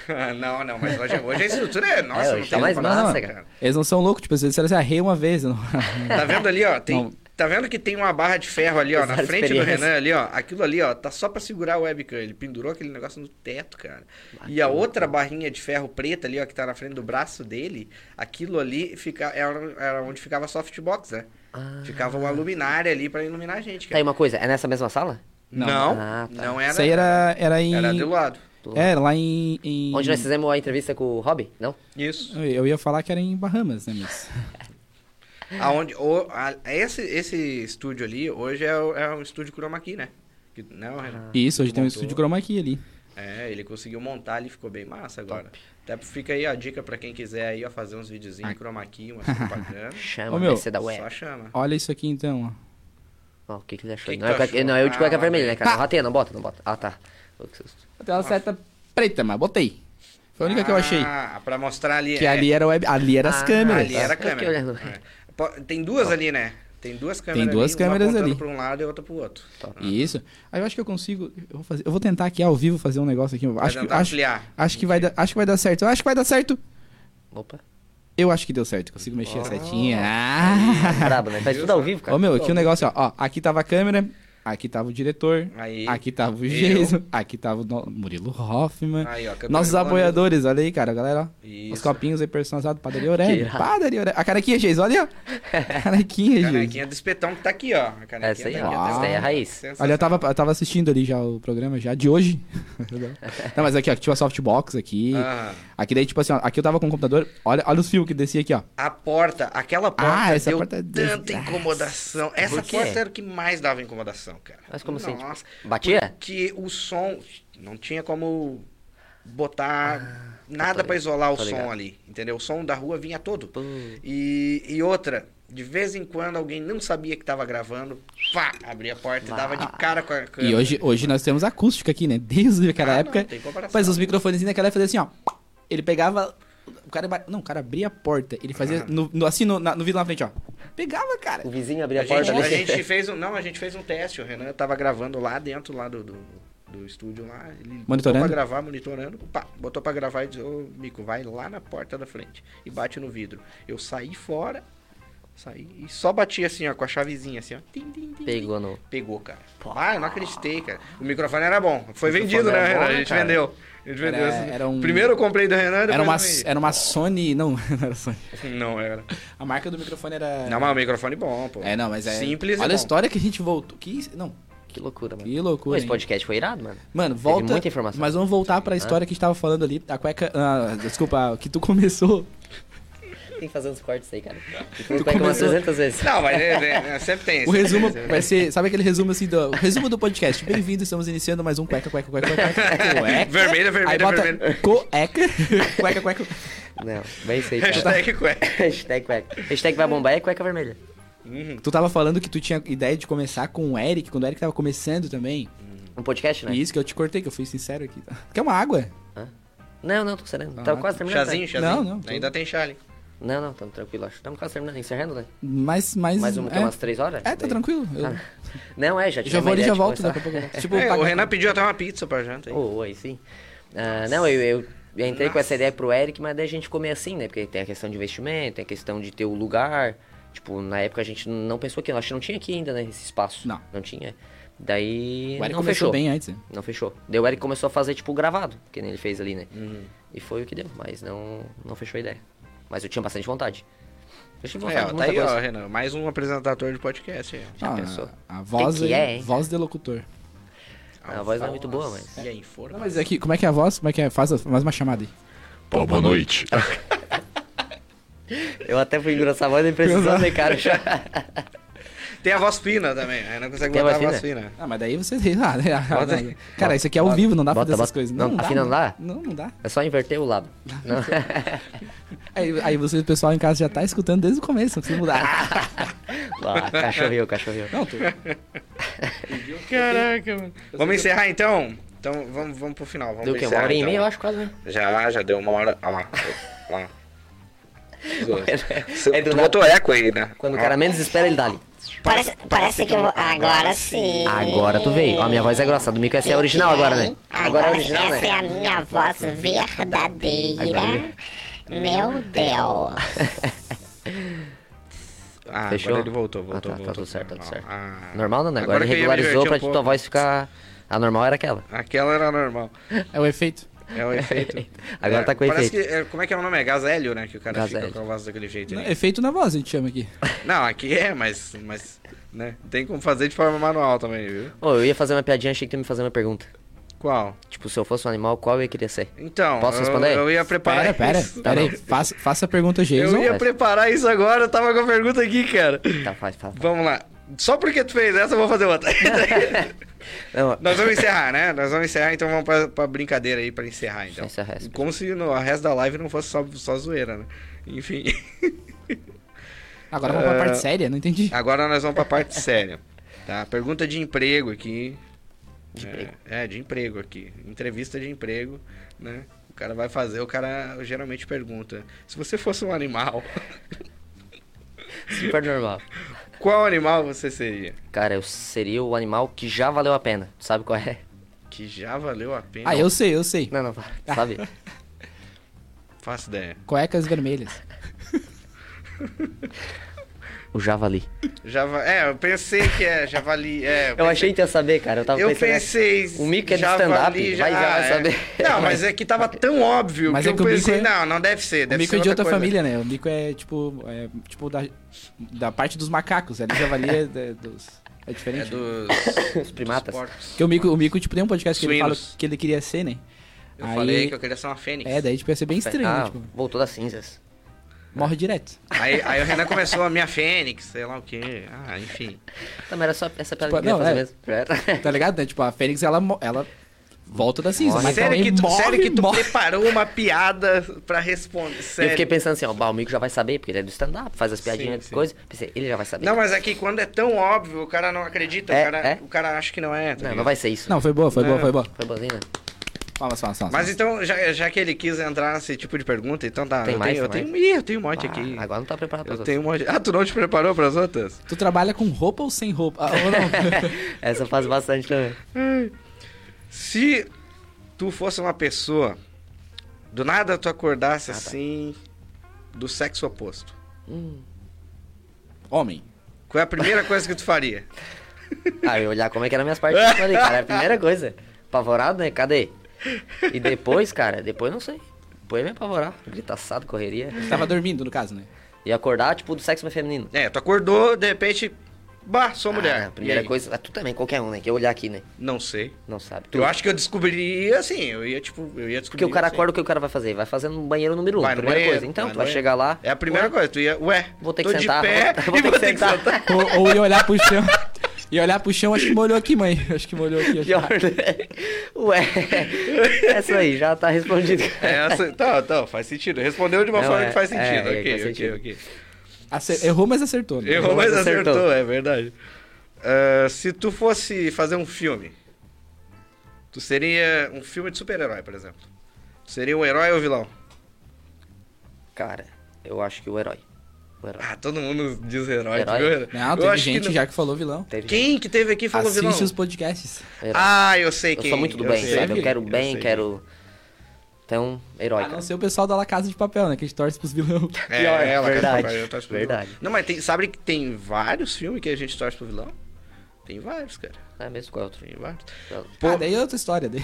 programa, não, não, mas hoje, hoje a estrutura é nossa, É, não hoje tem tá mais o que falar, massa, cara. cara. Eles não são loucos, tipo, eles disseram assim, arrei uma vez. Não... Tá vendo ali, ó? Tem, Não. Tá vendo que tem uma barra de ferro ali, ó, na Exato, frente do experiência. Renan ali, ó. Aquilo ali, ó, tá só pra segurar o webcam. Ele pendurou aquele negócio no teto, cara. E a outra barrinha de ferro preta ali, ó, que tá na frente do braço dele, aquilo ali fica, era, era onde ficava a softbox, né? Ah. Ficava uma luminária ali pra iluminar a gente, Tá cara. aí uma coisa, é nessa mesma sala? Não. Não, Ah, tá. não era. Isso aí era, era em... Era do lado. É, lá em... em- Onde nós fizemos a entrevista com o Rob? Não? Isso. Eu ia falar que era em Bahamas, né, mas... Aonde, o, a- esse, esse estúdio ali, hoje é, o- é um estúdio chroma key, né? Que- Não, Renan. Isso, hoje tem um Montou. estúdio chroma key ali. É, ele conseguiu montar ali, ficou bem massa agora. Até fica aí a dica pra quem quiser aí, ó, fazer uns videozinhos em chroma key, umas propagandas. Chama, Ô, meu, DC da Só web. chama. Olha isso aqui então, ó. Ó, o que que ele achou? Que que não, é tu cueca- achou? não, é o de cueca Ah, vermelha, né, cara? tá. Rateia, não bota, não bota. Ah, tá. Ô, que susto. Tem uma seta preta, mas botei. Foi a única que eu achei. Ah, pra mostrar ali. Que é, ali é era web, ali era as Ah, câmeras. ali era a Eu fiquei câmera. olhando. É. Po- Tem duas ali, né? Tem duas câmeras duas ali, câmeras uma apontando ali. pra um lado e outra pro outro. Tá. Isso. Aí eu acho que eu consigo, eu vou fazer, eu vou tentar aqui ao vivo fazer um negócio aqui. Eu Acho que tentar acho, ampliar. acho que vai dar, acho que vai dar certo. Eu acho que vai dar certo. Opa. Eu acho que deu certo. Consigo mexer a setinha. Ah. Brabo, né? Faz tudo ao vivo, cara. Ô meu, aqui o negócio, ó, ó, aqui tava a câmera, aqui tava o diretor, Aí. aqui tava o Eu. Jason, aqui tava o no- Murilo Hoffman. Aí, ó, câmera Nossos do apoiadores, olha aí, cara, galera, ó. Os Isso. copinhos aí personalizados, padaria Aurélio. irado. Padaria Aurélio. A carequinha, Jason, olha aí, ó. Carequinha, Jason. Canequinha do espetão que tá aqui, ó. A canequinha Essa aí, tá aqui, ó. tá Essa aí é a raiz. sensacional. Olha, eu tava, eu tava assistindo ali já o programa já de hoje. Não, mas aqui, ó, que tinha uma softbox aqui. Aham. Aqui daí, tipo assim, ó, aqui eu tava com o computador. Olha, olha os fios que descia aqui, ó. A porta, aquela porta Ah, essa deu porta é tanta desgraça. incomodação. Essa Por quê? porta era o que mais dava incomodação, cara. Mas como assim? Tipo, Nossa, batia? Porque o som não tinha como Ah, botar nada pra isolar o tô som tá ligado. ali, entendeu? O som da rua vinha todo. Pô. E, e outra, de vez em quando alguém não sabia que tava gravando, pá, abria a porta e dava de cara com a câmera. né? E hoje, hoje nós temos acústica aqui, né? Desde aquela Ah, não, época. tem comparação. mas os microfones naquela época faziam assim, ó. Ele pegava. O cara. ba- Não, o cara abria a porta. Ele Ah. fazia. No, no- assim, no, na- no vidro na frente, ó. Pegava, cara. O vizinho abriu a a, porta gente, a ali. gente fez um, não, a gente fez um teste, o Renan tava gravando lá dentro lá do, do, do estúdio lá, ele Monitorando? botou pra gravar, monitorando, pá, botou pra gravar e disse, ô Mico, vai lá na porta da frente e bate no vidro. Eu saí fora, saí e só bati assim, ó, com a chavezinha assim, ó. Tim, tim, tim. Pegou no. Pegou, cara. Ah, eu não acreditei, cara. O microfone era bom. Foi vendido, né, era Renan? bom, a né, gente cara? vendeu. A gente vendeu. Era- esse- era um- Primeiro eu comprei do Renan, depois Era uma, é. eu vendi. era uma Sony. Não, não era Sony. Não, era. A marca do microfone era. Não, mas é um microfone bom, pô. É, não, mas é. Simples e Olha a bom. história que a gente voltou. Que, não, Que loucura, mano. que loucura. Pô, esse hein? podcast foi irado, mano. Mano, volta. muita informação. Mas vamos voltar pra história que a gente tava falando ali. A cueca. ah, desculpa, que tu começou. Tem que fazer uns cortes aí, cara. Tu começou- umas 300 vezes. Não, mas é, é, é, sempre tem O resumo vai ser. Sabe aquele resumo assim do. O resumo do podcast. Bem-vindo, estamos iniciando mais um cueca, cueca, cueca, cueca. cueca. Vermelha, Aí vermelha, bota vermelha. cueca, cueca, cueca. Não, bem isso aí, cara. Hashtag cueca. Hashtag cueca. Hashtag vai bombar é cueca vermelha. Tu tava falando que tu tinha ideia de começar com o Eric, quando o Eric tava começando também. Um podcast, né? E isso que eu te cortei, que eu fui sincero aqui. tá? Quer uma é água? Hã? Não, não, tô sereno. Ah, Tava quase Chazinho, terminando. chazinho? Não, não, tô- Ainda tem chá ali. tá? Não, não, tamo tranquilo, acho. Tamo quase terminando, encerrando, né? Mas, mas. Mais uma, que é, é umas três horas? é, tá Daí- tranquilo. Eu Ah, Não, é, já tive já uma vou ali e ideia já de volto começar. daqui a pouco. Tipo, É, pagar- o Renan pediu até uma pizza pra janta. aí. Ô, oi, sim. Ah, não, eu, eu entrei com essa ideia pro Eric, mas daí a gente ficou meio assim, né? Porque tem a questão de investimento, tem a questão de ter o lugar. Tipo, na época a gente não pensou aqui, acho que não tinha aqui ainda, né? Esse espaço. Não. Não tinha. Daí. O Eric não começou fechou. bem antes. né? Não fechou. Daí o Eric começou a fazer, tipo, gravado, que nem ele fez ali, né? Uhum. E foi o que deu, mas não, não fechou a ideia. Mas eu tinha bastante vontade. Eu tinha vontade É, de ó, tá muita aí, coisa. ó, Renan. Mais um apresentador de podcast. aí, ó. Já Ah, pensou? A voz, que aí- é, hein? voz de locutor. A voz não é muito boa, mas. E a informa. Não, mas aqui, como é que é a voz? Como é que é? Faz, a- faz uma chamada aí. Pô, boa noite. Eu até fui engrossar a voz e precisando, né, cara? Tem a voz fina também, né? Não consegue é- Tem a botar a voz voz fina. Ah, mas daí você ri lá, né? Bota aí. Cara, isso aqui é ao vivo, não dá pra Bota, fazer essas bota. coisas. Não, tá dá, afina lá? Não, não dá. É só inverter o lado. Não. Aí, aí você, o pessoal em casa já tá escutando desde o começo, não precisa mudar. Lá, cachorrinho, cachorrinho. Não, tu- Caraca, mano. Vamos encerrar então? Então vamos, vamos pro final. Vamos Deu o quê? Uma encerrar, hora e então. meia, eu acho quase, né? Já, já deu uma hora. Olha lá. Olha lá. Você- É do tu nada. botou eco aí, né? Quando o cara menos espera, ele dá ali. Parece, parece que eu vou. Agora sim. Agora tu veio. Ó, a minha voz é grossa. Do micro essa é a original agora, né? Agora é a original, essa é né? a minha voz verdadeira. Meu Deus. Ah, Fechou? agora ele voltou, voltou, Ah, tá, tá voltou. tudo certo, tá tudo certo. Ah. Normal, né? Agora, Agora ele que eu ia me regularizou divertir pra um tua pouco. voz ficar... A normal era aquela. Aquela era normal. é o efeito. É o efeito. Agora É, tá com parece efeito. Que, é, como é que é o nome? É Gazélio, né? Que o cara Gazélio. fica com a voz daquele jeito. Não, é ali. efeito na voz a gente chama aqui. Não, aqui é, mas. mas né? Tem como fazer de forma manual também, viu? Ô, eu ia fazer uma piadinha, achei que tu ia me fazer uma pergunta. Qual? Tipo, se eu fosse um animal, qual eu queria ser? Então. Posso eu- responder? Eu, ia preparar. Pera, pera, tá isso. pera aí. Faça, faça a pergunta, Jason. Eu ia Mas- preparar isso agora, eu tava com a pergunta aqui, cara. Tá, faz, faz. faz. Vamos lá. Só porque tu fez essa, eu vou fazer outra. Não, Nós vamos encerrar, né? Nós vamos encerrar, então vamos pra, pra brincadeira aí pra encerrar, então. Deixa eu encerrar essa. Como se no, a resto da live não fosse só, só zoeira, né? Enfim. Agora vamos pra É. parte séria, não entendi. Agora nós vamos pra parte séria. Tá? Pergunta de emprego aqui. De É, emprego. É, de emprego aqui. Entrevista de emprego, né? O cara vai fazer, o cara geralmente pergunta: se você fosse um animal, Super normal. qual animal você seria? Cara, eu seria o animal que já valeu a pena. Tu sabe qual é? Que já valeu a pena. Ah, eu sei, eu sei. Não, não, para. Tu Sabe? Faço ideia. Cuecas vermelhas. O javali. Já É, eu pensei que é javali. É, Eu achei que tu ia saber, cara. Eu tava Eu pensando... pensei. O mico é de javali, stand-up, vai- já vai é. saber. Não, mas é que tava tão óbvio Mas que é eu que o mico pensei, é- não, não deve ser. O Deve mico ser é de outra coisa. família, né? O mico é tipo. É, tipo da, da parte dos macacos. Ali javali é, é dos. É É diferente. né? dos. dos primatas. porcos. Porque o mico, o mico, tipo, tem um podcast que ele Suínos. fala que ele queria ser, né? Eu falei que eu queria ser uma fênix. É, daí tipo, ia ser bem estranho, né? Ah, Tipo, voltou das cinzas. ah. morre direto. Aí, aí o Renan começou a minha fênix, sei lá o quê. Ah, enfim. Também Tá, era só essa piada Tipo, que eu ia não, fazer é. mesmo. Era. Tá ligado, né? Tipo, a Fênix, ela, mo- ela volta da cinza. Morre. Mas sério, também que tu, morre, sério que tu morre. preparou uma piada pra responder. Eu Sério. fiquei pensando assim, ó, bah, o Mico já vai saber, porque ele é do stand-up, faz as piadinhas, Sim, de sim. coisa. Pensei, ele já vai saber. Não, mas aqui quando é tão óbvio, o cara não acredita, É, o, cara, é. o cara acha que não é. tá Não, não ligado? vai ser isso. Não, foi boa, foi boa, foi boa. Foi boazinha. Palmas, palmas, palmas. É. Mas então, já, já que ele quis entrar nesse tipo de pergunta, então tá. Tem eu mais, tenho, eu tem tenho, Ih, eu tenho um monte Ah, aqui. Agora não tá preparado pra Eu isso. tenho um monte. Ah, tu não te preparou pras outras? Tu trabalha com roupa ou sem roupa? Ah, ou não? Essa faz bastante também. Se tu fosse uma pessoa, do nada tu acordasse Ah, tá. assim, do sexo oposto, Homem. qual é a primeira coisa que tu faria? Ah, eu ia olhar como é que eram minhas partes ali, cara. É a primeira coisa. Apavorado, né? Cadê? E depois, cara, depois não sei. Depois é eu ia me apavorar. Gritaçado, correria. Tava dormindo, no caso, né? E acordar, tipo, do sexo mais feminino. É, tu acordou, de repente, bah, sou mulher. Ah, a E primeira aí? coisa. Ah, tu também, qualquer um, né? Que eu olhar aqui, né? Não sei. Não sabe. Tu, Eu acho que eu descobriria assim, eu ia tipo, eu ia descobrir. Porque o cara assim. acorda, o que o cara vai fazer? Vai fazer no banheiro número um, Vai no primeira banheiro, coisa. Então, vai tu no vai banheiro. chegar lá. É a primeira coisa, tu ia, ué, Vou ter tô que de sentar, pé vou- vou e vou ter que sentar. Ou, ou ia olhar pro chão. Ia olhar pro chão, acho que molhou aqui, mãe. Acho que molhou aqui. acho que- tá. Pior, né? Ué, essa aí já tá respondido. É, essa- tá, tá, faz sentido. Respondeu de uma Não, forma é- que faz sentido. é, é, ok, faz ok, sentido. ok. Acer- Errou, mas acertou. Né? Errou, mas mas acertou, acertou. é verdade. Ah, se tu fosse fazer um filme, tu seria um filme de super-herói, por exemplo. Seria o herói ou o vilão? Cara, eu acho que o herói. O herói. Ah, todo mundo diz herói. Herói? viu? Não, Eu teve acho que gente não- já que falou vilão. Teve Quem que teve aqui e falou Assiste vilão? os podcasts. herói. Ah, eu sei eu quem. sou muito do eu bem, sei. sabe? Eu quero Eu bem, sei. quero. Então, herói, Ah, A cara. não ser o pessoal da La Casa de Papel, né? Que a gente torce pros vilão. É, ela Pior, quer tá verdade, trabalhar, eu torço pro verdade. vilão. Não, mas tem, sabe que tem vários filmes que a gente torce pro vilão? Tem vários, cara. É mesmo qual é outro? Tem vários. Pô, ah, daí é outra história. Daí.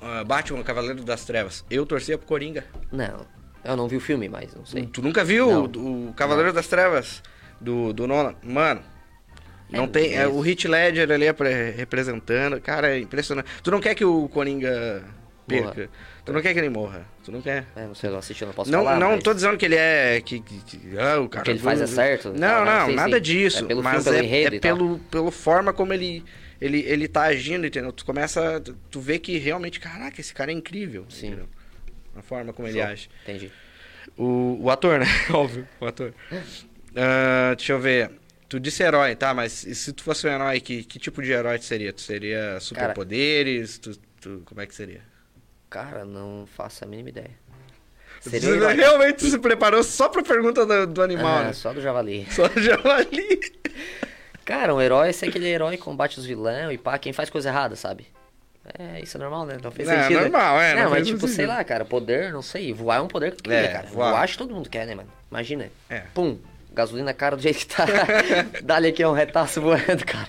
Ah, Batman, Cavaleiro das Trevas. Eu torcia pro Coringa. Não. Eu não vi o filme, mas não sei. Tu nunca viu Não. o, o Cavaleiro das Trevas do, do Nolan? Mano. Não É, tem. é, isso. o Hit Ledger ali é pre- representando. Cara, é impressionante. Tu não quer que o Coringa perca. Morra. Tu não quer que ele morra. Tu não quer. É, não sei, eu não assisti, eu não posso Não, falar. não mas tô dizendo que ele é. Que, que- que- ah, o cara que ele faz é certo? Não, Ah, não, sim, nada sim. disso. É pelo mas filme, pelo é, enredo é e tal. pelo, pelo forma como ele, ele, ele tá agindo, entendeu? Tu começa. Tu, tu vê que realmente, caraca, esse cara é incrível. Sim. entendeu? A forma como ele Show. age. Entendi. O, o ator, né? Óbvio, o ator. Ah, deixa eu ver. Tu disse herói, tá? Mas e se tu fosse um herói, que, que tipo de herói tu seria? Tu seria superpoderes? Tu, tu- como é que seria? Cara, não faço a mínima ideia. tu herói. realmente se preparou só pra pergunta do, do animal, Ah, né? Só do javali. Só o javali. Cara, um herói, esse é aquele herói que combate os vilões e pá, quem faz coisa errada, sabe? É, isso é normal, né? Não fez Não, é sentido. né? normal, é, Não, não mas fez tipo, sentido. sei lá, cara, poder, não sei. Voar é um poder que tu queria, É, cara. voar. Voar. acho que todo mundo quer, né, mano? Imagina. É. Pum, gasolina na cara do jeito que tá. Dá-lhe aqui um retaço voando, cara.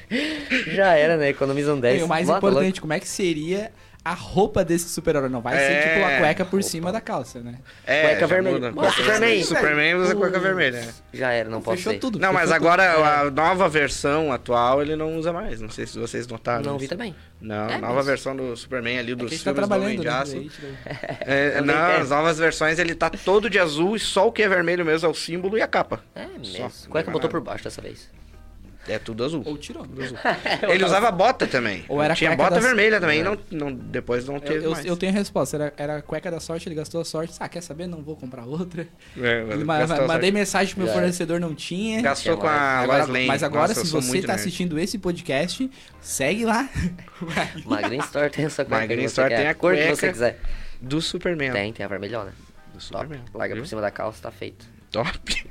Já era, né? Economizam 10. E o mais Mano, importante, como é que seria a roupa desse super-herói? Não vai ser É, tipo a cueca por roupa. cima da calça, né? É, Cueca já vermelha. muda. Mano, Superman, velho. Superman usa cueca vermelha, né? louco, Já era, não posso Fechou ser. tudo. Não, fechou mas tudo. agora É. a nova versão atual ele não usa mais. Não sei se vocês notaram. Não isso. vi também. Não, É nova mesmo. versão do Superman ali É que a dos gente tá filmes do Homem trabalhando, de né? Aço. Daí, tipo, É, Eu não, nem as novas versões ele tá todo de azul e só o que é vermelho mesmo é o símbolo e a capa. É Só, mesmo. não Cueca tem mais botou nada. por baixo dessa vez. É tudo azul. Ou tirou. né? Ele usava bota também. é Ou era Tinha cueca bota da- É. vermelha também, não, não, depois não Eu, teve eu, mais. eu tenho a resposta. Era, era a cueca da sorte, ele gastou a sorte. Ah, quer saber? Não vou comprar outra. É, Ele gastou ma- essa- mandei mensagem pro meu Já. fornecedor, não tinha. Gastou com a Agora- Lois Lane. mas agora, Nossa, eu se sou você muito tá nerd. assistindo esse podcast, segue lá. Magrinho Store tem essa cueca. Magrinho que você Store quer, tem a cor que você cueca. É. quiser. Do Superman. Tem, tem a vermelhona. Do Top. Superman. Larga Viu? por cima da calça, tá feito. Top.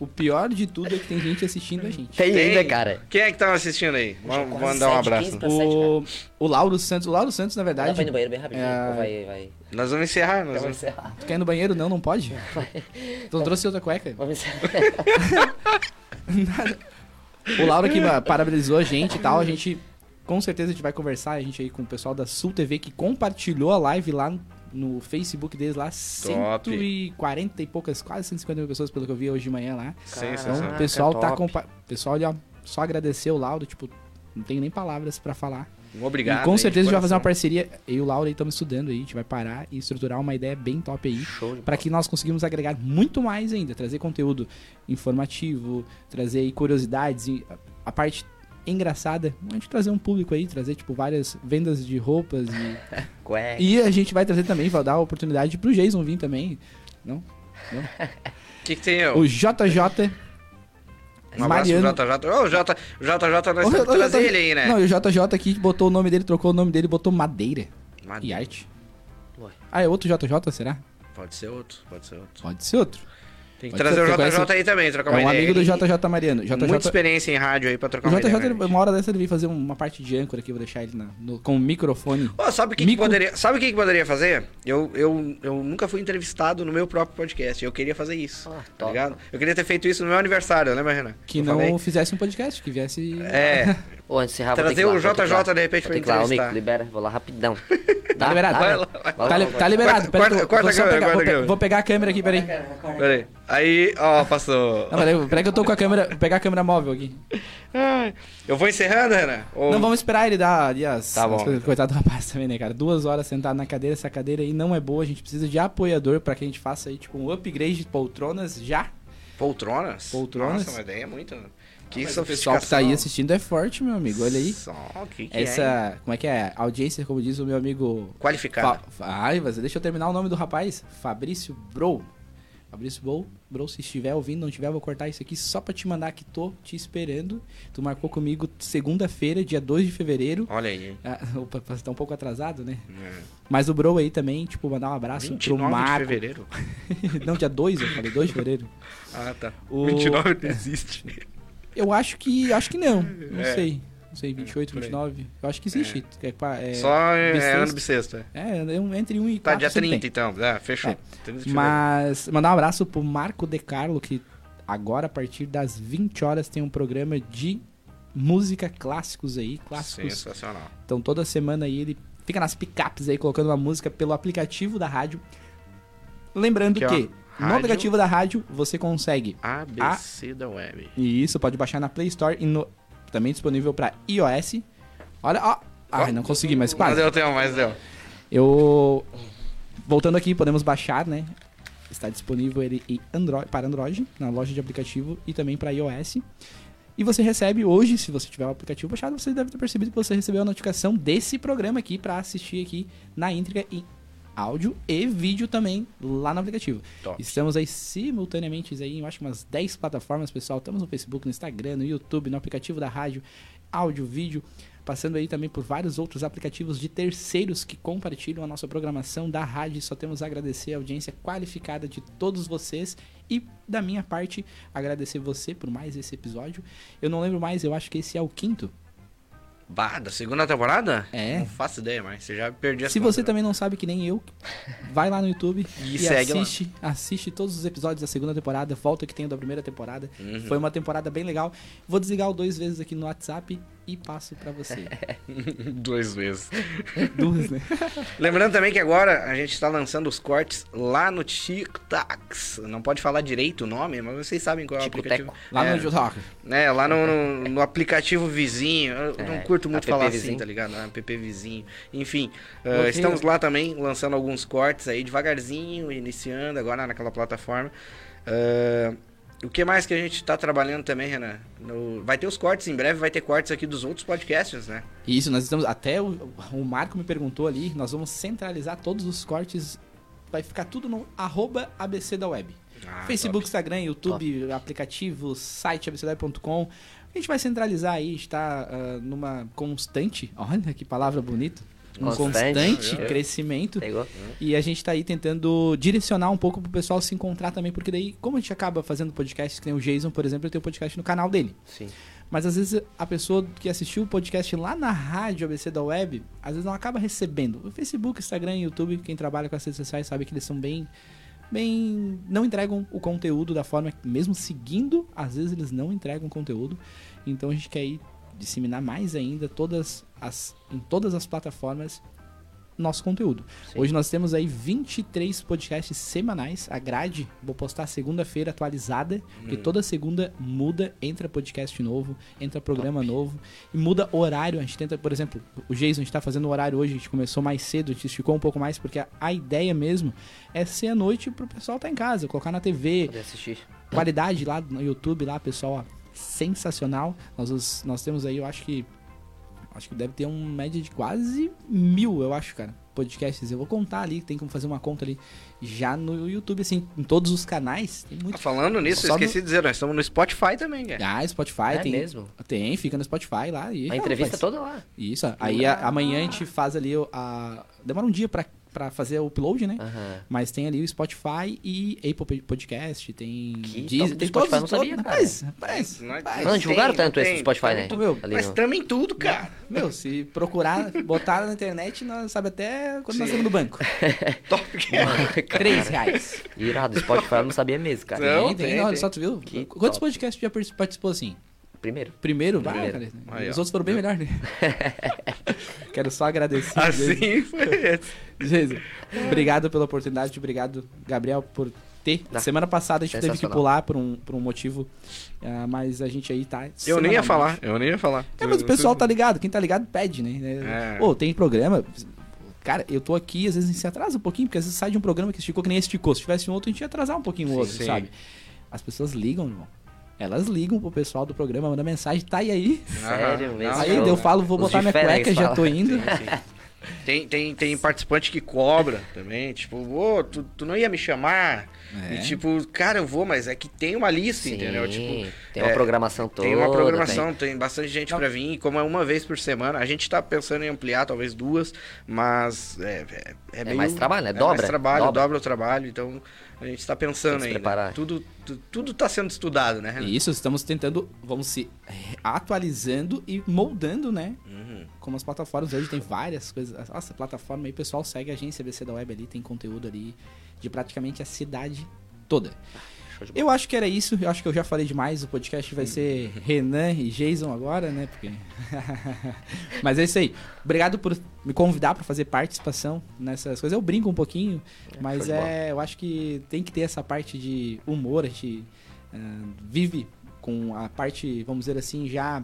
O pior de tudo é que tem gente assistindo a gente. Tem, Tem. ainda, cara. Quem é que tava assistindo aí? Vamos quase mandar um sete, abraço. 15 pra- O, o Lauro Santos, o Lauro Santos, na Dá verdade. pra ir Tá, no banheiro bem rapidinho. É. ou Vai, vai. Nós vamos encerrar. Nós Vamos vamos... encerrar. Tu quer ir no banheiro? Não, não pode. Então trouxe outra cueca. Vamos encerrar. O Lauro que ma- parabenizou a gente e tal, a gente com certeza a gente vai conversar, a gente aí com o pessoal da Sul TV que compartilhou a live lá no Facebook deles lá, 140 e poucas, quase 150 mil pessoas pelo que eu vi hoje de manhã lá. Então né? Sensacional. o pessoal tá top. compa o pessoal ali, ó, só agradecer o Lauro, tipo, não tenho nem palavras pra falar. Um Obrigado. e com aí, certeza a de gente vai fazer uma coração. parceria, eu e o Lauro aí estamos estudando aí, a gente vai parar e estruturar uma ideia bem top aí. Show de Pra que nós conseguimos agregar muito mais ainda, trazer conteúdo informativo, trazer aí curiosidades, e a- a parte engraçada, a gente trazer um público aí, trazer tipo várias vendas de roupas e, É. cueca. e a gente vai trazer também, vai dar a oportunidade pro Jason vir também. Não? O que, que tem eu? O JJ Um abraço pro Mariano. JJ. Ô, o J- JJ, nós Ô, temos que ô, trazer JJ ele aí, né? Não, e o JJ aqui botou o nome dele, trocou o nome dele, botou madeira Mas e arte. Ué. Ah, é outro JJ, será? Pode ser outro, pode ser outro. Pode ser outro. Tem que trazer Pode ser, o JJ você conhece- aí também, trocar É uma um ideia. amigo do Ele- JJ Mariano. JJ Muita experiência em rádio aí pra O trocar uma ideia. né? JJ, com a gente. uma hora dessa ele veio fazer uma parte de âncora aqui, eu vou deixar ele na, no- com o microfone. Ô, sabe o que, que Micro- poderia, sabe o que, que poderia fazer? Eu, eu, eu nunca fui entrevistado no meu próprio podcast. Eu queria fazer isso. Ah, tá top. ligado? Eu queria ter feito isso no meu aniversário, lembra, Renan? Que Eu não falei. fizesse um podcast, que viesse. É, Ô, antes de encerrar, vou ter Trazer que ir lá, o vou ter que ir lá. JJ de repente Vou pra ter que ir lá. Ô, entrevistar. Mico, libera. Vou lá rapidão. Tá liberado. vai Tá, lá, vai lá. Vai lá, li- vai tá lá. liberado. Corta- pera que corta- eu- corta vou a só câmera, corta pegar- vou a pe- câmera. Vou pegar a câmera aqui, peraí. peraí. Aí, ó, passou. Não, peraí, peraí que eu tô com a câmera. Vou pegar a câmera móvel aqui. Ai, Eu vou encerrando, Renan? Ou- Não vamos esperar ele dar ali as, Tá as bom. coisas. Coitado do rapaz também, né, cara? Duas horas sentado na cadeira, essa cadeira aí não é boa. A gente precisa de apoiador pra que a gente faça aí, tipo, um upgrade de poltronas já. Poltronas? Poltronas? Nossa, uma ideia muito... Que Mas o sofisticação. pessoal que tá aí assistindo é forte, meu amigo. Olha aí. Só, o que que é, hein? Essa. Como é que é? Audiência, como diz o meu amigo Qualificada. Fa- Fa- Ai, você deixa eu terminar o nome do rapaz. Fabrício Bro. Fabrício Bol, bro, se estiver ouvindo, não tiver, eu vou cortar isso aqui só pra te mandar que tô te esperando. Tu marcou comigo segunda-feira, dia 2 de fevereiro. Olha aí, hein? Ah, opa, tá um pouco atrasado, né? Mas o Bro aí também, tipo, mandar um abraço pro 29 de Marco. fevereiro. não, dia 2, eu falei 2 de fevereiro. Ah, tá. O- é. 29 não existe. Eu acho que. Acho que não. Não É. sei. Não sei, 28, por aí. 29. Eu acho que existe. É. pá, é- Só é, é bissexto. ano bissexto, é. É, é um- entre 1 e 4. Tá, dia sempre 30 tem. É. então. Ah, fechou. 30 de fevereiro. Mas mandar um abraço pro Marco De Carlo, que agora a partir das 20 horas tem um programa de música clássicos aí, clássicos. Sensacional. Então toda semana aí ele fica nas picapes aí colocando uma música pelo aplicativo da rádio. Lembrando Aqui, ó, que no é rádio. aplicativo da rádio você consegue. ABC da web. E isso pode baixar na Play Store e no- também disponível pra iOS. Olha, ó. Ai, não consegui, mas Mas quase. deu tempo, mas deu. Eu. Voltando aqui, podemos baixar, né? Está disponível ele em Android, para Android, na loja de aplicativo e também para iOS. E você recebe hoje, se você tiver o aplicativo baixado, você deve ter percebido que você recebeu a notificação desse programa aqui para assistir aqui na íntegra em áudio e vídeo também lá no aplicativo. Top. Estamos aí simultaneamente aí, eu acho que umas 10 plataformas, pessoal. Estamos no Facebook, no Instagram, no YouTube, no aplicativo da rádio, áudio, vídeo, passando aí também por vários outros aplicativos de terceiros que compartilham a nossa programação da rádio. Só temos a agradecer a audiência qualificada de todos vocês e da minha parte agradecer você por mais esse episódio. Eu não lembro mais, eu acho que esse é o quinto. Bah, da segunda temporada? É. Não faço ideia, mas você já perdi Se você também não sabe que nem eu, vai lá no YouTube E e, segue lá. assiste, assiste todos os episódios da segunda temporada, volta que tem o da primeira temporada. Uhum. Foi uma temporada bem legal. Vou desligar o dois vezes aqui no WhatsApp e passo pra você. também. Duas vezes. Duas, né? É. Lembrando também que agora a gente está lançando os cortes lá no TikToks. Não pode falar direito o nome, mas vocês sabem qual é o Ticoteco. aplicativo. Lá é, no TikTok. né, lá no, no- no aplicativo vizinho. Eu É, não curto muito app falar assim, vizinho. tá ligado? App vizinho. Enfim, uh, Bloqueio. estamos lá também lançando alguns cortes aí devagarzinho, iniciando agora naquela plataforma. Uh, o que mais que a gente tá trabalhando também, Renan? No- vai ter os cortes, em breve vai ter cortes aqui dos outros podcasts, né? Isso, nós estamos. Até o, o Marco me perguntou ali, nós vamos centralizar todos os cortes. Vai ficar tudo no arroba ABC da Web. Ah, Facebook, Instagram, YouTube, aplicativo, site abcdai.com. A gente vai centralizar aí, está ah, numa constante, olha que palavra bonita, um Constante. constante crescimento. Pegou? Hum, E a gente tá aí tentando direcionar um pouco pro pessoal se encontrar também, porque daí, como a gente acaba fazendo podcast, que nem o Jason, por exemplo, eu tenho um podcast no canal dele. Sim. Mas às vezes a pessoa que assistiu o podcast lá na rádio ABC da web, às vezes não acaba recebendo. O Facebook, Instagram, YouTube, quem trabalha com as redes sociais sabe que eles são bem. Bem, não entregam o conteúdo da forma que, mesmo seguindo, às vezes eles não entregam conteúdo. Então a gente quer ir disseminar mais ainda todas as, em todas as plataformas nosso conteúdo. Sim. Hoje nós temos aí 23 podcasts semanais. A grade, vou postar segunda-feira atualizada, porque toda segunda muda, entra podcast novo, entra programa novo e muda horário. A gente tenta, por exemplo, o Jason, a gente tá fazendo o horário hoje, a gente começou mais cedo, a gente esticou um pouco mais, porque a, a ideia mesmo é ser à noite pro pessoal tá em casa, colocar na TV, Poder assistir. qualidade lá no YouTube lá, pessoal, ó, sensacional. Nós, os- nós temos aí, eu acho que acho que deve ter um média de quase mil, eu acho, cara, podcasts. Eu vou contar ali, tem como fazer uma conta ali já no YouTube, assim, em todos os canais. Tem Ah, muito. Falando nisso, eu Só esqueci de dizer, nós estamos no Spotify também, cara. Ah, Spotify É tem. mesmo? Tem, fica no Spotify lá. E, A entrevista rapaz, toda lá. Isso, aí a- amanhã a gente faz ali o- a. Demora um dia pra, pra fazer o upload, né? Aham. Mas tem ali o Spotify e Apple Podcast, tem Que Deezer, top, tem todos. Spotify né? eu não sabia, todos- cara. rapaz, rapaz, Nós- rapaz. Mas não divulgaram tem, tanto esse tem, no Spotify, tem. né? Meu, Ali Mas no- estamos em tudo, cara. Meu, se procurar, botar na internet, nós sabe até quando nós estamos no banco. Top que é. Três reais. Irado, Spotify eu não sabia mesmo, cara. Não, tem, tem, tem, olha tem. só tu viu? Que Quantos top. podcasts tu já par- participou assim? Primeiro. Primeiro? né? Bah, Primeiro. cara, Aí, os ó. outros foram bem melhor, né? Quero só agradecer. Jason. Assim foi esse. Jason, obrigado pela oportunidade, obrigado, Gabriel, por ter. Tá. Semana passada a gente teve que Sensacional. pular por um, por um motivo, ah, mas a gente aí tá. Eu nem ia semanalmente. falar, eu nem ia falar. É, mas o pessoal tá ligado, quem tá ligado pede, né? É. Pô, tem programa. Cara, eu tô aqui, às vezes se atrasa um pouquinho, porque às vezes sai de um programa que esticou que nem esticou. Se tivesse um outro, a gente ia atrasar um pouquinho o Sim, outro, sim. sabe? As pessoas ligam, irmão. Elas ligam pro pessoal do programa, mandam mensagem, tá e aí? Aham. Sério mesmo. Ah, aí show. eu falo, vou Os botar de minha férias cueca, já falam. tô indo. É. Tem, tem, tem participante que cobra também, tipo, ô, tu, tu não ia me chamar? É. E tipo, cara, eu vou, mas é que tem uma lista, entendeu? Tipo, tem uma é, programação toda. Tem uma programação, tem, bastante gente pra vir, e como é uma vez por semana, a gente tá pensando em ampliar, talvez duas, mas é, é, é meio- mais trabalho, né? é Dobra, mais trabalho, dobra. dobra. o trabalho, então a gente tá pensando se ainda. preparar. Tudo, tu- tudo tá sendo estudado, né, Renan? E isso, estamos tentando, vamos se atualizando e moldando, né? Uhum. Como as plataformas hoje tem várias coisas. Nossa, plataforma aí, pessoal, segue a agência BC da Web ali, tem conteúdo ali de praticamente a cidade toda. Show de bola. Eu acho que era isso, eu acho que eu já falei demais, o podcast vai ser Renan e Jason agora, né? Porque... Mas é isso aí. Obrigado por me convidar para fazer participação nessas coisas. Eu brinco um pouquinho, mas show de é, eu acho que tem que ter essa parte de humor, a gente ah, vive com a parte, vamos dizer assim, já.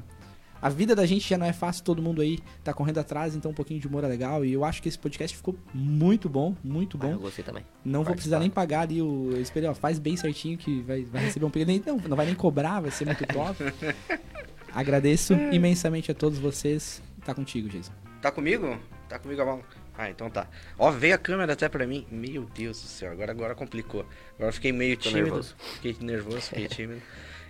A vida da gente já não é fácil, todo mundo aí tá correndo atrás, então um pouquinho de humor é legal. E eu acho que esse podcast ficou muito bom, muito Ah, eu bom. gostei também. Não vou participar. precisar nem pagar ali o espelho, ó, faz bem certinho que vai, vai receber um período. Nem, não, não vai nem cobrar, vai ser muito top. Agradeço imensamente a todos vocês. Tá contigo, Jason. Tá comigo? Tá comigo a mão. Ah, então tá. Ó, veio a câmera até pra mim. Meu Deus do céu, agora, agora complicou. Agora eu fiquei meio Ficou tímido. nervoso. Fiquei nervoso, fiquei tímido.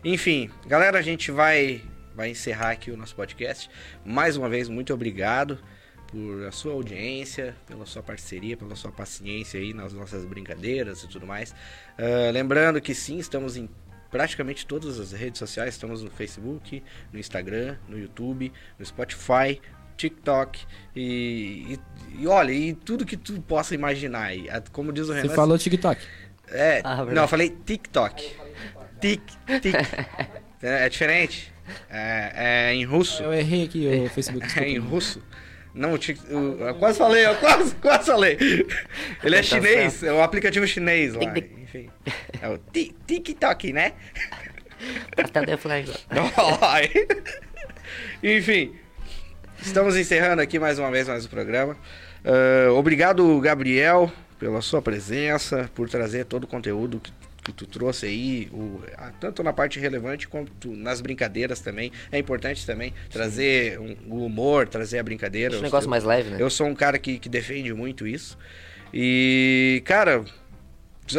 Enfim, galera, a gente vai, vai encerrar aqui o nosso podcast. Mais uma vez, muito obrigado por a sua audiência, pela sua parceria, pela sua paciência aí nas nossas brincadeiras e tudo mais. Ah, lembrando que sim, estamos em praticamente todas as redes sociais, estamos no Facebook, no Instagram, no YouTube, no Spotify, TikTok e, e, e olha, e tudo que tu possa imaginar. E, a- como diz o Você Renan, falou TikTok. é, Ah, verdade. não, eu falei TikTok. Tic, tic. é, é diferente. É, é em russo. Eu errei aqui o Facebook. É desculpa. em russo. Não, o tic, o- eu quase falei, eu quase, quase falei. Ele é Tá chinês, é um aplicativo chinês lá. Tic, tic. Enfim. É o ti- TikTok, né? Até deu flag. Ai. Enfim, estamos encerrando aqui mais uma vez mais o programa. Ah, obrigado, Gabriel, pela sua presença, por trazer todo o conteúdo que, que tu trouxe aí, o- ah, tanto na parte relevante quanto nas brincadeiras também. É importante também trazer um- o humor, trazer a brincadeira. Deixa um Eu- negócio mais leve, né? eu sou um cara que, que defende muito isso. E, cara,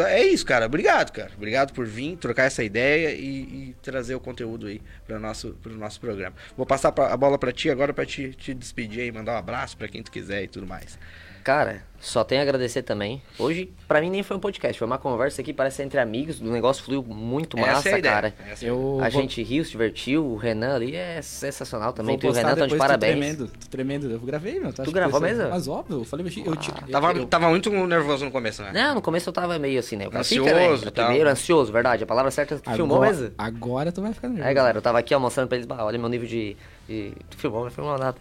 é isso, cara. Obrigado, cara. Obrigado por vir, trocar essa ideia e, e trazer o conteúdo aí para nosso, pro nosso programa. Vou passar pra- a bola para ti agora para te, te despedir aí, mandar um abraço para quem tu quiser e tudo mais. Cara, só tenho a agradecer também. Hoje, pra mim, nem foi um podcast, foi uma conversa aqui, parece entre amigos. O negócio fluiu muito massa, cara. Essa é a ideia. Eu A vou- gente riu, se divertiu. O Renan ali é sensacional também. vou Tu e o postar Renan estão de depois, tô parabéns. Tremendo, tô tremendo. Eu gravei, meu. acha que gravou foi- mesmo? tá Mas óbvio, eu falei, eu, eu, te- eu, Tava, eu- tava muito nervoso no começo, né? Não, no começo eu tava meio assim, né? O cara Ansioso tá." fica, né? e No tal. Primeiro, ansioso, verdade. A palavra certa tu filmou agora, mesmo. Agora tu vai ficar nervoso. Aí, galera, eu tava aqui ó, mostrando pra eles, bah, olha meu nível de. de... né? Tu filmou, não filmou nada.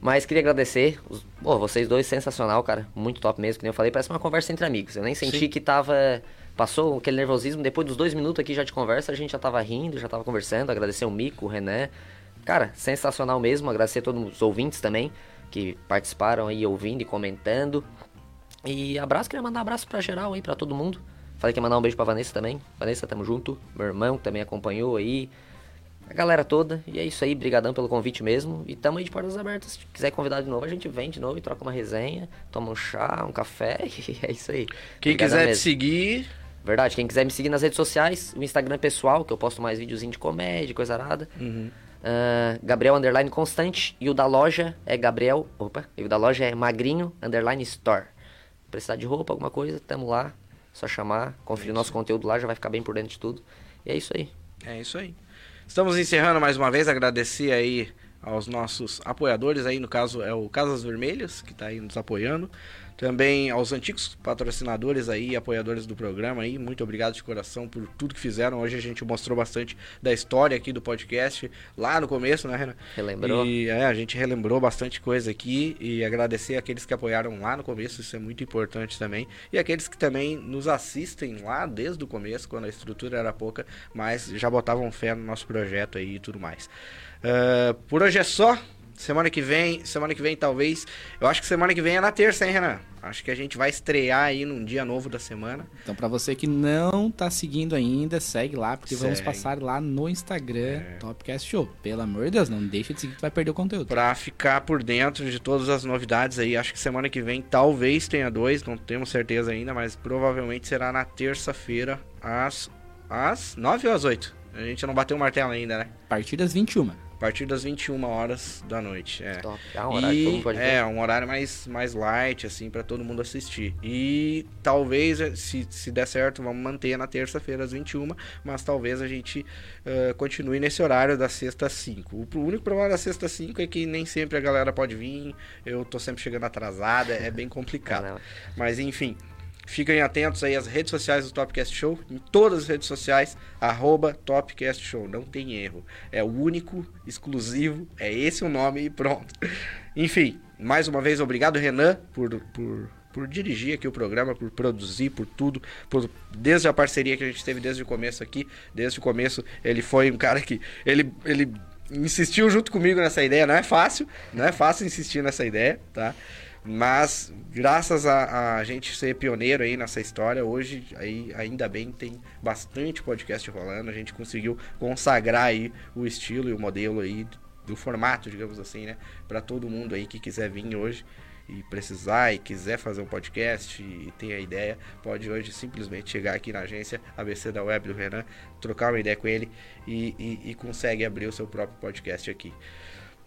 Mas queria agradecer. Os... Pô, vocês dois, sensacional, cara. Muito top mesmo, que nem eu falei. Parece uma conversa entre amigos. Eu nem senti que tava. Passou aquele nervosismo. Depois dos dois minutos aqui já de conversa, a gente já tava rindo, já tava conversando. Agradecer o Mico, o Renan. Cara, sensacional mesmo. Agradecer a todos os ouvintes também que participaram aí, ouvindo e comentando. E abraço, queria mandar um abraço pra geral aí, pra todo mundo. Falei que ia mandar um beijo pra Vanessa também. Vanessa, tamo junto. Meu irmão que também acompanhou aí. A galera toda. E é isso aí, brigadão pelo convite mesmo. E tamo aí de portas abertas. Se quiser convidar de novo, a gente vem de novo e troca uma resenha, toma um chá, um café. E é isso aí. Quem Brigadão quiser te mesmo. seguir, Verdade, quem quiser me seguir nas redes sociais, o Instagram pessoal, que eu posto mais videozinho de comédia, coisa arada. Uhum. Ah, Gabriel Underline Constante. E o da loja é Gabriel. Opa, e o da loja é Magrinho Underline Store. Precisar de roupa, alguma coisa, tamo lá. Só chamar, conferir o nosso conteúdo lá, já vai ficar bem por dentro de tudo. E é isso aí. É isso aí. Estamos encerrando mais uma vez, agradecer aí aos nossos apoiadores aí, no caso é o Casas Vermelhas, que tá aí nos apoiando. Também aos antigos patrocinadores aí, apoiadores do programa aí, muito obrigado de coração por tudo que fizeram. Hoje a gente mostrou bastante da história aqui do podcast, lá no começo, né, Renan? Relembrou. E é, a gente relembrou bastante coisa aqui e agradecer aqueles que apoiaram lá no começo, isso é muito importante também. E aqueles que também nos assistem lá desde o começo, quando a estrutura era pouca, mas já botavam fé no nosso projeto aí e tudo mais. Ah, por hoje é só. Semana que vem, semana que vem talvez. Eu acho que semana que vem é na terça, hein, Renan? Acho que a gente vai estrear aí num dia novo da semana. Então, pra você que não tá seguindo ainda, segue É. lá, porque vamos Segue. passar lá no Instagram Topcast Show. Pelo amor de Deus, não deixa de seguir que tu vai perder o conteúdo. Pra ficar por dentro de todas as novidades aí. Acho que semana que vem talvez tenha dois, não temos certeza ainda, mas provavelmente será na terça-feira, às, às 9 ou às 8. A gente não bateu o martelo ainda, né? A partir das 21. A partir das 21 horas da noite. É. Top. É um horário E que todo mundo pode ver. é, um horário mais, mais light, assim, pra todo mundo assistir. E talvez, eh, se, se der certo, vamos manter na terça-feira às 21, mas talvez a gente eh, continue nesse horário da sexta às 5. O, pro- único problema da sexta às 5 é que nem sempre a galera pode vir, eu tô sempre chegando atrasada, é bem complicado. Não, Mas enfim, fiquem atentos aí às redes sociais do Topcast Show, em todas as redes sociais, arroba Topcast Show, não tem erro. É o único, exclusivo, é esse o nome e pronto. Enfim, mais uma vez, obrigado Renan por... por por dirigir aqui o programa, por produzir, por tudo, por desde a parceria que a gente teve desde o começo aqui, desde o começo ele foi um cara que ele, ele insistiu junto comigo nessa ideia, não é fácil, não é fácil insistir nessa ideia, tá? Mas graças a, a gente ser pioneiro aí nessa história, hoje aí ainda bem tem bastante podcast rolando, a gente conseguiu consagrar aí o estilo e o modelo aí do formato, digamos assim, né, Pra todo mundo aí que quiser vir hoje e precisar e quiser fazer um podcast e, e tem a ideia, pode hoje simplesmente chegar aqui na agência ABC da Web do Renan, trocar uma ideia com ele e, e- e consegue abrir o seu próprio podcast aqui.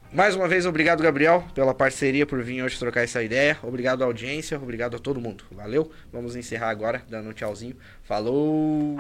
Mais uma vez, obrigado, Gabriel, pela parceria, por vir hoje trocar essa ideia. Obrigado à audiência, obrigado a todo mundo. Valeu? Vamos encerrar agora, dando um tchauzinho. Falou!